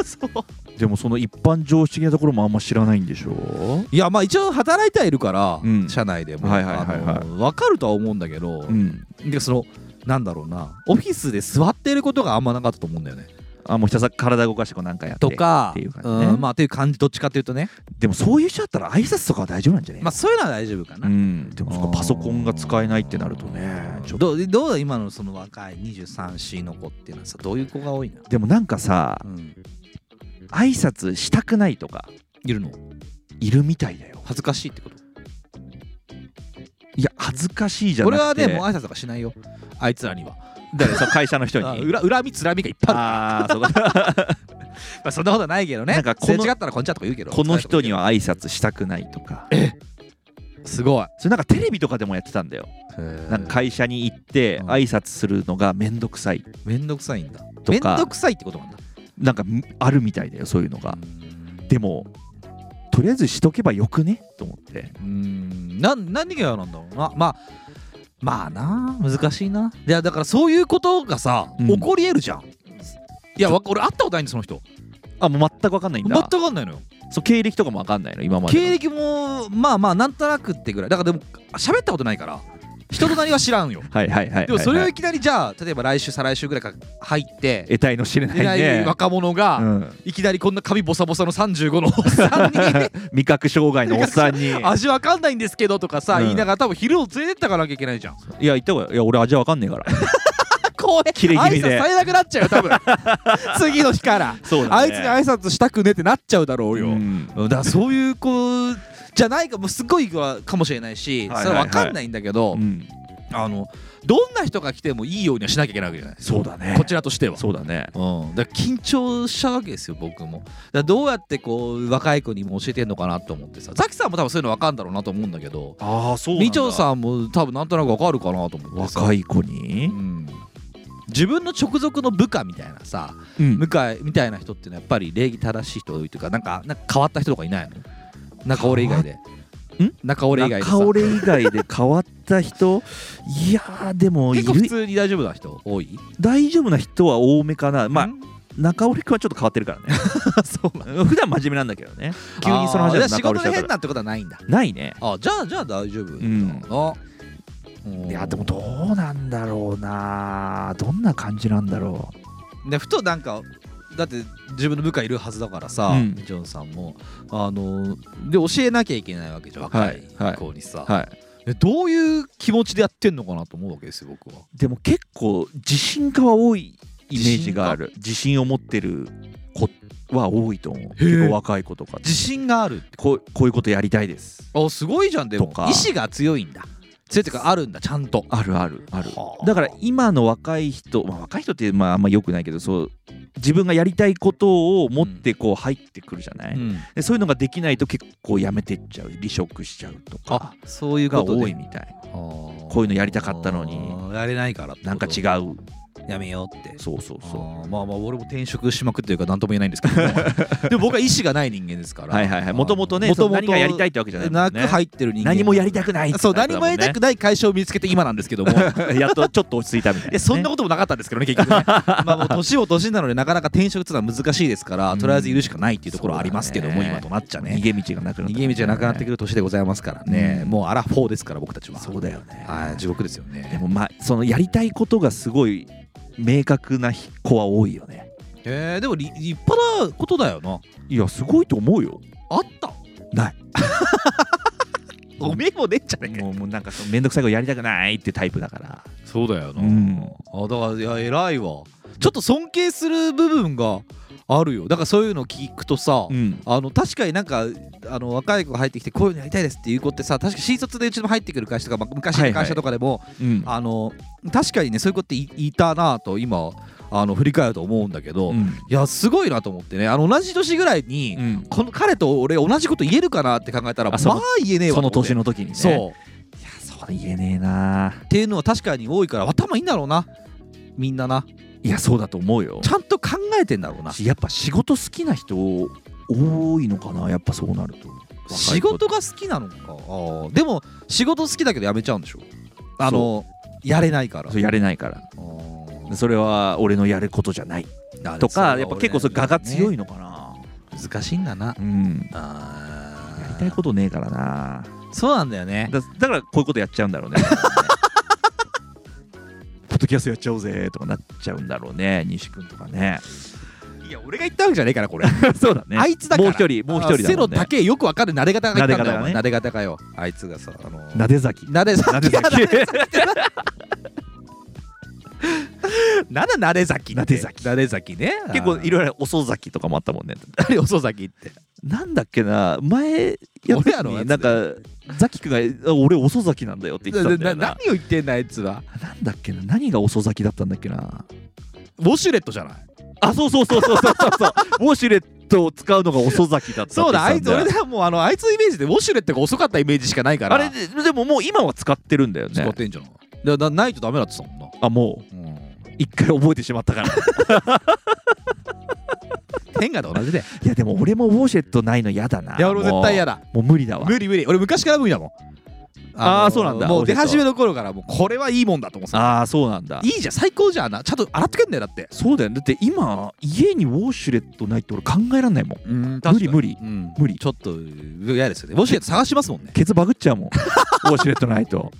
[SPEAKER 2] そう
[SPEAKER 1] でもその一般常識的なところもあんま知らないんでしょう
[SPEAKER 2] いやまあ一応働いてはいるから、
[SPEAKER 1] うん
[SPEAKER 2] 社内でも、
[SPEAKER 1] はいはいはいはい
[SPEAKER 2] あの分かるとは思うんだけど、
[SPEAKER 1] ん
[SPEAKER 2] でそのなんだろうなオフィスで座ってることがあんまなかったと思うんだよね。
[SPEAKER 1] あもうひたすら体動かしてこうなんかやって
[SPEAKER 2] とか
[SPEAKER 1] っていう感じね
[SPEAKER 2] んまあっていう感じどっちかっていうとね
[SPEAKER 1] でもそういう人だったら挨拶とかは大丈夫なんじゃない
[SPEAKER 2] まあそういうのは大丈夫か
[SPEAKER 1] う
[SPEAKER 2] な。
[SPEAKER 1] んでもそっかパソコンが使えないってなるとねちょっと
[SPEAKER 2] どうどう今のその若い23の子っていうのはさどういう子が多いな、
[SPEAKER 1] でもなんかさ
[SPEAKER 2] うん、
[SPEAKER 1] 挨拶したくないとか
[SPEAKER 2] いるの
[SPEAKER 1] いるみたいだよ
[SPEAKER 2] 恥ずかしいってこと
[SPEAKER 1] いや恥ずかしいじゃな
[SPEAKER 2] 俺
[SPEAKER 1] くて
[SPEAKER 2] はねもう挨拶とかしないよあいつらには
[SPEAKER 1] 誰その会社の人
[SPEAKER 2] あ
[SPEAKER 1] に
[SPEAKER 2] 恨恨みつらみがいっぱいあ る
[SPEAKER 1] ああそうか
[SPEAKER 2] まあそんなことないけどね
[SPEAKER 1] なんかこ
[SPEAKER 2] すれ
[SPEAKER 1] の
[SPEAKER 2] 違ったらこんちゃんとか言うけど
[SPEAKER 1] この人には挨拶したくないとか
[SPEAKER 2] すごい
[SPEAKER 1] それなんかテレビとかでもやってたんだよな
[SPEAKER 2] なん
[SPEAKER 1] か会社に行って
[SPEAKER 2] うん
[SPEAKER 1] 挨拶するのがめんどくさい
[SPEAKER 2] めんどくさいんだ
[SPEAKER 1] と
[SPEAKER 2] めん
[SPEAKER 1] か
[SPEAKER 2] どくさいってことなんだ
[SPEAKER 1] なんかむあるみたいだよそういうのがでもとりあえずしとけばよくねと思って
[SPEAKER 2] うーんなん何が嫌なんだろうなまあまあな難しいないやだからそういうことがさ、
[SPEAKER 1] うん
[SPEAKER 2] 起こり得るじゃんいやわ俺会ったことないんだその人
[SPEAKER 1] あもう全く分かんないん
[SPEAKER 2] 全く
[SPEAKER 1] だ
[SPEAKER 2] 分かんないのよ
[SPEAKER 1] そう経歴とかも分かんないの今までの
[SPEAKER 2] 経歴もまあまあなんとなくってぐらいだからでも喋ったことないから人となりは知らんよ
[SPEAKER 1] はいはいはいはいはい
[SPEAKER 2] でもそれをいきなりじゃあ例えば来週再来週ぐらいから入って
[SPEAKER 1] 得体の知れない
[SPEAKER 2] いない
[SPEAKER 1] ね
[SPEAKER 2] 若者が、
[SPEAKER 1] うん
[SPEAKER 2] いきなりこんな髪ボサボサの35のおっさんに
[SPEAKER 1] 味覚障害のおっさんに
[SPEAKER 2] 味わかんないんですけどとかさ、
[SPEAKER 1] うん
[SPEAKER 2] 言いながら多分昼を連れてったかなきゃいけな いじゃん
[SPEAKER 1] いや言った方がいや俺味わかんねえから
[SPEAKER 2] 怖い
[SPEAKER 1] キレ気味で
[SPEAKER 2] 挨拶されなくなっちゃうよ 多分次の日から、
[SPEAKER 1] そう
[SPEAKER 2] あいつに挨拶したくねってなっちゃうだろうよ、
[SPEAKER 1] うん
[SPEAKER 2] だからそういう子じゃないかもうすごい子はかもしれない
[SPEAKER 1] は
[SPEAKER 2] し、
[SPEAKER 1] いはいはい
[SPEAKER 2] それは分かんないんだけど、
[SPEAKER 1] うん
[SPEAKER 2] あのどんな人が来てもいいようにはしなきゃいけないわけじゃない
[SPEAKER 1] そうだね
[SPEAKER 2] こちらとしては
[SPEAKER 1] そうだね
[SPEAKER 2] うん、だから緊張しちゃうわけですよ僕もだからどうやってこう若い子にも教えてんのかなと思ってさザキさんも多分そういうの分かるんだろうなと思うんだけど
[SPEAKER 1] ああそう
[SPEAKER 2] みちょさんも多分なんとなく分かるかなと思ってさ
[SPEAKER 1] 若い子
[SPEAKER 2] う
[SPEAKER 1] に
[SPEAKER 2] ん自分の直属の部下みたいなさ
[SPEAKER 1] うん
[SPEAKER 2] 向かいみたいな人ってのはやっぱり礼儀正しい人多いというかなんかなんか変わった人とかいないの中俺以外で
[SPEAKER 1] ん
[SPEAKER 2] 中俺以外でさ
[SPEAKER 1] 中俺以外で変わった人いやーでもい
[SPEAKER 2] 結構普
[SPEAKER 1] る
[SPEAKER 2] 通に大丈夫な人多い
[SPEAKER 1] 大丈夫な人は多めかなま
[SPEAKER 2] う
[SPEAKER 1] あ
[SPEAKER 2] ん
[SPEAKER 1] 中折くんはちょっと変わってるから ね
[SPEAKER 2] そうなん
[SPEAKER 1] 普段真面目なんだけどね急にその話
[SPEAKER 2] あーじゃ
[SPEAKER 1] だ
[SPEAKER 2] あ
[SPEAKER 1] と
[SPEAKER 2] 仕
[SPEAKER 1] 中折し
[SPEAKER 2] 事
[SPEAKER 1] ちゃ
[SPEAKER 2] で
[SPEAKER 1] うか
[SPEAKER 2] 変
[SPEAKER 1] ら
[SPEAKER 2] なってことはないんだ
[SPEAKER 1] ないね
[SPEAKER 2] あじゃあじゃあ大丈夫だ
[SPEAKER 1] ん
[SPEAKER 2] な、うん
[SPEAKER 1] いやでもどうなんだろうなどんな感じなんだろ
[SPEAKER 2] ねふとなんかだって自分の部下いるはずだからさ、
[SPEAKER 1] うん
[SPEAKER 2] ジョンさんもあので教えなきゃいけないわけじゃん若い
[SPEAKER 1] はいはい
[SPEAKER 2] 子にさ、
[SPEAKER 1] うはい
[SPEAKER 2] でどういう気持ちでやってんのかなと思うわけですよ僕は
[SPEAKER 1] でも結構自信家は多いイメージがある自信を持ってる子は多いと思う結構若い子とか
[SPEAKER 2] 自信がある
[SPEAKER 1] こうこういうことやりたいです
[SPEAKER 2] あすごいじゃんでも
[SPEAKER 1] とか
[SPEAKER 2] 意志が強いんだ強いっていうかあるんだちゃんと
[SPEAKER 1] あるあるある
[SPEAKER 2] はあ
[SPEAKER 1] だから今の若い人、まあ、若い人ってまああんま良くないけどそう自分がやりたいことを持ってこう入ってくるじゃない、
[SPEAKER 2] うん
[SPEAKER 1] でそういうのができないと結構やめてっちゃう離職しちゃうと
[SPEAKER 2] あ
[SPEAKER 1] か
[SPEAKER 2] そういうこ
[SPEAKER 1] が
[SPEAKER 2] とで
[SPEAKER 1] 多いみたい
[SPEAKER 2] こ
[SPEAKER 1] こういうのやりたかったのに
[SPEAKER 2] やれないからってこと
[SPEAKER 1] なんか違う
[SPEAKER 2] やめようって
[SPEAKER 1] そうそうそ
[SPEAKER 2] あーまあまあ俺も転職しまくってるから何とも言えないんですけど でも僕は意志がない人間ですか
[SPEAKER 1] う
[SPEAKER 2] ら
[SPEAKER 1] はいはいはいもともとねその何がやりたいってわけじゃないもん
[SPEAKER 2] な
[SPEAKER 1] ね
[SPEAKER 2] く入ってる人間
[SPEAKER 1] 何もやりたくない
[SPEAKER 2] そう何もやりたくない会社を見つけて今なんですけど も い
[SPEAKER 1] ないやっとちょっと落ち着いたみたいな、
[SPEAKER 2] やそんな
[SPEAKER 1] こ
[SPEAKER 2] こともなかったんですけどね結局ね まあもう年を年なのでなかなか転職っていうのは難しいですから、
[SPEAKER 1] うん
[SPEAKER 2] とりあえずいるしかないっていうところはありますけど
[SPEAKER 1] そ
[SPEAKER 2] も、
[SPEAKER 1] うだね
[SPEAKER 2] 今となっちゃ
[SPEAKER 1] 逃
[SPEAKER 2] ね
[SPEAKER 1] げ道がなくなった、
[SPEAKER 2] 逃げ道がなくなってく
[SPEAKER 1] る
[SPEAKER 2] る年でございますからね、
[SPEAKER 1] うん
[SPEAKER 2] もうアラフォーですから僕たちは
[SPEAKER 1] そうだよね
[SPEAKER 2] はい地獄ですよ
[SPEAKER 1] で
[SPEAKER 2] ね
[SPEAKER 1] もまあそのやりたいことがすごい明確な子は多いよね
[SPEAKER 2] えー、でもり立派なことだよない
[SPEAKER 1] やすごいと思うよ
[SPEAKER 2] あった
[SPEAKER 1] ない
[SPEAKER 2] おめえもねえんじゃねえか
[SPEAKER 1] もうもうなんかそのめんどくさいことやりたくないってタイプだから
[SPEAKER 2] そうだよな、
[SPEAKER 1] うん
[SPEAKER 2] あだからいや偉いわちょっと尊敬する部分があるよだからそういうの聞くとさ、
[SPEAKER 1] ん
[SPEAKER 2] あの確かになんかあの若い子が入ってきてこういうのやりたいですっていう子ってさ確か新卒でうちも入ってくる会社とか、まあ昔
[SPEAKER 1] はい
[SPEAKER 2] の
[SPEAKER 1] はい
[SPEAKER 2] 会社とかでも、
[SPEAKER 1] うん
[SPEAKER 2] あの確かにねそういう子っていいたなと今あの振り返ると思うんだけど、
[SPEAKER 1] う
[SPEAKER 2] い
[SPEAKER 1] ん
[SPEAKER 2] やすごいなと思ってねあの同じ年ぐらいに、
[SPEAKER 1] うん
[SPEAKER 2] この彼と俺同じこと言えるかなって考えたらま
[SPEAKER 1] あその
[SPEAKER 2] あ言えねえわ
[SPEAKER 1] その
[SPEAKER 2] と思って
[SPEAKER 1] 年の時にね
[SPEAKER 2] そ
[SPEAKER 1] い
[SPEAKER 2] う
[SPEAKER 1] やそう言えねえな
[SPEAKER 2] っていうのは確かに多いから頭いいんだろうなみんなない
[SPEAKER 1] やそうだと思うよ
[SPEAKER 2] ちゃんと考えてんだろうな
[SPEAKER 1] やっぱ仕事好きな人多いのかなやっぱそうなると
[SPEAKER 2] 仕事が好きなのかあーでも仕事好きだけど辞めちゃうんでしょあのやれないから
[SPEAKER 1] そうやれないから
[SPEAKER 2] あー
[SPEAKER 1] それは俺のやることじゃないとかやっぱ結構そう我が強いのかな、
[SPEAKER 2] 難しいんだな
[SPEAKER 1] うん
[SPEAKER 2] あー
[SPEAKER 1] やりたいことねえからな
[SPEAKER 2] そうなんだよね
[SPEAKER 1] だだからこういうことやっちゃうんだろうね ポッドキドキャストやっちゃおうぜとかなっちゃうんだろうね西君とか ね
[SPEAKER 2] いや俺が言ったわけじゃねえからこれ
[SPEAKER 1] そうだね
[SPEAKER 2] あいつだから
[SPEAKER 1] もう一人もう一人だ
[SPEAKER 2] 背
[SPEAKER 1] も
[SPEAKER 2] の
[SPEAKER 1] んね
[SPEAKER 2] 高えよくわかる撫で方がいたん
[SPEAKER 1] 撫で
[SPEAKER 2] だよ
[SPEAKER 1] 方がね
[SPEAKER 2] 撫で方かよあいつがさあのー
[SPEAKER 1] なで咲き
[SPEAKER 2] なで
[SPEAKER 1] なで咲
[SPEAKER 2] 先
[SPEAKER 1] き
[SPEAKER 2] なんだなで先って
[SPEAKER 1] なで咲
[SPEAKER 2] なで先ね
[SPEAKER 1] 結構い
[SPEAKER 2] ろ
[SPEAKER 1] ろいろ遅咲きとかもあったもんね
[SPEAKER 2] いろ遅先って
[SPEAKER 1] なんだっけな前やっ
[SPEAKER 2] 俺ら
[SPEAKER 1] た
[SPEAKER 2] の
[SPEAKER 1] の
[SPEAKER 2] やつ
[SPEAKER 1] になんかザキ君があ「俺遅咲きなんだよ」って言ってたんだよ
[SPEAKER 2] な
[SPEAKER 1] な
[SPEAKER 2] 何を言ってんだあいつは
[SPEAKER 1] なんだっけな何が遅咲きだったんだっけな
[SPEAKER 2] ウォシュレットじゃない
[SPEAKER 1] あそうそうそうそうそうそうそうウォシュレットを使うのが遅咲きだったって言
[SPEAKER 2] そうだあ
[SPEAKER 1] って
[SPEAKER 2] いつ
[SPEAKER 1] たんよ
[SPEAKER 2] 俺らもうあのあいつのイメージでウォシュレットが遅かったイメージしかないから
[SPEAKER 1] あれででももう今は使ってるんだよ
[SPEAKER 2] 使
[SPEAKER 1] ね
[SPEAKER 2] ってんじゃんでなないとダメだって言ってたもんな
[SPEAKER 1] あもう一回覚えてしまったからい
[SPEAKER 2] 変化と同じでい
[SPEAKER 1] やでも俺もウォシュレットないの嫌だない
[SPEAKER 2] や俺も絶対嫌だ
[SPEAKER 1] もうもう無理だわ
[SPEAKER 2] 無理無理俺昔から無理だもん
[SPEAKER 1] あー
[SPEAKER 2] の
[SPEAKER 1] そうなんだ
[SPEAKER 2] もう出
[SPEAKER 1] 俺と
[SPEAKER 2] 始めの頃からもうこれはいいもんだと思ってた
[SPEAKER 1] ああそうなんだ
[SPEAKER 2] いいじゃん最高じゃんなちゃんと洗ってくんだよだって
[SPEAKER 1] そうだよねだって今家にウォシュレットないって俺考えらんないもん
[SPEAKER 2] うん
[SPEAKER 1] 無理無理
[SPEAKER 2] うん
[SPEAKER 1] 無理
[SPEAKER 2] ちょっと嫌ですよねウォシュレット探しますもんね
[SPEAKER 1] ケツバグっちゃ うもんウォシュレットないと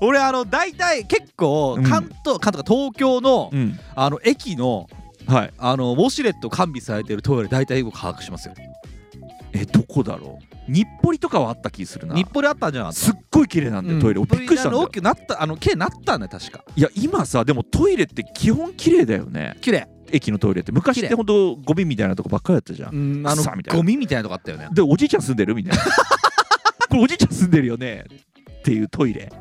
[SPEAKER 2] 俺あの大体結構
[SPEAKER 1] うん
[SPEAKER 2] 関東関東か東京の
[SPEAKER 1] うん
[SPEAKER 2] あの駅の
[SPEAKER 1] はい
[SPEAKER 2] あのウォシュレット完備されてるトイレ大体僕把握しますよ
[SPEAKER 1] えどこだろう日暮里とかはあった気するな
[SPEAKER 2] 日暮里あったんじゃなかった
[SPEAKER 1] すっごい綺麗なんだよトイレ、俺びっくりしたんだ
[SPEAKER 2] の大
[SPEAKER 1] よ
[SPEAKER 2] きくなったあの綺麗になったんだよ確か
[SPEAKER 1] いや今さでもトイレって基本綺麗だよね
[SPEAKER 2] 綺麗
[SPEAKER 1] 駅のトイレって昔ってほんとゴミみたいなとこばっかりだったじゃん
[SPEAKER 2] うんあの
[SPEAKER 1] 草みたいな
[SPEAKER 2] ゴミみたいなとこあったよね
[SPEAKER 1] でおじいちゃん住んでるみ たいなこれおじいちゃん住んでるよねっていうトイレ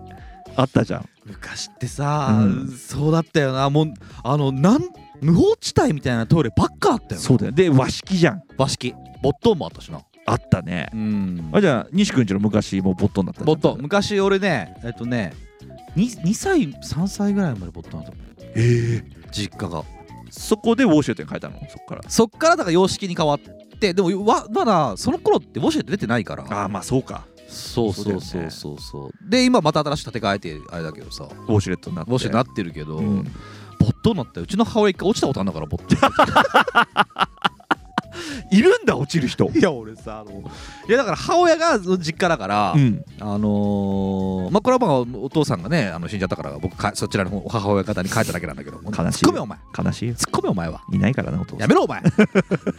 [SPEAKER 1] あったじゃん
[SPEAKER 2] 昔ってさ、
[SPEAKER 1] うん
[SPEAKER 2] そうだったよなもうあのなん無法地帯みたいなトイレばっかあったよな
[SPEAKER 1] そうだよで和式じゃん
[SPEAKER 2] 和式ボットンもあったしな
[SPEAKER 1] あったね
[SPEAKER 2] うん
[SPEAKER 1] あじゃあ西君ちの昔もうボットンだったじゃん
[SPEAKER 2] ボットン昔俺ねえっとね 2, 2歳3歳ぐらいまでボットンだった
[SPEAKER 1] えー
[SPEAKER 2] 実家が
[SPEAKER 1] そこでウォシュレットに変えたのそこから
[SPEAKER 2] そっからだから様式に変わってでもわまだその頃ってウォシュレット出てないから
[SPEAKER 1] ああまあそうか
[SPEAKER 2] そうそ
[SPEAKER 1] そうだ
[SPEAKER 2] うそ
[SPEAKER 1] よ
[SPEAKER 2] う
[SPEAKER 1] ね
[SPEAKER 2] そうそう、で今また新しく建て替えてあれだけどさウ
[SPEAKER 1] ウォシュレットになって
[SPEAKER 2] ォシュレットなってるけど、
[SPEAKER 1] うん
[SPEAKER 2] ボットンだったようちの母親一回落ちたことあんだからボットン
[SPEAKER 1] いるんだ落ちる人
[SPEAKER 2] いや俺さあのいやだから母親が実家だから、
[SPEAKER 1] うん
[SPEAKER 2] あのーまあこれはまあお父さんがねあの死んじゃったから僕かそちらのお母親方に帰っただけなんだけど
[SPEAKER 1] しいよ
[SPEAKER 2] ツッコめお前
[SPEAKER 1] 悲しいよ
[SPEAKER 2] ツッコめお前はい
[SPEAKER 1] ないからなお父さ
[SPEAKER 2] や
[SPEAKER 1] ん
[SPEAKER 2] めろお 前ま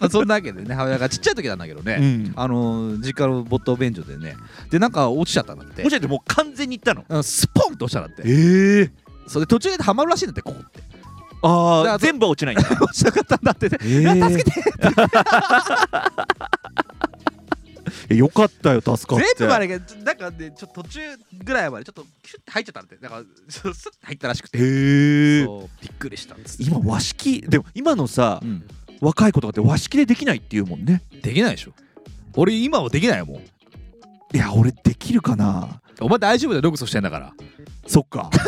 [SPEAKER 2] あそんなわけでね母親がちっちゃい時なんだけど
[SPEAKER 1] う
[SPEAKER 2] ね、
[SPEAKER 1] んウォ
[SPEAKER 2] あのー実家の没頭便所でねでなんか落ちちゃったんだって
[SPEAKER 1] シュレットもう完全に行ったの
[SPEAKER 2] うんスポンと落ちたんだって
[SPEAKER 1] ええ
[SPEAKER 2] それで途中でハマるらしいんだってここって
[SPEAKER 1] あ
[SPEAKER 2] だか
[SPEAKER 1] あ
[SPEAKER 2] ら
[SPEAKER 1] 全部は落ちないんだ
[SPEAKER 2] 落ちなかったんだってね、 いや助けて
[SPEAKER 1] えよかったよ助かって
[SPEAKER 2] 全部あれがなんかねちょっと途中ぐらいまでちょっとキュッて入っちゃったんだってだからスッて入ったらしくて
[SPEAKER 1] へえ
[SPEAKER 2] そうびっくりしたんです
[SPEAKER 1] 今和式でも今のさ
[SPEAKER 2] うん
[SPEAKER 1] 若い子とかって和式でできないっていうもんね
[SPEAKER 2] できないでしょ俺今はできないもん
[SPEAKER 1] いや俺できるかな
[SPEAKER 2] お前大丈夫だよログソしてんだから
[SPEAKER 1] そっか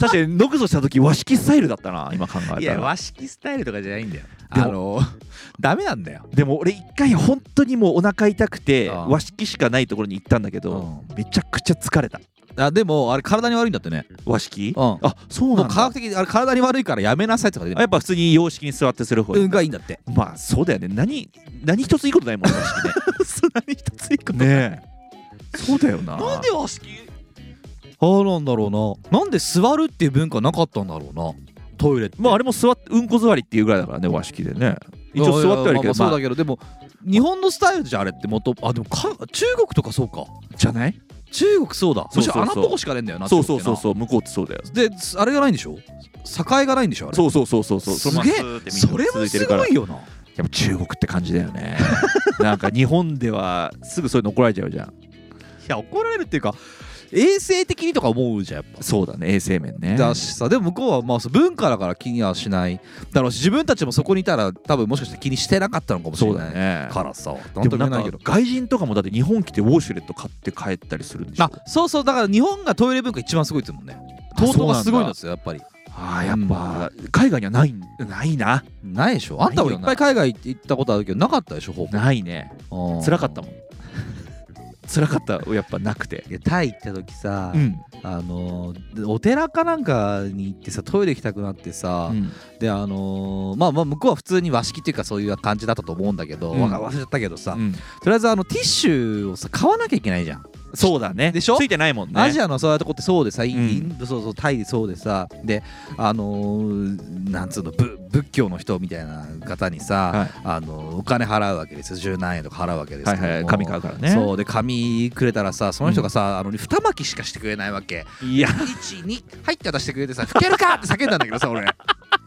[SPEAKER 1] 確かにノクゾした時和式スタイルだったな今考えたら
[SPEAKER 2] 式スタイルとかじゃないんだよあ
[SPEAKER 1] でも
[SPEAKER 2] のダメなんだよ
[SPEAKER 1] でも俺一回本当にもうお腹痛くて
[SPEAKER 2] ああ
[SPEAKER 1] 和式しかないところに行ったんだけどめちゃくちゃ疲れた
[SPEAKER 2] あでもあれ体に悪いんだってね
[SPEAKER 1] 和式
[SPEAKER 2] うん
[SPEAKER 1] あそう
[SPEAKER 2] も
[SPEAKER 1] な
[SPEAKER 2] うん科
[SPEAKER 1] だ
[SPEAKER 2] 学的にあれ体に悪いからやめなさいとかで
[SPEAKER 1] あやっぱ普通に洋式に座ってする方
[SPEAKER 2] うんがいいんだって
[SPEAKER 1] まあそうだよね何何一ついいことないもん和 式
[SPEAKER 2] 何一ついく
[SPEAKER 1] ねねえそうだよな
[SPEAKER 2] なんで和式ああなんだろうななんで座るっていう文化なかったんだろうなトイレって
[SPEAKER 1] まああれも座ってうんこ座りっていうぐらいだからね和式でね一応座ってはいるけど
[SPEAKER 2] まあまあそう
[SPEAKER 1] ま
[SPEAKER 2] だけどでも日本のスタイルじゃあれってもとあでもか中国とかそうか
[SPEAKER 1] あじゃない
[SPEAKER 2] 中国そうだ
[SPEAKER 1] そ
[SPEAKER 2] む
[SPEAKER 1] うそうそう
[SPEAKER 2] しろ穴のとこしかねえんだよな
[SPEAKER 1] そうそうそう
[SPEAKER 2] う
[SPEAKER 1] そう向こうってそうだよ
[SPEAKER 2] ですあれがないんでしょ境がないんでしょあれ
[SPEAKER 1] そうそうそうそうそう
[SPEAKER 2] す
[SPEAKER 1] のま
[SPEAKER 2] げ
[SPEAKER 1] ま
[SPEAKER 2] え
[SPEAKER 1] スーってみんな
[SPEAKER 2] それ
[SPEAKER 1] 続
[SPEAKER 2] も
[SPEAKER 1] いて
[SPEAKER 2] す
[SPEAKER 1] るから
[SPEAKER 2] ごいよな
[SPEAKER 1] でも中国って感じだよね なんか日本ではすぐそういうの怒られちゃうじゃん
[SPEAKER 2] いや怒られるっていうか衛生的にとか思うじゃんやっぱ
[SPEAKER 1] そうだね衛生面ね
[SPEAKER 2] だしさでも向こうはまあそう文化だから気にはしないだろうし自分たちもそこにいたら多分もしかして気にしてなかったのかもし
[SPEAKER 1] そ
[SPEAKER 2] れ
[SPEAKER 1] うだ
[SPEAKER 2] ない、
[SPEAKER 1] ね
[SPEAKER 2] からさなん
[SPEAKER 1] で
[SPEAKER 2] と
[SPEAKER 1] も
[SPEAKER 2] も言
[SPEAKER 1] な
[SPEAKER 2] え
[SPEAKER 1] ん
[SPEAKER 2] ない
[SPEAKER 1] か
[SPEAKER 2] けど
[SPEAKER 1] 外人とかもだって日本来てウォシュレット買って帰ったりするんでしょ
[SPEAKER 2] あそうそうだから日本がトイレ文化一番すごいですもんね
[SPEAKER 1] あ
[SPEAKER 2] とうとう
[SPEAKER 1] そうなん
[SPEAKER 2] が
[SPEAKER 1] だ
[SPEAKER 2] すごいんですよやっぱり
[SPEAKER 1] あーやっぱ海外にはないないな
[SPEAKER 2] ないでしょあんたもいっぱい海外行ったことあるけどなかったでしょほぼ
[SPEAKER 1] ないね辛かった
[SPEAKER 2] も
[SPEAKER 1] もん辛かったやっぱなくて
[SPEAKER 2] んタイ行った時さ、
[SPEAKER 1] うん
[SPEAKER 2] あのーお寺かなんかに行ってさトイレ行きたくなってさ、
[SPEAKER 1] うん
[SPEAKER 2] であのーまあまあ向こうは普通に和式っていうかそういう感じだったと思うんだけど、
[SPEAKER 1] うん
[SPEAKER 2] わか忘れちゃったけどさ、
[SPEAKER 1] うん
[SPEAKER 2] とりあえずあのティッシュをさ買わなきゃいけないじゃん
[SPEAKER 1] そうだね
[SPEAKER 2] でしょ
[SPEAKER 1] ついてないもんね
[SPEAKER 2] アジアのそういうとこってそうでさ、イン
[SPEAKER 1] うん
[SPEAKER 2] インドそうそうタイでそうでさであのーなんつうのぶ仏教の人みたいな方にさ、
[SPEAKER 1] はい
[SPEAKER 2] あのーお金払うわけですよ十何円とか払うわけですけども、
[SPEAKER 1] はいはい紙買うからね
[SPEAKER 2] そうで紙くれたらさその人がさ、あの二巻きしかしてくれないわけ
[SPEAKER 1] いや
[SPEAKER 2] 12入って渡してくれてさ「吹けるか!」って叫んだんだけどさ俺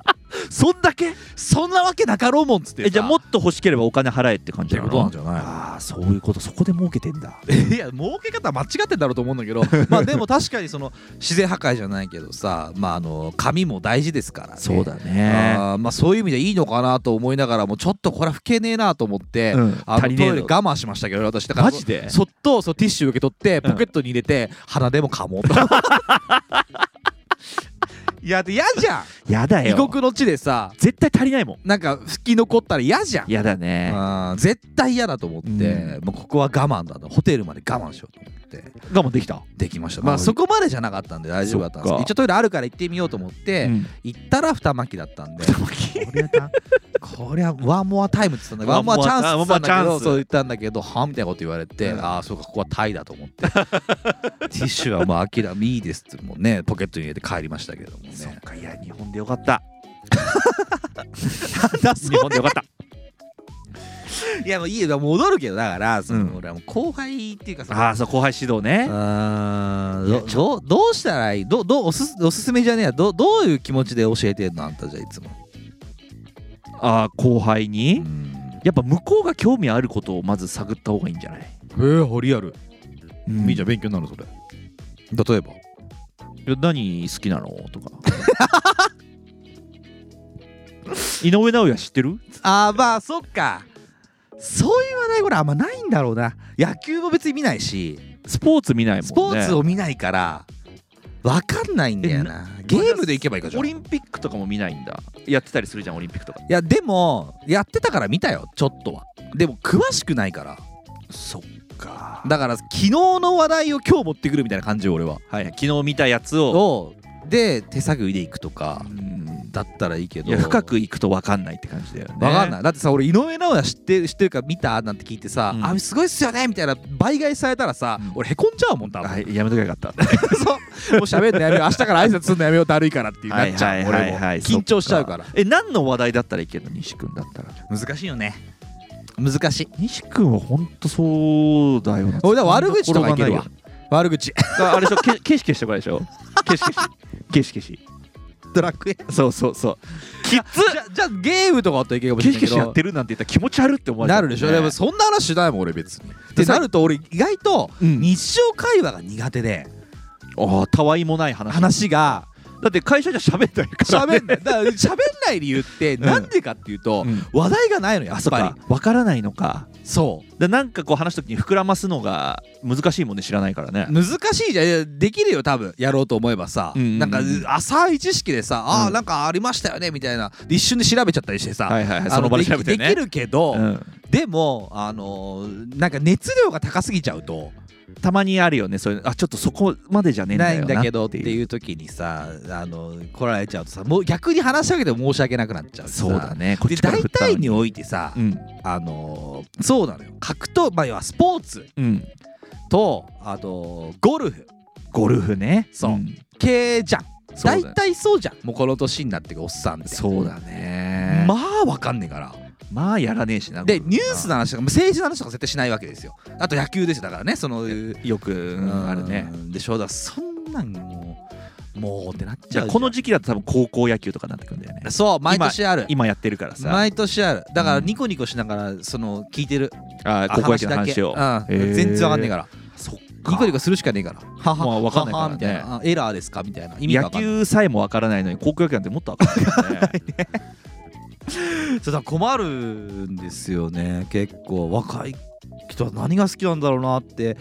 [SPEAKER 1] そんだけ
[SPEAKER 2] そんなわけなかろうもんっつってさ
[SPEAKER 1] えじゃあもっと欲しければお金払えって感じなの
[SPEAKER 2] ってことなんじゃない
[SPEAKER 1] ああそういうことそこで儲けてんだ
[SPEAKER 2] いや儲け方間違ってんだろうと思うん だけどまあでも確かにその自然破壊じゃないけどさまああの紙も大事ですからね
[SPEAKER 1] そうだね
[SPEAKER 2] あーまあそういう意味でいいのかなと思いながらもちょっとこれは吹けねえなと思って、
[SPEAKER 1] うん
[SPEAKER 2] あのト
[SPEAKER 1] 足り
[SPEAKER 2] イ
[SPEAKER 1] ねえの
[SPEAKER 2] レ我慢しましたけど私だから
[SPEAKER 1] マジで
[SPEAKER 2] そっとそうティッシュ受け取ってポケットに入れて、鼻でも 噛もうといやで嫌じゃん
[SPEAKER 1] やだ
[SPEAKER 2] 異
[SPEAKER 1] よ
[SPEAKER 2] 国の地でさ
[SPEAKER 1] 絶対足りないもん
[SPEAKER 2] なんか吹き残ったら嫌じゃん
[SPEAKER 1] やだね
[SPEAKER 2] あー絶対嫌だと思って、
[SPEAKER 1] う
[SPEAKER 2] もうここは我慢だとホテルまで我慢しようと思って
[SPEAKER 1] 我慢できた、
[SPEAKER 2] できました
[SPEAKER 1] あ
[SPEAKER 2] まあそこまでじゃなかったんで大丈夫だったんです
[SPEAKER 1] そっ
[SPEAKER 2] けど
[SPEAKER 1] か
[SPEAKER 2] 一応トイレあるから行ってみようと思って、
[SPEAKER 1] うん
[SPEAKER 2] 行ったら二巻きだったんで二巻きこれはなこれはワンモアタイムって言ったんだけどワンモアチャンスって言ったん
[SPEAKER 1] ワンモア
[SPEAKER 2] だけ
[SPEAKER 1] チャン
[SPEAKER 2] ど
[SPEAKER 1] ス
[SPEAKER 2] そう言ったんだけどはあみたいなこと言われて、
[SPEAKER 1] うん
[SPEAKER 2] ああそうかここはタイだと 思ってティッシュはもう諦めいいですってもうねポケットに入れて帰りましたけども
[SPEAKER 1] そっ
[SPEAKER 2] ね
[SPEAKER 1] かいや日本でよかった
[SPEAKER 2] だ
[SPEAKER 1] 日本でよかった
[SPEAKER 2] いやもういいよ戻るけどだからその、
[SPEAKER 1] うん
[SPEAKER 2] 俺はもう後輩っていうかその
[SPEAKER 1] ああそう後輩指導ね
[SPEAKER 2] あーどどうどうしたらいいどどうおすすおすすめじゃねえやどどういう気持ちで教えてんのあんたじゃいつも、
[SPEAKER 1] ああ後輩
[SPEAKER 2] う
[SPEAKER 1] に
[SPEAKER 2] ん、
[SPEAKER 1] やっぱ向こうが興味あることをまず探った方がいいんじゃない、
[SPEAKER 2] えー、リアル
[SPEAKER 1] うん
[SPEAKER 2] ゃん勉強になるそれ例えば
[SPEAKER 1] いや何好きなのとか 井上尚弥知ってる
[SPEAKER 2] あーまあそっかそういう話題これあんまないんだろうな野球も別に見ないし
[SPEAKER 1] スポーツ見ないもんね
[SPEAKER 2] スポーツを見ないからわかんないんだよなゲームでいけばいいかじゃ
[SPEAKER 1] オ
[SPEAKER 2] んい
[SPEAKER 1] リンピックとかも見ないんだやってたりするじゃんオリンピックとか
[SPEAKER 2] やでもやってたから見たよちょっとはでも詳しくないから
[SPEAKER 1] そっか
[SPEAKER 2] だから昨日の話題を今日持ってくるみたいな感じよ俺は
[SPEAKER 1] はいはい昨日見たやつを
[SPEAKER 2] をで手探りで行くとか
[SPEAKER 1] うん
[SPEAKER 2] だったらいいけど
[SPEAKER 1] いや深くいくと分かんないって感じだよね
[SPEAKER 2] わかんないいだってさ俺井上尚弥知ってる知ってるか見たなんて聞いてさ、
[SPEAKER 1] うん
[SPEAKER 2] あすごいっすよねみたいな倍買いされたらさ、
[SPEAKER 1] うん
[SPEAKER 2] 俺へこんじゃうもん多分、
[SPEAKER 1] はい、やめときゃよかった
[SPEAKER 2] そうもう喋るのやめよう明日から挨拶するのやめようだるいからっていうなっちゃう、
[SPEAKER 1] はいはいはい
[SPEAKER 2] 俺も
[SPEAKER 1] はい
[SPEAKER 2] 緊張しちゃうから
[SPEAKER 1] え何の話題だったらいけるの西君だったら
[SPEAKER 2] 難しいよね難しい
[SPEAKER 1] 西君はほんとそうだよな
[SPEAKER 2] 俺だから悪口とかいけるわ悪口
[SPEAKER 1] ああれでしょけ消し消しとかでしょ消し消し消し消し
[SPEAKER 2] ドラクエ
[SPEAKER 1] そうそうそうきつ
[SPEAKER 2] じゃじゃあゲームとかあったらいけるかもし
[SPEAKER 1] 消
[SPEAKER 2] れ
[SPEAKER 1] し消
[SPEAKER 2] ないけど
[SPEAKER 1] しやってるなんて言ったら気持ち悪って思われちゃ
[SPEAKER 2] な
[SPEAKER 1] う
[SPEAKER 2] るでしょ、でもそんな話しないもん俺別にって
[SPEAKER 1] でさ
[SPEAKER 2] なると俺意外と
[SPEAKER 1] うん
[SPEAKER 2] 日常会話が苦手で
[SPEAKER 1] ああたわいもない話
[SPEAKER 2] 話が
[SPEAKER 1] だって会社じゃ喋ってないから、ね、
[SPEAKER 2] 喋んないだから喋んない理由ってなんでかっていうと、
[SPEAKER 1] うん
[SPEAKER 2] 話題がないのよや
[SPEAKER 1] あ
[SPEAKER 2] っ
[SPEAKER 1] そっ
[SPEAKER 2] ぱ
[SPEAKER 1] か分からないのか
[SPEAKER 2] りそ
[SPEAKER 1] でなんかこう話すときに膨らますのが難しいもんね知らないからね
[SPEAKER 2] う難しいじゃんいやできるよ多分やろうと思えばさ、
[SPEAKER 1] うんうんうん
[SPEAKER 2] なんか浅い知識でさ、あ
[SPEAKER 1] う
[SPEAKER 2] ー
[SPEAKER 1] ん
[SPEAKER 2] なんかありましたよねみたいなで一瞬で調べちゃったりしてさ、
[SPEAKER 1] はいはいはい
[SPEAKER 2] あ
[SPEAKER 1] その場で
[SPEAKER 2] でき
[SPEAKER 1] 調べてね
[SPEAKER 2] できるけど、
[SPEAKER 1] うん
[SPEAKER 2] でもあのーなんか熱量が高すぎちゃうと
[SPEAKER 1] たまにあるよねそういうあちょっとそこまでじゃねえんだ
[SPEAKER 2] な
[SPEAKER 1] よ
[SPEAKER 2] い
[SPEAKER 1] なん
[SPEAKER 2] だけどっ
[SPEAKER 1] って
[SPEAKER 2] て
[SPEAKER 1] いう
[SPEAKER 2] いう時にさあの来られちゃうとさもう逆に話しかけても申し訳なくなっちゃうしさ
[SPEAKER 1] そうだねこっ
[SPEAKER 2] で
[SPEAKER 1] ちから
[SPEAKER 2] 大
[SPEAKER 1] 振ったの
[SPEAKER 2] 体においてさ、
[SPEAKER 1] うん
[SPEAKER 2] あのーそうなのよ格闘まあ要はスポーツ
[SPEAKER 1] うん
[SPEAKER 2] とあとゴルフ
[SPEAKER 1] ゴルフね
[SPEAKER 2] そうん系じゃん
[SPEAKER 1] そうだ
[SPEAKER 2] 大
[SPEAKER 1] ね
[SPEAKER 2] 体そうじゃんもうこの年になってくおっさんって
[SPEAKER 1] そうだね
[SPEAKER 2] まあわかんねえから
[SPEAKER 1] まあやらねえしな
[SPEAKER 2] で
[SPEAKER 1] ゴル
[SPEAKER 2] ニ
[SPEAKER 1] フ
[SPEAKER 2] ュースの話とかもう政治の話とか絶対しないわけですよあと野球ですよだからねその
[SPEAKER 1] よくうんあるね
[SPEAKER 2] うんでしょだからそんなんもうもうってなっち
[SPEAKER 1] じ
[SPEAKER 2] ゃ
[SPEAKER 1] ゃあ
[SPEAKER 2] うじゃん
[SPEAKER 1] この時期だと多分高校野球とかになってくんだよね
[SPEAKER 2] そう毎年ある
[SPEAKER 1] 今やってるからさ
[SPEAKER 2] 毎年あるだから
[SPEAKER 1] うん
[SPEAKER 2] ニコニコしながらその聞いてる
[SPEAKER 1] あ高校野球の話を
[SPEAKER 2] 話だけうん全然わかんねえから
[SPEAKER 1] そっか
[SPEAKER 2] ニコニコするしかねえからはは
[SPEAKER 1] まあわかんないからね
[SPEAKER 2] ははみたいなあエラーですかみたいな意味が
[SPEAKER 1] 野
[SPEAKER 2] わかんない
[SPEAKER 1] 球さえもわからないのに高校野球なんてもっとわかんないよね
[SPEAKER 2] そうだ困るんですよね結構若い人は何が好きなんだろうなって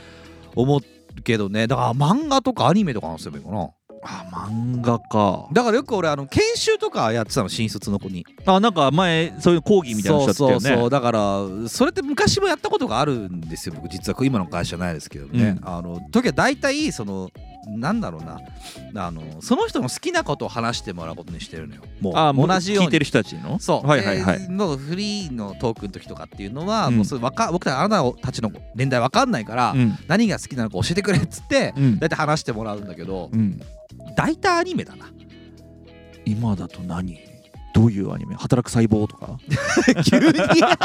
[SPEAKER 2] 思うけどねだから漫画とかアニメとかのすればいいかな
[SPEAKER 1] あ漫画か
[SPEAKER 2] だからよく俺あの研修とかやってたの新卒の子に
[SPEAKER 1] あなんか前そういう講義みたいなのしちゃ
[SPEAKER 2] そ
[SPEAKER 1] った
[SPEAKER 2] うそ
[SPEAKER 1] よ
[SPEAKER 2] う
[SPEAKER 1] ね
[SPEAKER 2] そうだからそれって昔もやったことがあるんですよ僕実は今の会社ないですけどね、あの時は大体そのなんだろうなあのその人の好きなことを話してもらうことにしてるのよもう
[SPEAKER 1] あもう
[SPEAKER 2] 同じよう
[SPEAKER 1] 聞いて
[SPEAKER 2] に
[SPEAKER 1] る人たちの
[SPEAKER 2] そう、
[SPEAKER 1] はいはいはい
[SPEAKER 2] でのフリーのトークの時とかっていうのは、
[SPEAKER 1] うん
[SPEAKER 2] もうそれわか僕らあなたたちの年代わかんないから、
[SPEAKER 1] うん
[SPEAKER 2] 何が好きなのか教えてくれっつって、
[SPEAKER 1] うん
[SPEAKER 2] 大体話してもらうんだけど
[SPEAKER 1] うん
[SPEAKER 2] 大体アニメだな
[SPEAKER 1] 今だと何どういうアニメ働く細胞とか
[SPEAKER 2] 急にいや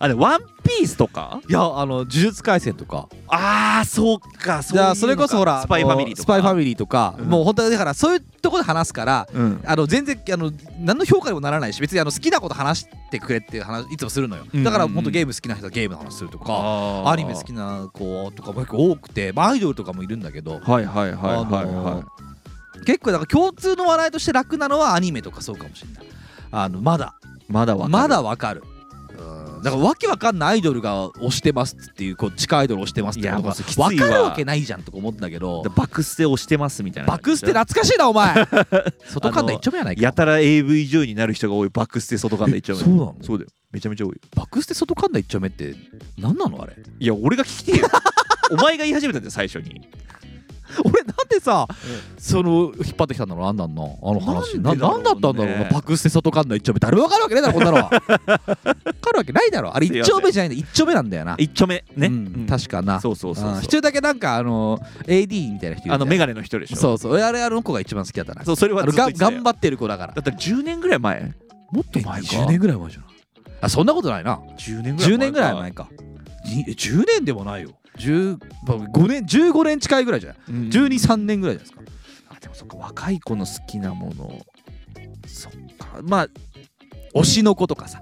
[SPEAKER 1] あれワンピースとか
[SPEAKER 2] あの呪術廻戦とか
[SPEAKER 1] ああそうかそう
[SPEAKER 2] じゃあそれこそほら
[SPEAKER 1] スパイファミリー
[SPEAKER 2] あの
[SPEAKER 1] とか
[SPEAKER 2] スパイファミリーとか、
[SPEAKER 1] うん
[SPEAKER 2] もう本当にだからそういうところで話すから
[SPEAKER 1] うん
[SPEAKER 2] あの全然あの何の評価にもならないし別にあの好きなこと話してくれっていう話いつもするのよ
[SPEAKER 1] うん
[SPEAKER 2] だから本当ゲーム好きな人はゲームの話するとか
[SPEAKER 1] あー
[SPEAKER 2] アニメ好きな子とかも結構多くて、まあ、アイドルとかもいるんだけど
[SPEAKER 1] はいはいはいはいは
[SPEAKER 2] 結構だから共通の笑いとして楽なのはアニメとかそうかもしれないあのまだ
[SPEAKER 1] いまだわかる
[SPEAKER 2] まだわかるうんだからわけわかんないアイドルが推してますっていうこう地下アイドル推してますってこと
[SPEAKER 1] いやも
[SPEAKER 2] が
[SPEAKER 1] うそれきついわ
[SPEAKER 2] わかるわけないじゃんとか思ったんだけど
[SPEAKER 1] 爆捨てをしてますみたいな
[SPEAKER 2] 爆捨て懐かしいなお 前外神田一丁目やないか
[SPEAKER 1] やたら AV 女優になる人が多い爆捨て外から行っちゃう
[SPEAKER 2] そうなの
[SPEAKER 1] そうだよめちゃめちゃ多いよ
[SPEAKER 2] 爆捨て外神田一丁目って何なのあれ
[SPEAKER 1] いや俺が聞きてえよ お前が言い始めたんだよ最初に
[SPEAKER 2] 俺なんでさ、その引っ張ってきたんだろうなんなんのあの話
[SPEAKER 1] な
[SPEAKER 2] なん
[SPEAKER 1] でだろう
[SPEAKER 2] なん
[SPEAKER 1] ね
[SPEAKER 2] だったんだろうな爆捨て外神田一丁目誰も分かるわけねえだろこ んなのは分かるわけないだろあれ一丁目じゃないんだ一丁目なんだよな
[SPEAKER 1] 一丁目ね、
[SPEAKER 2] うん確かな
[SPEAKER 1] そうそうそうそう
[SPEAKER 2] あー一人だけなんかあの AD みたいな人いるじゃん
[SPEAKER 1] あのメガネの人でしょ
[SPEAKER 2] そうそう俺あれあの子が一番好きだったな
[SPEAKER 1] そうそれは
[SPEAKER 2] あ
[SPEAKER 1] ず
[SPEAKER 2] の
[SPEAKER 1] っと
[SPEAKER 2] が
[SPEAKER 1] 言ってたよ
[SPEAKER 2] 頑張ってる子だから
[SPEAKER 1] だったら10年ぐらい前もっと前か
[SPEAKER 2] 10年ぐらい前じゃないあそんなことないな
[SPEAKER 1] 10年ぐらい
[SPEAKER 2] 10年ぐらい前かにえ10年でもないよ10 5年15年近いぐらいじゃない
[SPEAKER 1] うん
[SPEAKER 2] 1 2 3年ぐらいじゃないですか
[SPEAKER 1] あでもそっか若い子の好きなものそっかまあ
[SPEAKER 2] 推しの子とかさ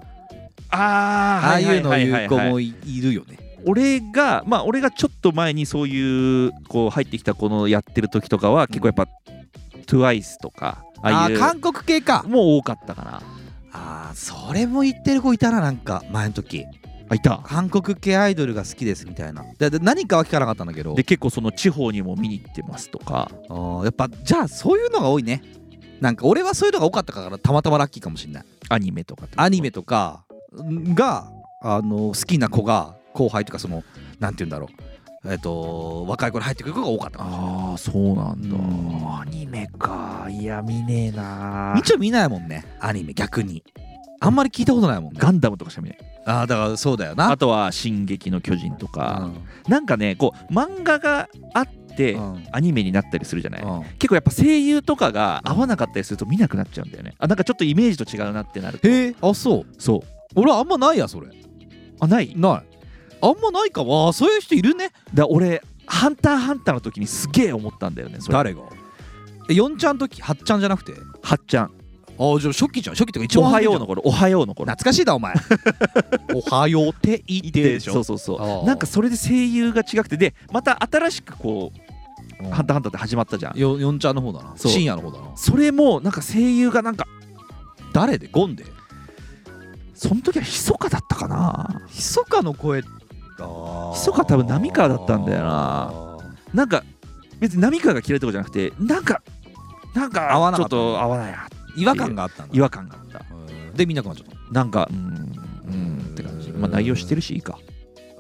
[SPEAKER 1] あー
[SPEAKER 2] ああいうのを
[SPEAKER 1] はは
[SPEAKER 2] 言う
[SPEAKER 1] は
[SPEAKER 2] 子
[SPEAKER 1] は
[SPEAKER 2] もいいるよね
[SPEAKER 1] 俺がまあ俺がちょっと前にそういうこう入ってきた子のやってる時とかは結構やっぱ TWICE とかあ
[SPEAKER 2] あ
[SPEAKER 1] あ
[SPEAKER 2] あ
[SPEAKER 1] い
[SPEAKER 2] ー
[SPEAKER 1] う
[SPEAKER 2] 韓国系か
[SPEAKER 1] もう多かったかな
[SPEAKER 2] ああそれも言ってる子いたななんか前の時
[SPEAKER 1] あいた
[SPEAKER 2] 韓国系アイドルが好きですみたいなでで何かは聞かなかったんだけど
[SPEAKER 1] で結構その地方にも見に行ってますとか
[SPEAKER 2] あーやっぱじゃあそういうのが多いねなんか俺はそういうのが多かったからたまたまラッキーかもしれない
[SPEAKER 1] アニメとかってこと
[SPEAKER 2] アニメとかがあの好きな子が後輩とかそのなんて言うんだろうえっ、と若い子に入ってくる子が多かったかもしれない
[SPEAKER 1] ああそうなんだ
[SPEAKER 2] うん
[SPEAKER 1] アニメかいや見ねえな
[SPEAKER 2] みちょ見ないもんねアニメ逆にあんまり聞いたことないもんね
[SPEAKER 1] ガンダムとかしか見ない
[SPEAKER 2] あーだからそうだよな
[SPEAKER 1] あとは「進撃の巨人」と
[SPEAKER 2] う
[SPEAKER 1] か、
[SPEAKER 2] ん
[SPEAKER 1] なんかねこう漫画があって、
[SPEAKER 2] うん
[SPEAKER 1] アニメになったりするじゃない、
[SPEAKER 2] うん
[SPEAKER 1] 結構やっぱ声優とかが合わなかったりすると見なくなっちゃうんだよねあなんかちょっとイメージと違うなってなると
[SPEAKER 2] へえあそう
[SPEAKER 1] そう
[SPEAKER 2] 俺はあんまないやそれない
[SPEAKER 1] あない
[SPEAKER 2] あんまないかもあーそういう人いるね
[SPEAKER 1] だ俺「ハンターハンター」の時にすげえ思ったんだよねそれ
[SPEAKER 2] 誰がえ4ちゃんとき8ちゃんじゃなくて
[SPEAKER 1] はっちゃん
[SPEAKER 2] ああじゃあ初期じゃん初期と
[SPEAKER 1] 「
[SPEAKER 2] か一
[SPEAKER 1] お
[SPEAKER 2] 番
[SPEAKER 1] は
[SPEAKER 2] 初期じゃん
[SPEAKER 1] よう」の頃「おはよう」の頃
[SPEAKER 2] 懐かしいだ お前おはようって言ってでし
[SPEAKER 1] そ
[SPEAKER 2] ょ
[SPEAKER 1] うそうそ
[SPEAKER 2] あ
[SPEAKER 1] う
[SPEAKER 2] ー
[SPEAKER 1] なんかそれで声優が違くてでまた新しくこう「ハンターハンター」って始まったじゃん
[SPEAKER 2] よよんちゃんの方だな
[SPEAKER 1] そう
[SPEAKER 2] 深夜の方だな
[SPEAKER 1] それもなんか声優がなんか
[SPEAKER 2] 誰でゴンで
[SPEAKER 1] その時はひそかだったかな
[SPEAKER 2] ひそかの声あ
[SPEAKER 1] ひそか多分波川だったんだよななんか別に波川が嫌いとかじゃなくてなんかなんか
[SPEAKER 2] 合わなかった
[SPEAKER 1] ちょっと合わないな
[SPEAKER 2] 違和感があったんだ
[SPEAKER 1] 違和感があった
[SPEAKER 2] うんで見なくなっちゃった
[SPEAKER 1] なんかうんうんって感じまあ内容してるしいいか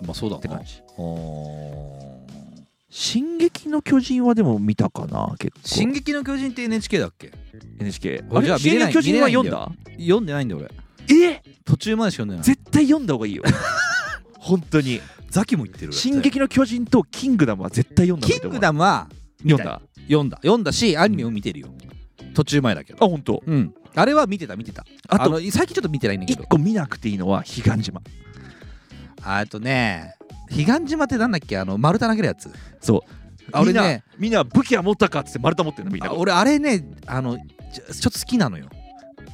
[SPEAKER 2] まあそうだ
[SPEAKER 1] って
[SPEAKER 2] な
[SPEAKER 1] 感じ
[SPEAKER 2] あー
[SPEAKER 1] 「進撃の巨人」はでも見たかな結構
[SPEAKER 2] 進撃の巨人って NHK だっけ
[SPEAKER 1] NHK
[SPEAKER 2] 俺じゃあ
[SPEAKER 1] 進
[SPEAKER 2] 見
[SPEAKER 1] 撃
[SPEAKER 2] れな
[SPEAKER 1] の
[SPEAKER 2] い
[SPEAKER 1] 巨人は
[SPEAKER 2] 見
[SPEAKER 1] 読
[SPEAKER 2] れないんだ
[SPEAKER 1] ん
[SPEAKER 2] よ
[SPEAKER 1] だ
[SPEAKER 2] 読んでないんだよ俺
[SPEAKER 1] え
[SPEAKER 2] 途中までしか読んでない
[SPEAKER 1] 絶対読んだ方 がいいよ本当に
[SPEAKER 2] ザキも言って
[SPEAKER 1] 「
[SPEAKER 2] る
[SPEAKER 1] 進撃の巨人」と「キングダム」は絶対読んだ
[SPEAKER 2] キングダムは
[SPEAKER 1] ム読んだ
[SPEAKER 2] 読んだ読んだしアニメを見てるよ途中前だけど
[SPEAKER 1] あ本当
[SPEAKER 2] うんあれは見てた見てた
[SPEAKER 1] あ
[SPEAKER 2] あ
[SPEAKER 1] と
[SPEAKER 2] の最近ちょっと見てないんだけど
[SPEAKER 1] 一個見なくていいのは彼岸島
[SPEAKER 2] あとね彼岸島ってなんだっけあの丸太投げるやつ
[SPEAKER 1] そう
[SPEAKER 2] あ俺ね
[SPEAKER 1] みんなみんな武器は持ったかっつって丸太持ってんのみんな
[SPEAKER 2] あ俺あれねあのちょちょっと好きなのよ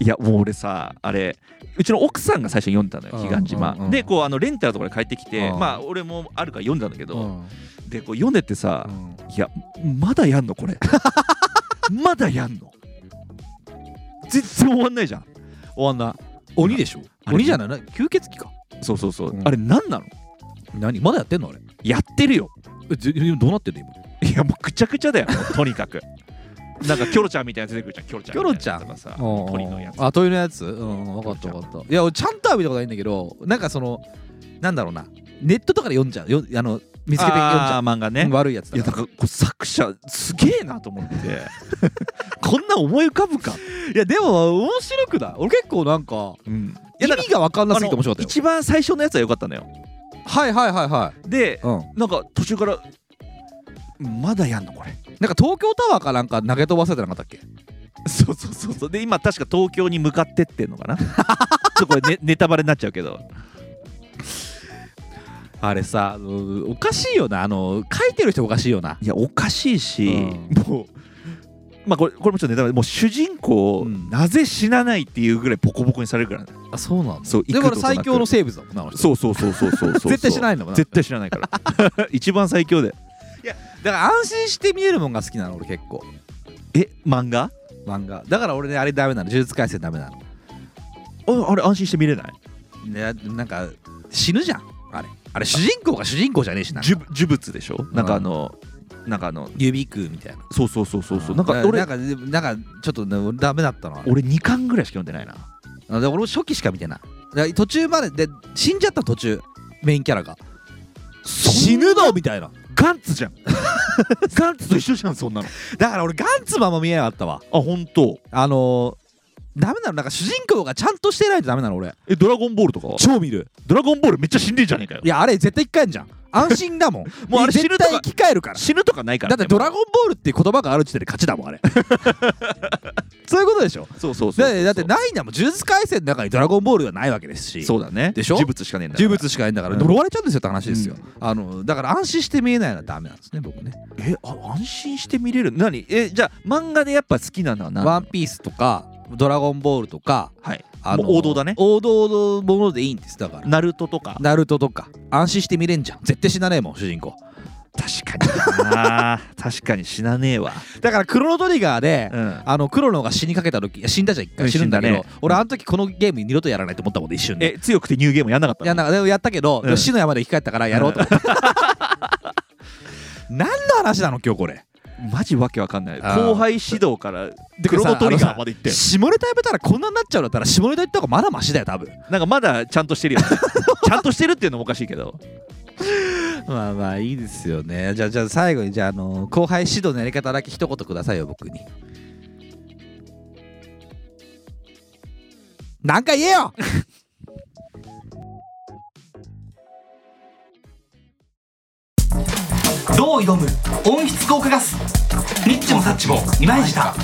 [SPEAKER 1] いやもう俺さあれうちの奥さんが最初に読んだのよ
[SPEAKER 2] うん
[SPEAKER 1] 彼岸島、
[SPEAKER 2] うんうん
[SPEAKER 1] でこうあのレンタルとかで帰ってきて、
[SPEAKER 2] うん
[SPEAKER 1] まあ俺もあるから読んだんだけど、
[SPEAKER 2] うん
[SPEAKER 1] でこう読んでってさ、
[SPEAKER 2] うん
[SPEAKER 1] いやまだやんの これまだやんの全然終わんないじゃん
[SPEAKER 2] 終わんな鬼でしょ
[SPEAKER 1] あれ
[SPEAKER 2] 鬼じゃないな吸血鬼か
[SPEAKER 1] そうそうそう、
[SPEAKER 2] うん
[SPEAKER 1] あれ何なの
[SPEAKER 2] 何まだやってんのあれ
[SPEAKER 1] やってるよ
[SPEAKER 2] えぜどうなってんの今
[SPEAKER 1] いやもうくちゃくちゃだよもうとにかくなんかキョロちゃんみたいなやつ出てくるじゃんキョロちゃんみたいなやつとかさ鳥のやつ
[SPEAKER 2] あ鳥のやつうん分かった分かったいや俺ちゃんとは見たことないんだけどなんかそのなんだろうなネットとかで読んじゃうよあの見つけて読んじゃ
[SPEAKER 1] あー漫画ね
[SPEAKER 2] う、悪いやつ
[SPEAKER 1] い
[SPEAKER 2] だ
[SPEAKER 1] や
[SPEAKER 2] か
[SPEAKER 1] なん
[SPEAKER 2] ら
[SPEAKER 1] かこう作者すげえなと思ってこんな思い浮かぶか、
[SPEAKER 2] いやでも面白くない俺結構なんか
[SPEAKER 1] うん、
[SPEAKER 2] 意味が分かんなすぎて面白かったよ
[SPEAKER 1] 一番最初のやつは良かったのよ
[SPEAKER 2] はいはいはいはい
[SPEAKER 1] で
[SPEAKER 2] うん、
[SPEAKER 1] なんか途中からまだやんのこれ
[SPEAKER 2] なんか東京タワーかなんか投げ飛ばされてなかったっけ
[SPEAKER 1] そうそうそうそうで今確か東京に向かってってんのかな ちょっとこれネネタバレになっちゃうけど
[SPEAKER 2] あれさあのおかしいよなあの書いてる人おかしいよない
[SPEAKER 1] やおかしいし、
[SPEAKER 2] う
[SPEAKER 1] もうまあこれこれもちょっとネタバレもう主人公、
[SPEAKER 2] うん
[SPEAKER 1] なぜ死なないっていうぐらいボコボコにされるから、ね、
[SPEAKER 2] あそうなん
[SPEAKER 1] そう
[SPEAKER 2] でもあ
[SPEAKER 1] 幾度とな
[SPEAKER 2] れ
[SPEAKER 1] く
[SPEAKER 2] 最強の生物だもんなあの人
[SPEAKER 1] そうそうそうそうそうそう
[SPEAKER 2] 絶対死なないんだもんな
[SPEAKER 1] 絶対死なないから一番最強で
[SPEAKER 2] だから安心して見えるもんが好きなの俺結構
[SPEAKER 1] え漫画
[SPEAKER 2] 漫画だから俺ねあれダメなの呪術廻戦ダメなの
[SPEAKER 1] ああれ安心して見れない
[SPEAKER 2] ねなんか死ぬじゃんあれあれ主人公が主人公じゃねえしな
[SPEAKER 1] 呪呪物でしょなんかあのなんかあの
[SPEAKER 2] 指食うみたいな
[SPEAKER 1] そうそうそうそうそうなん
[SPEAKER 2] だ
[SPEAKER 1] か
[SPEAKER 2] ら
[SPEAKER 1] 俺
[SPEAKER 2] なんかでもなんかちょっとね俺ダメだったのあれ
[SPEAKER 1] 俺2巻ぐらいしか読んでないな
[SPEAKER 2] あで俺も初期しか見てないだから途中までで死んじゃった途中メインキャラが死ぬのみたいな
[SPEAKER 1] ガンツ じゃんガンツと一緒じゃんそんなの
[SPEAKER 2] だから俺ガンツマンも見えなかったわ
[SPEAKER 1] あ本当。
[SPEAKER 2] あのー、ダメなのなんか主人公がちゃんとしてないとダメなの俺
[SPEAKER 1] えドラゴンボールとかは
[SPEAKER 2] 超見る
[SPEAKER 1] ドラゴンボールめっちゃ死んでんじゃねえかよ
[SPEAKER 2] いやあれ絶対生き返んじゃん安心 だもん
[SPEAKER 1] もうあれ死ぬ
[SPEAKER 2] 絶
[SPEAKER 1] とか
[SPEAKER 2] 対生き返るから
[SPEAKER 1] 死ぬとかないから
[SPEAKER 2] だ
[SPEAKER 1] ね、
[SPEAKER 2] ってドラゴンボールっていう言葉がある時点で勝ちだもんあれ そういうことでしょ
[SPEAKER 1] もうそうそうそう
[SPEAKER 2] だっ
[SPEAKER 1] そう
[SPEAKER 2] てだってないんだもん呪術廻戦の中にドラゴンボールはないわけですし
[SPEAKER 1] そうだね
[SPEAKER 2] でしょ
[SPEAKER 1] 呪物しかねえんだ
[SPEAKER 2] 呪物しかないんだから
[SPEAKER 1] うん
[SPEAKER 2] 呪われちゃうんですよって話ですよ、
[SPEAKER 1] う
[SPEAKER 2] あのだから安心して見えないのはダメなんですね僕ね
[SPEAKER 1] えあ安心して見れる何えじゃあ漫画でやっぱ好きなのは
[SPEAKER 2] 「
[SPEAKER 1] 何
[SPEAKER 2] ワンピースとか「ドラゴンボール」とか、
[SPEAKER 1] はい
[SPEAKER 2] あの
[SPEAKER 1] もう王道だね
[SPEAKER 2] 王道のものでいいんですだから
[SPEAKER 1] ナルトと か
[SPEAKER 2] ナルトとか安心して見れんじゃん絶対死なねえもん主人公
[SPEAKER 1] 確かにな確かに死なねえわ
[SPEAKER 2] だからクロノトリガーで、
[SPEAKER 1] うん
[SPEAKER 2] あのクロノが死にかけた時いや死んだじゃん
[SPEAKER 1] う
[SPEAKER 2] 一回
[SPEAKER 1] ん
[SPEAKER 2] 死ぬんだけど
[SPEAKER 1] 死んだね
[SPEAKER 2] 俺あの時このゲーム二度とやらないと思ったもんで一瞬で
[SPEAKER 1] え強くてニューゲームやんなかった
[SPEAKER 2] いや
[SPEAKER 1] の
[SPEAKER 2] なんかでもやったけど、
[SPEAKER 1] うん
[SPEAKER 2] でも死の山で生き返ったからやろうと思って、 何の話なの今日これ
[SPEAKER 1] マジわけわかんない
[SPEAKER 2] あー
[SPEAKER 1] 後輩指導から
[SPEAKER 2] で
[SPEAKER 1] クロノトリガーまで行って
[SPEAKER 2] さ下ネタやめたらこんなになっちゃうんだったら下ネタ言った方がまだマシだよ多分
[SPEAKER 1] なんかまだちゃんとして るよねちゃんとしてるっていうのもおかしいけど
[SPEAKER 2] まあまあいいですよねじゃあじゃあ最後にじゃあ、あの後輩指導のやり方だけ一言くださいよ僕になんか言えよ
[SPEAKER 5] どう挑む温室効果ガスニッチもサッチも二枚舌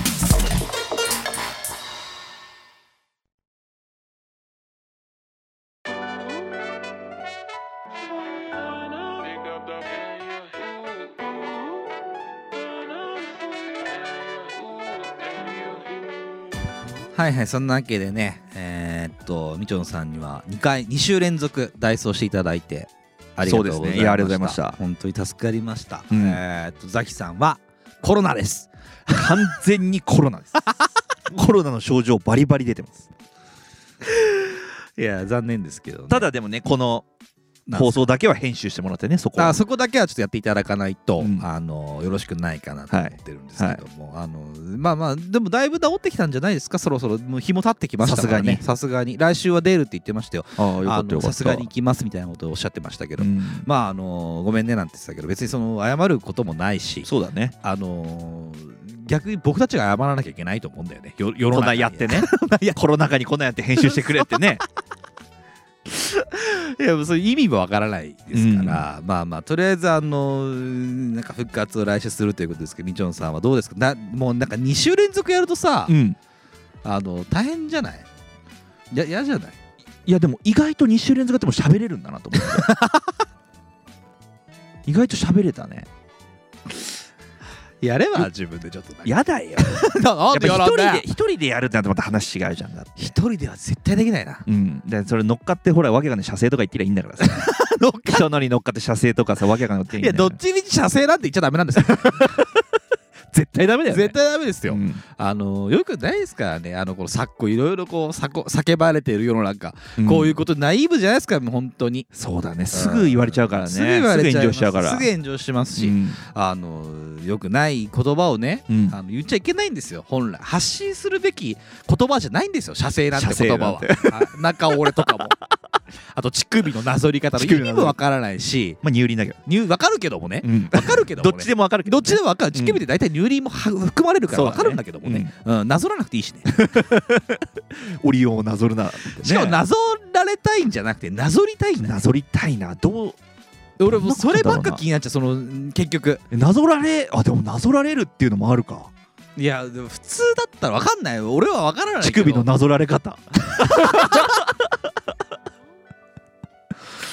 [SPEAKER 2] はいはいそんなわけでねえーっとみちょんさんには2回2週連続ダイソーしていただいてありがとうございま
[SPEAKER 1] そ
[SPEAKER 2] した
[SPEAKER 1] うですねいやありがとうございました
[SPEAKER 2] 本当に助かりました、
[SPEAKER 1] うん
[SPEAKER 2] えーっとザキさんはコロナです
[SPEAKER 1] 完全にコロナですコロナの症状バリバリ出てます
[SPEAKER 2] いや残念ですけど、
[SPEAKER 1] ただでもねこの放送だけは編集してもらってねそこ
[SPEAKER 2] だか
[SPEAKER 1] は
[SPEAKER 2] らそこだけはちょっとやっていただかないと、
[SPEAKER 1] うん
[SPEAKER 2] あのよろしくないかなと思ってるんですけども、あのまあまあでもだいぶ治ってきたんじゃないですかそろそろもう日も経ってきましたからねさすがに来週は出るって言ってましたよ
[SPEAKER 1] ああよか
[SPEAKER 2] あ
[SPEAKER 1] ったよ
[SPEAKER 2] の
[SPEAKER 1] かった
[SPEAKER 2] さすがに行きますみたいなことをおっしゃってましたけど、
[SPEAKER 1] うん
[SPEAKER 2] まああのごめんねなんて言ってたけど別にその謝ることもないし
[SPEAKER 1] そうだね
[SPEAKER 2] あの逆に僕たちが謝らなきゃいけないと思うんだよねよ世
[SPEAKER 1] こ
[SPEAKER 2] の
[SPEAKER 1] んな
[SPEAKER 2] 中
[SPEAKER 1] ん
[SPEAKER 2] に
[SPEAKER 1] やってねコロナ禍にこんなんやって編集してくれって ね
[SPEAKER 2] いやそういう意味もわからないですから、まあまあとりあえずあのーなんか復活を来週するということですけどみちょんさんはどうですかなもうなんか2週連続やるとさ、
[SPEAKER 1] うん
[SPEAKER 2] あの大変じゃないや嫌じゃない
[SPEAKER 1] いやでも意外と2週連続やっても喋れるんだなと思って 意外と喋れたね
[SPEAKER 2] やれば自分でちょっとなんか
[SPEAKER 1] やだよ
[SPEAKER 2] な
[SPEAKER 1] や
[SPEAKER 2] ん
[SPEAKER 1] っぱ
[SPEAKER 2] でや
[SPEAKER 1] 一
[SPEAKER 2] らん
[SPEAKER 1] 人
[SPEAKER 2] だ
[SPEAKER 1] で
[SPEAKER 2] よ
[SPEAKER 1] 一人でやるってなるとまた話違うじゃんだって
[SPEAKER 2] 一人では絶対できないな
[SPEAKER 1] うんでそれ乗っかってほらわけがね射精とか言ってりゃいいんだからさ
[SPEAKER 2] 乗っか
[SPEAKER 1] 人 のに乗っかって射精とかさわけがね乗ってり
[SPEAKER 2] い
[SPEAKER 1] ゃいい
[SPEAKER 2] や
[SPEAKER 1] んだ
[SPEAKER 2] ど
[SPEAKER 1] から
[SPEAKER 2] っちに射精なんて言っちゃダメなんですよ
[SPEAKER 1] 絶対ダメだよ、ね、
[SPEAKER 2] 絶対ダメですよ、
[SPEAKER 1] うん
[SPEAKER 2] あのよくないですからねあのこの昨今いろいろこうさこ叫ばれている世の中、
[SPEAKER 1] うん
[SPEAKER 2] こういうことナイーブじゃないですかもう本当に
[SPEAKER 1] そうだねすぐ言われちゃうからね
[SPEAKER 2] すぐ言われちゃいま
[SPEAKER 1] すぐ炎上し
[SPEAKER 2] す
[SPEAKER 1] ちゃうから
[SPEAKER 2] すぐ炎上しますし、
[SPEAKER 1] うん
[SPEAKER 2] あのよくない言葉をね、
[SPEAKER 1] うん
[SPEAKER 2] あの言っちゃいけないんですよ本来発信するべき言葉じゃないんですよ射精なんて
[SPEAKER 1] 射精
[SPEAKER 2] 言葉
[SPEAKER 1] な
[SPEAKER 2] は
[SPEAKER 1] んて
[SPEAKER 2] あ中俺とかもあと乳首のなぞり方の意味もわからないし
[SPEAKER 1] まあ、乳輪だけど。
[SPEAKER 2] 乳わかるけどもね
[SPEAKER 1] うん
[SPEAKER 2] わかるけども
[SPEAKER 1] どっ
[SPEAKER 2] ね
[SPEAKER 1] ちでもわかるけ
[SPEAKER 2] ど
[SPEAKER 1] ど
[SPEAKER 2] っちでもわかる乳首って大体乳輪もは含まれるからわかるんだけどもねうんなぞらなくていい しね
[SPEAKER 1] オリオンをなぞるな。
[SPEAKER 2] しかもなぞられたいんじゃなくてなぞりたいんだ
[SPEAKER 1] なぞりたいな。どう
[SPEAKER 2] 俺もうそればっか気になっちゃうその結局
[SPEAKER 1] なぞられ、あ、でもなぞられるっていうのもあるか。
[SPEAKER 2] いやでも普通だったらわかんない俺はわからない
[SPEAKER 1] 乳
[SPEAKER 2] けど
[SPEAKER 1] 首のなぞられ 方。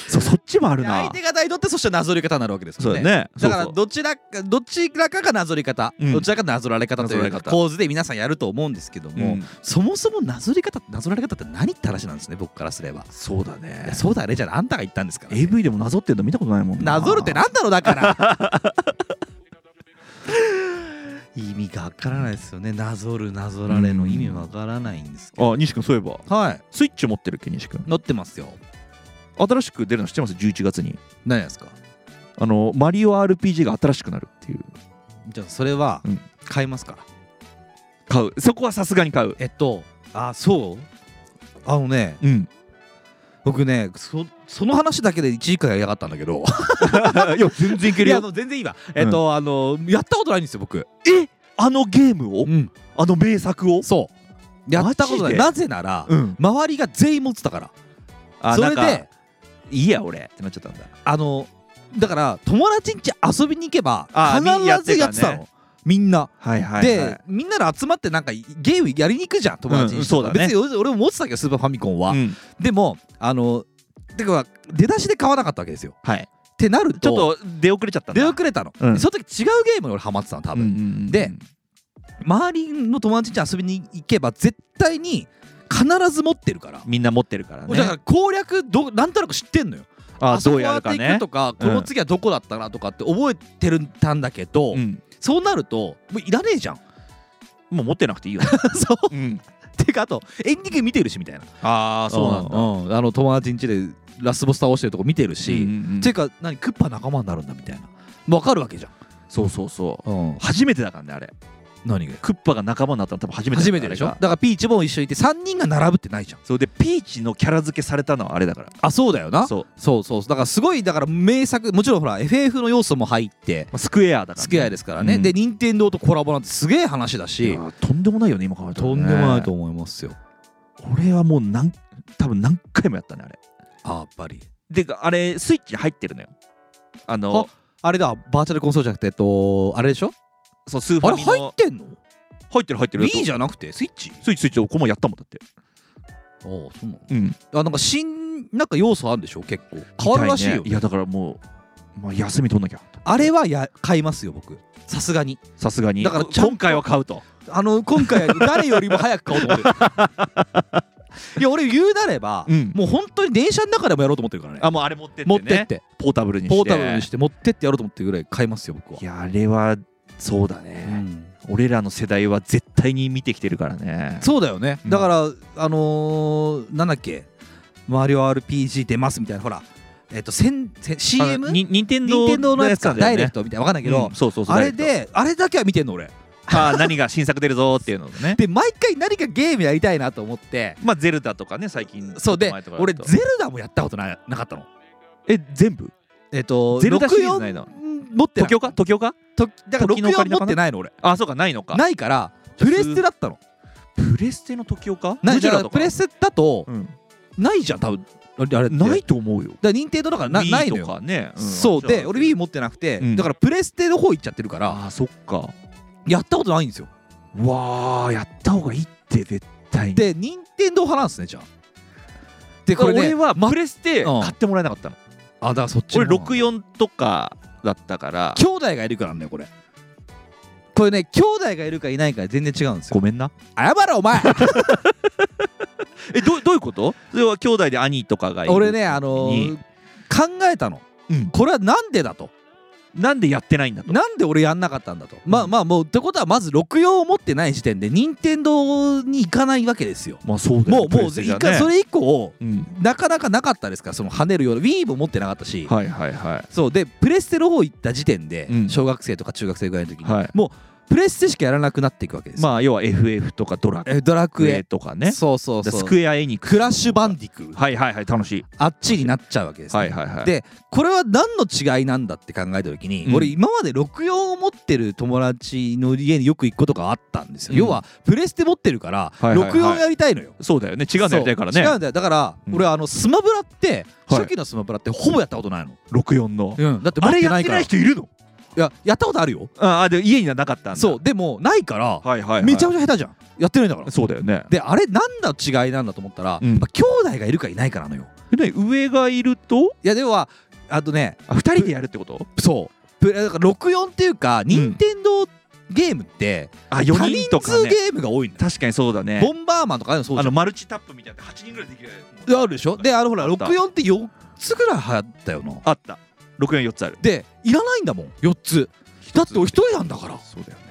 [SPEAKER 1] そう、そっちもある
[SPEAKER 2] で
[SPEAKER 1] な
[SPEAKER 2] 相。手方にとってそしたらなぞり方になるわけですもんね
[SPEAKER 1] ね
[SPEAKER 2] だから
[SPEAKER 1] そう
[SPEAKER 2] どちらかどちらかがなぞり方、
[SPEAKER 1] うん
[SPEAKER 2] どちらかなぞられ方とい
[SPEAKER 1] なぞられ
[SPEAKER 2] う
[SPEAKER 1] 方
[SPEAKER 2] 構図で皆さんやると思うんですけども、
[SPEAKER 1] うん
[SPEAKER 2] そもそもなぞり方ってなぞられ方って何って話なんですね僕からすれば、
[SPEAKER 1] そうだ
[SPEAKER 2] いや
[SPEAKER 1] ね。
[SPEAKER 2] そうだよねじゃああんたが言ったんですから、
[SPEAKER 1] AV でもなぞってんの見たことないもん
[SPEAKER 2] なぞるってなんだろうだから 意味がわからないですよねなぞるなぞられの意味わからないんですけど、
[SPEAKER 1] あ西君そういえば
[SPEAKER 2] はい
[SPEAKER 1] スイッチ持ってるっけ西君
[SPEAKER 2] 乗ってますよ
[SPEAKER 1] 新しく出るの知ってます11月に
[SPEAKER 2] 何ですか
[SPEAKER 1] あのマリオ RPG が新しくなるっていう
[SPEAKER 2] じゃあそれは
[SPEAKER 1] うん
[SPEAKER 2] 買いますから、
[SPEAKER 1] 買うそこはさすがに買う
[SPEAKER 2] えっとあそうあのね
[SPEAKER 1] うん
[SPEAKER 2] 僕ねそその話だけで1時間やりやがったんだけ ど
[SPEAKER 1] いや全然いけ
[SPEAKER 2] い
[SPEAKER 1] る
[SPEAKER 2] やあ
[SPEAKER 1] よ
[SPEAKER 2] の全然いいわえっと、あのやったことないんですよ僕
[SPEAKER 1] あのゲームを
[SPEAKER 2] ん
[SPEAKER 1] あの名作を
[SPEAKER 2] そうやったこと
[SPEAKER 1] マ
[SPEAKER 2] な
[SPEAKER 1] ジ
[SPEAKER 2] い
[SPEAKER 1] で
[SPEAKER 2] なぜなら、
[SPEAKER 1] うん
[SPEAKER 2] 周りが全員持ってたから
[SPEAKER 1] あ
[SPEAKER 2] それ
[SPEAKER 1] なんか
[SPEAKER 2] で
[SPEAKER 1] いいや俺ってなっちゃったんだ
[SPEAKER 2] あのだから友達ん家遊びに行けば
[SPEAKER 1] あみやって
[SPEAKER 2] 必ず
[SPEAKER 1] たね
[SPEAKER 2] やってたのみんな、
[SPEAKER 1] はいは
[SPEAKER 2] でみんなで集まってなんかゲームやりに行くじゃん友達に、
[SPEAKER 1] うんそうだね
[SPEAKER 2] 別に俺俺も持ってたけどスーパーファミコンは、
[SPEAKER 1] うん
[SPEAKER 2] でもあのてか出だしで買わなかったわけですよ
[SPEAKER 1] はい
[SPEAKER 2] ってなると
[SPEAKER 1] ちょっと出遅れちゃったんだ
[SPEAKER 2] 出遅れたの、
[SPEAKER 1] うん
[SPEAKER 2] その時違うゲームに俺ハマってたの多分、
[SPEAKER 1] うんうんうん
[SPEAKER 2] で周りの友達ん家遊びに行けば絶対に必ず持ってるから、
[SPEAKER 1] みんな持ってるからね
[SPEAKER 2] だから攻略どなんとなく知ってんのよ
[SPEAKER 1] あど
[SPEAKER 2] そこ
[SPEAKER 1] うや
[SPEAKER 2] やっ
[SPEAKER 1] る
[SPEAKER 2] て
[SPEAKER 1] か
[SPEAKER 2] いく
[SPEAKER 1] ね
[SPEAKER 2] とか、この次はどこだったなとかって覚えてるんたんだけど、
[SPEAKER 1] うん
[SPEAKER 2] そうなるともういらねえじゃん
[SPEAKER 1] もう持ってなくていいよ
[SPEAKER 2] そう
[SPEAKER 1] うん
[SPEAKER 2] てかあとエンディング見てるしみたいな
[SPEAKER 1] あ
[SPEAKER 2] あ
[SPEAKER 1] あそうなんだ
[SPEAKER 2] んあの友達ん家でラスボス倒してるとこ見てるし、
[SPEAKER 1] うんうんうん
[SPEAKER 2] ていうか何クッパ仲間になるんだみたいな分かるわけじゃん、
[SPEAKER 1] そうそうそう
[SPEAKER 2] うん、
[SPEAKER 1] 初めてだからねあれ
[SPEAKER 2] 何が
[SPEAKER 1] クッパが仲間になったの多分初めてだ
[SPEAKER 2] 初
[SPEAKER 1] から
[SPEAKER 2] めてでしょ
[SPEAKER 1] あれ
[SPEAKER 2] だ
[SPEAKER 1] が
[SPEAKER 2] からピーチも一緒にいて3人が並ぶってないじゃん
[SPEAKER 1] そうでピーチのキャラ付けされたのはあれだから
[SPEAKER 2] あそうだよなそう
[SPEAKER 1] そう、ま
[SPEAKER 2] そうだからすごいだから名作もちろんほら FF の要素も入って
[SPEAKER 1] あ、スクエアだから、ね、
[SPEAKER 2] スクエアですからね、
[SPEAKER 1] うん
[SPEAKER 2] で任天堂とコラボなんてすげえ話だ
[SPEAKER 1] い
[SPEAKER 2] し
[SPEAKER 1] やとんでもないよね今考えたらね
[SPEAKER 2] 思いますよ
[SPEAKER 1] 俺はもうなん多分何回もやったねあれ
[SPEAKER 2] あやっぱり
[SPEAKER 1] でかあれスイッチに入ってるのよあの
[SPEAKER 2] あれだバーチャルコンソールじゃなくてえっとあれでしょ
[SPEAKER 1] そうスーフ
[SPEAKER 2] あ
[SPEAKER 1] ァミ
[SPEAKER 2] れ
[SPEAKER 1] の
[SPEAKER 2] 入ってんの
[SPEAKER 1] 入ってる入ってる
[SPEAKER 2] Wii じゃなくてスイッチ
[SPEAKER 1] スイッチスイッチおこもやったもんだって
[SPEAKER 2] ああそうなの
[SPEAKER 1] うん
[SPEAKER 2] あなんか新なんか要素あるんでしょ結構変わるらしいよ、
[SPEAKER 1] 痛ねいやだからもう、まあ、休み取んなきゃ
[SPEAKER 2] あれはや買いますよ僕さすがに
[SPEAKER 1] さすがに
[SPEAKER 2] だからちゃんと
[SPEAKER 1] 今回は買うと
[SPEAKER 2] あの今 回は誰よりも早く買おうと思 ってるいや俺言うなれば、
[SPEAKER 1] うん
[SPEAKER 2] もう本当に電車の中でもやろうと思ってるからね
[SPEAKER 1] あもうあれ持ってって、ね、
[SPEAKER 2] 持ってって
[SPEAKER 1] ポータブルにして
[SPEAKER 2] ポータブルにして持ってってやろうと思ってるぐらい買いますよ僕はい
[SPEAKER 1] やあれはそうだ
[SPEAKER 2] う
[SPEAKER 1] ね、
[SPEAKER 2] ん
[SPEAKER 1] 俺らの世代は絶対に見てきてるからね
[SPEAKER 2] そうだよね、
[SPEAKER 1] うん
[SPEAKER 2] だからあのー、なんだっけマリオ RPG 出ますみたいなほらえっ、とせんせん CM? 任
[SPEAKER 1] 任天堂
[SPEAKER 2] 天堂のやつか
[SPEAKER 1] だ
[SPEAKER 2] ダ
[SPEAKER 1] よ
[SPEAKER 2] イ
[SPEAKER 1] ね
[SPEAKER 2] レクトみたいなわかんないけど、
[SPEAKER 1] うんそうそうそう
[SPEAKER 2] あれ
[SPEAKER 1] ダイレク
[SPEAKER 2] であれだけは見てんの俺
[SPEAKER 1] トあー何が新作出るぞーっていうのね
[SPEAKER 2] で毎回何かゲームやりたいなと思って
[SPEAKER 1] まあゼルダとかね最近
[SPEAKER 2] そうで
[SPEAKER 1] 前とかだと
[SPEAKER 2] 俺ゼルダもやったことななかったの
[SPEAKER 1] え全部
[SPEAKER 2] えっ、と
[SPEAKER 1] ゼルダシリーズないの
[SPEAKER 2] 64持って
[SPEAKER 1] 時
[SPEAKER 2] ない
[SPEAKER 1] 岡時岡
[SPEAKER 2] とだから
[SPEAKER 1] 時のオカリ
[SPEAKER 2] 64
[SPEAKER 1] ナか
[SPEAKER 2] 持
[SPEAKER 1] な
[SPEAKER 2] ってないの俺
[SPEAKER 1] あそうかないのか
[SPEAKER 2] ないから
[SPEAKER 1] じゃ
[SPEAKER 2] プ
[SPEAKER 1] あ
[SPEAKER 2] レステだったの
[SPEAKER 1] プレステの時岡
[SPEAKER 2] ない
[SPEAKER 1] ゴジ
[SPEAKER 2] だ
[SPEAKER 1] ラと
[SPEAKER 2] から
[SPEAKER 1] か
[SPEAKER 2] プレステだと
[SPEAKER 1] うん
[SPEAKER 2] ないじゃん多分あれあれって
[SPEAKER 1] ないと思うよ
[SPEAKER 2] だから任天堂だからな
[SPEAKER 1] Wii
[SPEAKER 2] ないの
[SPEAKER 1] と
[SPEAKER 2] よ
[SPEAKER 1] かねん
[SPEAKER 2] そう
[SPEAKER 1] じゃあ
[SPEAKER 2] で俺 Wii 持ってなくて、
[SPEAKER 1] うん
[SPEAKER 2] だからプレステの方行っちゃってるから
[SPEAKER 1] あーそっか
[SPEAKER 2] やったことないんですよ
[SPEAKER 1] わあやった方がいいって絶対に
[SPEAKER 2] で任天堂派なんですねじゃあでこれね
[SPEAKER 1] 俺はプレステ
[SPEAKER 2] うん
[SPEAKER 1] 買ってもらえなかったの
[SPEAKER 2] あだからそっち
[SPEAKER 1] 俺
[SPEAKER 2] の方
[SPEAKER 1] 64とかだったから
[SPEAKER 2] 兄弟がいるからなんだよこれこれね兄弟がいるかいないかで全然違うんですよ
[SPEAKER 1] ごめんな
[SPEAKER 2] 謝れお 前
[SPEAKER 1] えどうどういうことそれは兄弟で兄とかがいる
[SPEAKER 2] 俺ねあのー
[SPEAKER 1] に
[SPEAKER 2] 考えたの、
[SPEAKER 1] うん
[SPEAKER 2] これはなんでだと
[SPEAKER 1] なんでやってないんだと
[SPEAKER 2] なんで俺やんなかったんだと、まあまあもうってことはまず64を持ってない時点で任天堂に行かないわけですよ
[SPEAKER 1] まあそうだよね
[SPEAKER 2] もうもう
[SPEAKER 1] プレステじゃ
[SPEAKER 2] 一
[SPEAKER 1] ね
[SPEAKER 2] 回それ以降
[SPEAKER 1] うん
[SPEAKER 2] なかなかなかったですからその跳ねるような Wii も持ってなかったし、
[SPEAKER 1] はいはいはい
[SPEAKER 2] そうでプレステの方行った時点で、
[SPEAKER 1] うん
[SPEAKER 2] 小学生とか中学生ぐらいの時に、
[SPEAKER 1] はい
[SPEAKER 2] もうプレステしかやらなくなっていくわけですよ、
[SPEAKER 1] まあ要は FF とかドラ
[SPEAKER 2] えドラク
[SPEAKER 1] ク
[SPEAKER 2] エ
[SPEAKER 1] エとかね
[SPEAKER 2] そうそう
[SPEAKER 1] だから
[SPEAKER 2] そ
[SPEAKER 1] ス
[SPEAKER 2] う
[SPEAKER 1] クエアエニックス
[SPEAKER 2] クラッシュバンディクー
[SPEAKER 1] はいはいはい楽しい
[SPEAKER 2] あっちになっちゃうわけですね、
[SPEAKER 1] はいはいはい
[SPEAKER 2] でこれは何の違いなんだって考えた時に、
[SPEAKER 1] うん
[SPEAKER 2] 俺今まで64を持ってる友達の家によく行くことがあったんですよ、
[SPEAKER 1] うん
[SPEAKER 2] 要はプレステ持ってるか
[SPEAKER 1] は
[SPEAKER 2] ら
[SPEAKER 1] いはいはい
[SPEAKER 2] 64やりたいのよ、
[SPEAKER 1] そうだよね違うのやりたいから
[SPEAKER 2] そう違う
[SPEAKER 1] ね
[SPEAKER 2] んだよだから、
[SPEAKER 1] うん
[SPEAKER 2] 俺あのスマブラって、
[SPEAKER 1] はい
[SPEAKER 2] 初期のスマブラってほぼやったことないの、
[SPEAKER 1] 64の
[SPEAKER 2] うん、だって持
[SPEAKER 1] あ
[SPEAKER 2] っ
[SPEAKER 1] れ
[SPEAKER 2] て
[SPEAKER 1] や
[SPEAKER 2] な
[SPEAKER 1] っ
[SPEAKER 2] い
[SPEAKER 1] て
[SPEAKER 2] か
[SPEAKER 1] な
[SPEAKER 2] ら
[SPEAKER 1] い
[SPEAKER 2] い
[SPEAKER 1] 人いるの
[SPEAKER 2] ややったことあるよ
[SPEAKER 1] ああで家にはなかったんだ
[SPEAKER 2] そうでもないから、
[SPEAKER 1] はいはいはい
[SPEAKER 2] めちゃめちゃ下手じゃんやってないんだから
[SPEAKER 1] そうだよね
[SPEAKER 2] であれ何の違いなんだと思ったら、
[SPEAKER 1] うん
[SPEAKER 2] やっぱ兄弟がいるかいないかなのよ
[SPEAKER 1] で上がいると
[SPEAKER 2] いやではあとね
[SPEAKER 1] あ二人でやるってこと
[SPEAKER 2] そうプレだから64っていうか任天堂ゲームって
[SPEAKER 1] あ
[SPEAKER 2] 多
[SPEAKER 1] 四
[SPEAKER 2] 人
[SPEAKER 1] 人とか
[SPEAKER 2] 数
[SPEAKER 1] ね
[SPEAKER 2] ゲームが多いんだよ、
[SPEAKER 1] 確かにそうだね
[SPEAKER 2] ボンバーマンとかああいうのそう
[SPEAKER 1] あ
[SPEAKER 2] じ
[SPEAKER 1] の
[SPEAKER 2] ゃん
[SPEAKER 1] マルチタップみたいな8人ぐらいできる
[SPEAKER 2] であるでしょであのほら
[SPEAKER 1] あった
[SPEAKER 2] 64って4つぐらい流行ったよな
[SPEAKER 1] あった644つある
[SPEAKER 2] でいらないんだもん4つだってお一人なんだから
[SPEAKER 1] そうだよね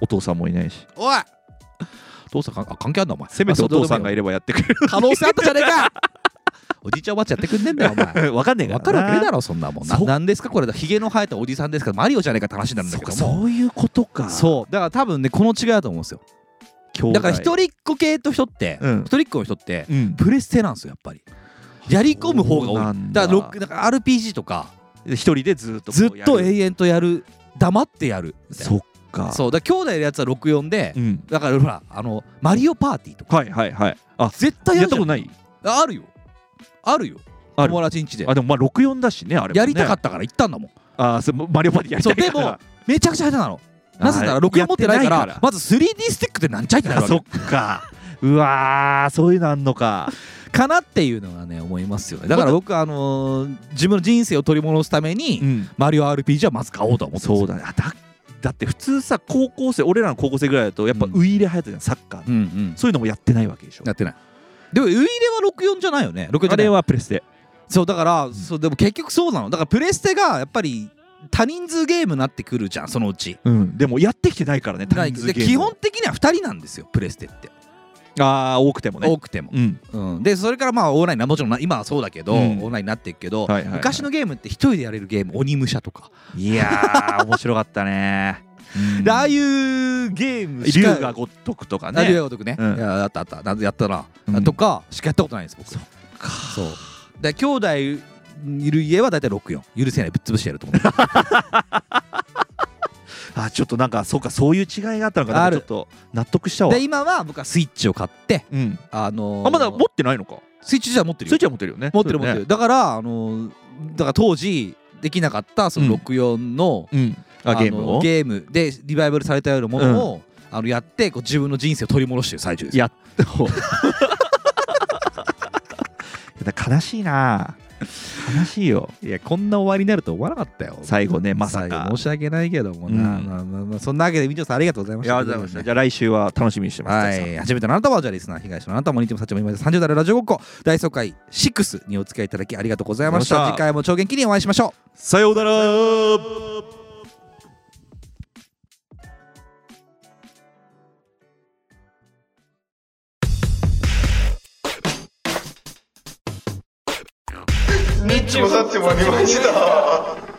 [SPEAKER 1] お父さんもいないし
[SPEAKER 2] おい父さんかあ関係あんだお前
[SPEAKER 1] せめてお父さんが
[SPEAKER 2] い
[SPEAKER 1] いればやってくれる
[SPEAKER 2] 可能性あったじゃねえか おじいちゃんおばあちゃんやってくんねえんだよ お前
[SPEAKER 1] わかんねえから
[SPEAKER 2] 分かるわけねえだ
[SPEAKER 1] ろ
[SPEAKER 2] ろそんなもんな
[SPEAKER 1] そう
[SPEAKER 2] なんですかこれひげの生えたおじさんですからマリオじゃねえかって話になるんだ
[SPEAKER 1] そう
[SPEAKER 2] け
[SPEAKER 1] か
[SPEAKER 2] ども
[SPEAKER 1] そういうことか
[SPEAKER 2] そうだから多分ねこの違いだと思うんですよ
[SPEAKER 1] 兄弟
[SPEAKER 2] だから一人っ子系と人って、
[SPEAKER 1] うん
[SPEAKER 2] 一人っ子の人って
[SPEAKER 1] うん
[SPEAKER 2] プレステなんですよやっぱりやり込む方が
[SPEAKER 1] そうな
[SPEAKER 2] 多い
[SPEAKER 1] ん
[SPEAKER 2] だ
[SPEAKER 1] だ
[SPEAKER 2] からロックだから RPG とか
[SPEAKER 1] 一人でずっとこう
[SPEAKER 2] ずっと
[SPEAKER 1] やる
[SPEAKER 2] 永遠とやる黙ってやるみたい
[SPEAKER 1] そっか
[SPEAKER 2] なそうだから兄弟のやつは64で、
[SPEAKER 1] うん
[SPEAKER 2] だからほらあのマリオパーティーとか
[SPEAKER 1] はいはいはいあ
[SPEAKER 2] 絶対や
[SPEAKER 1] や
[SPEAKER 2] る
[SPEAKER 1] った
[SPEAKER 2] じ
[SPEAKER 1] こ
[SPEAKER 2] ゃ
[SPEAKER 1] と
[SPEAKER 2] ん
[SPEAKER 1] ない
[SPEAKER 2] ああるよあるよ
[SPEAKER 1] ある
[SPEAKER 2] 友達ん家で
[SPEAKER 1] あでもまあ64だしねあれもね
[SPEAKER 2] やりたかったから行ったんだもん
[SPEAKER 1] あそうマリオパーティーやり
[SPEAKER 2] そ
[SPEAKER 1] た
[SPEAKER 2] うで
[SPEAKER 1] いか
[SPEAKER 2] も
[SPEAKER 1] ら
[SPEAKER 2] めちゃくちゃ下手なの
[SPEAKER 1] あ
[SPEAKER 2] なぜなら64持ってな
[SPEAKER 1] やっ
[SPEAKER 2] いから
[SPEAKER 1] てないから
[SPEAKER 2] まず 3D スティックでなんちゃいってなる
[SPEAKER 1] あ
[SPEAKER 2] わ
[SPEAKER 1] そ
[SPEAKER 2] け
[SPEAKER 1] っかうわーそういうのあんのか
[SPEAKER 2] かなっていうのはね思いますよねだから僕あのー自分の人生を取り戻すために、
[SPEAKER 1] うん
[SPEAKER 2] マリオ RPG はまず買おうとは思ってます
[SPEAKER 1] そうだねあだだって普通さ高校生俺らの高校生ぐらいだとやっぱ
[SPEAKER 2] うん
[SPEAKER 1] ウイイレ流行ったじゃんサッカーの
[SPEAKER 2] うんうん
[SPEAKER 1] そういうのもやってないわけでしょ
[SPEAKER 2] やってないでもウイイレは64じゃないよね64じ
[SPEAKER 1] あ
[SPEAKER 2] ゃない
[SPEAKER 1] れはプレステ
[SPEAKER 2] そうだからそうでも結局そうなのだからプレステがやっぱり多人数ゲームになってくるじゃんそのうち
[SPEAKER 1] うんでもやってきてないからね
[SPEAKER 2] な
[SPEAKER 1] 単
[SPEAKER 2] い
[SPEAKER 1] 純
[SPEAKER 2] で
[SPEAKER 1] ゲーム
[SPEAKER 2] 基本的には2人なんですよプレステって、
[SPEAKER 1] ああ多くてもね
[SPEAKER 2] 多くても、
[SPEAKER 1] うん
[SPEAKER 2] うん、でそれからまあオンラインなもちろんな今はそうだけど、
[SPEAKER 1] うん
[SPEAKER 2] オンラインになっていくけど、
[SPEAKER 1] はいはいはい
[SPEAKER 2] 昔のゲームって一人でやれるゲーム鬼武者とか、
[SPEAKER 1] いやー面白かった ね
[SPEAKER 2] でああ
[SPEAKER 1] い
[SPEAKER 2] いうゲームし
[SPEAKER 1] 龍
[SPEAKER 2] か
[SPEAKER 1] が如くとか
[SPEAKER 2] あれ
[SPEAKER 1] ね
[SPEAKER 2] ごとくね、
[SPEAKER 1] うん
[SPEAKER 2] いやあったあったなやったな、
[SPEAKER 1] うん
[SPEAKER 2] とかしかやったことないんです僕そうで兄弟いる家は大体64許せないぶっ潰してやる と思う
[SPEAKER 1] あちょっとなんかそうかそういう違いがあったのかな
[SPEAKER 2] あ
[SPEAKER 1] ち
[SPEAKER 2] る
[SPEAKER 1] ょっと納得したわ
[SPEAKER 2] で今は僕はスイッチを買って
[SPEAKER 1] うん
[SPEAKER 2] あのー
[SPEAKER 1] あまだ持ってないのか
[SPEAKER 2] スイッチ自体は持ってる
[SPEAKER 1] スイ
[SPEAKER 2] よ
[SPEAKER 1] ッチは持ってるよね
[SPEAKER 2] 持ってる持ってる、
[SPEAKER 1] そう
[SPEAKER 2] だからあのーだから当時できなかったその64の、
[SPEAKER 1] だよねうんあ
[SPEAKER 2] あの
[SPEAKER 1] ゲームを
[SPEAKER 2] ゲームでリバイバルされたようなものを、あのやってこう自分の人生を取り戻してる最中です
[SPEAKER 1] やっと悲しいな悲しいよ
[SPEAKER 2] いやこんな終わりになると思わなかったよ
[SPEAKER 1] 最後ねまさ
[SPEAKER 2] 最
[SPEAKER 1] か
[SPEAKER 2] 後申し訳ないけどもな、
[SPEAKER 1] うん
[SPEAKER 2] まあまあまあそんなわけでみちょさんありがとうございました
[SPEAKER 1] じゃあ来週は楽しみにしてます
[SPEAKER 2] は
[SPEAKER 1] 大地
[SPEAKER 2] い、初めてのあなたはじゃあリスナー被害者のあなたも日もさちも今まで30代のラジオごっこ大総会6にお付き合いいただきありがとうございました
[SPEAKER 1] あり
[SPEAKER 2] 次
[SPEAKER 1] がとうございました
[SPEAKER 2] 回も超元気にお会いしましょう
[SPEAKER 1] さんさようなら
[SPEAKER 6] ニッチもサッチもありました。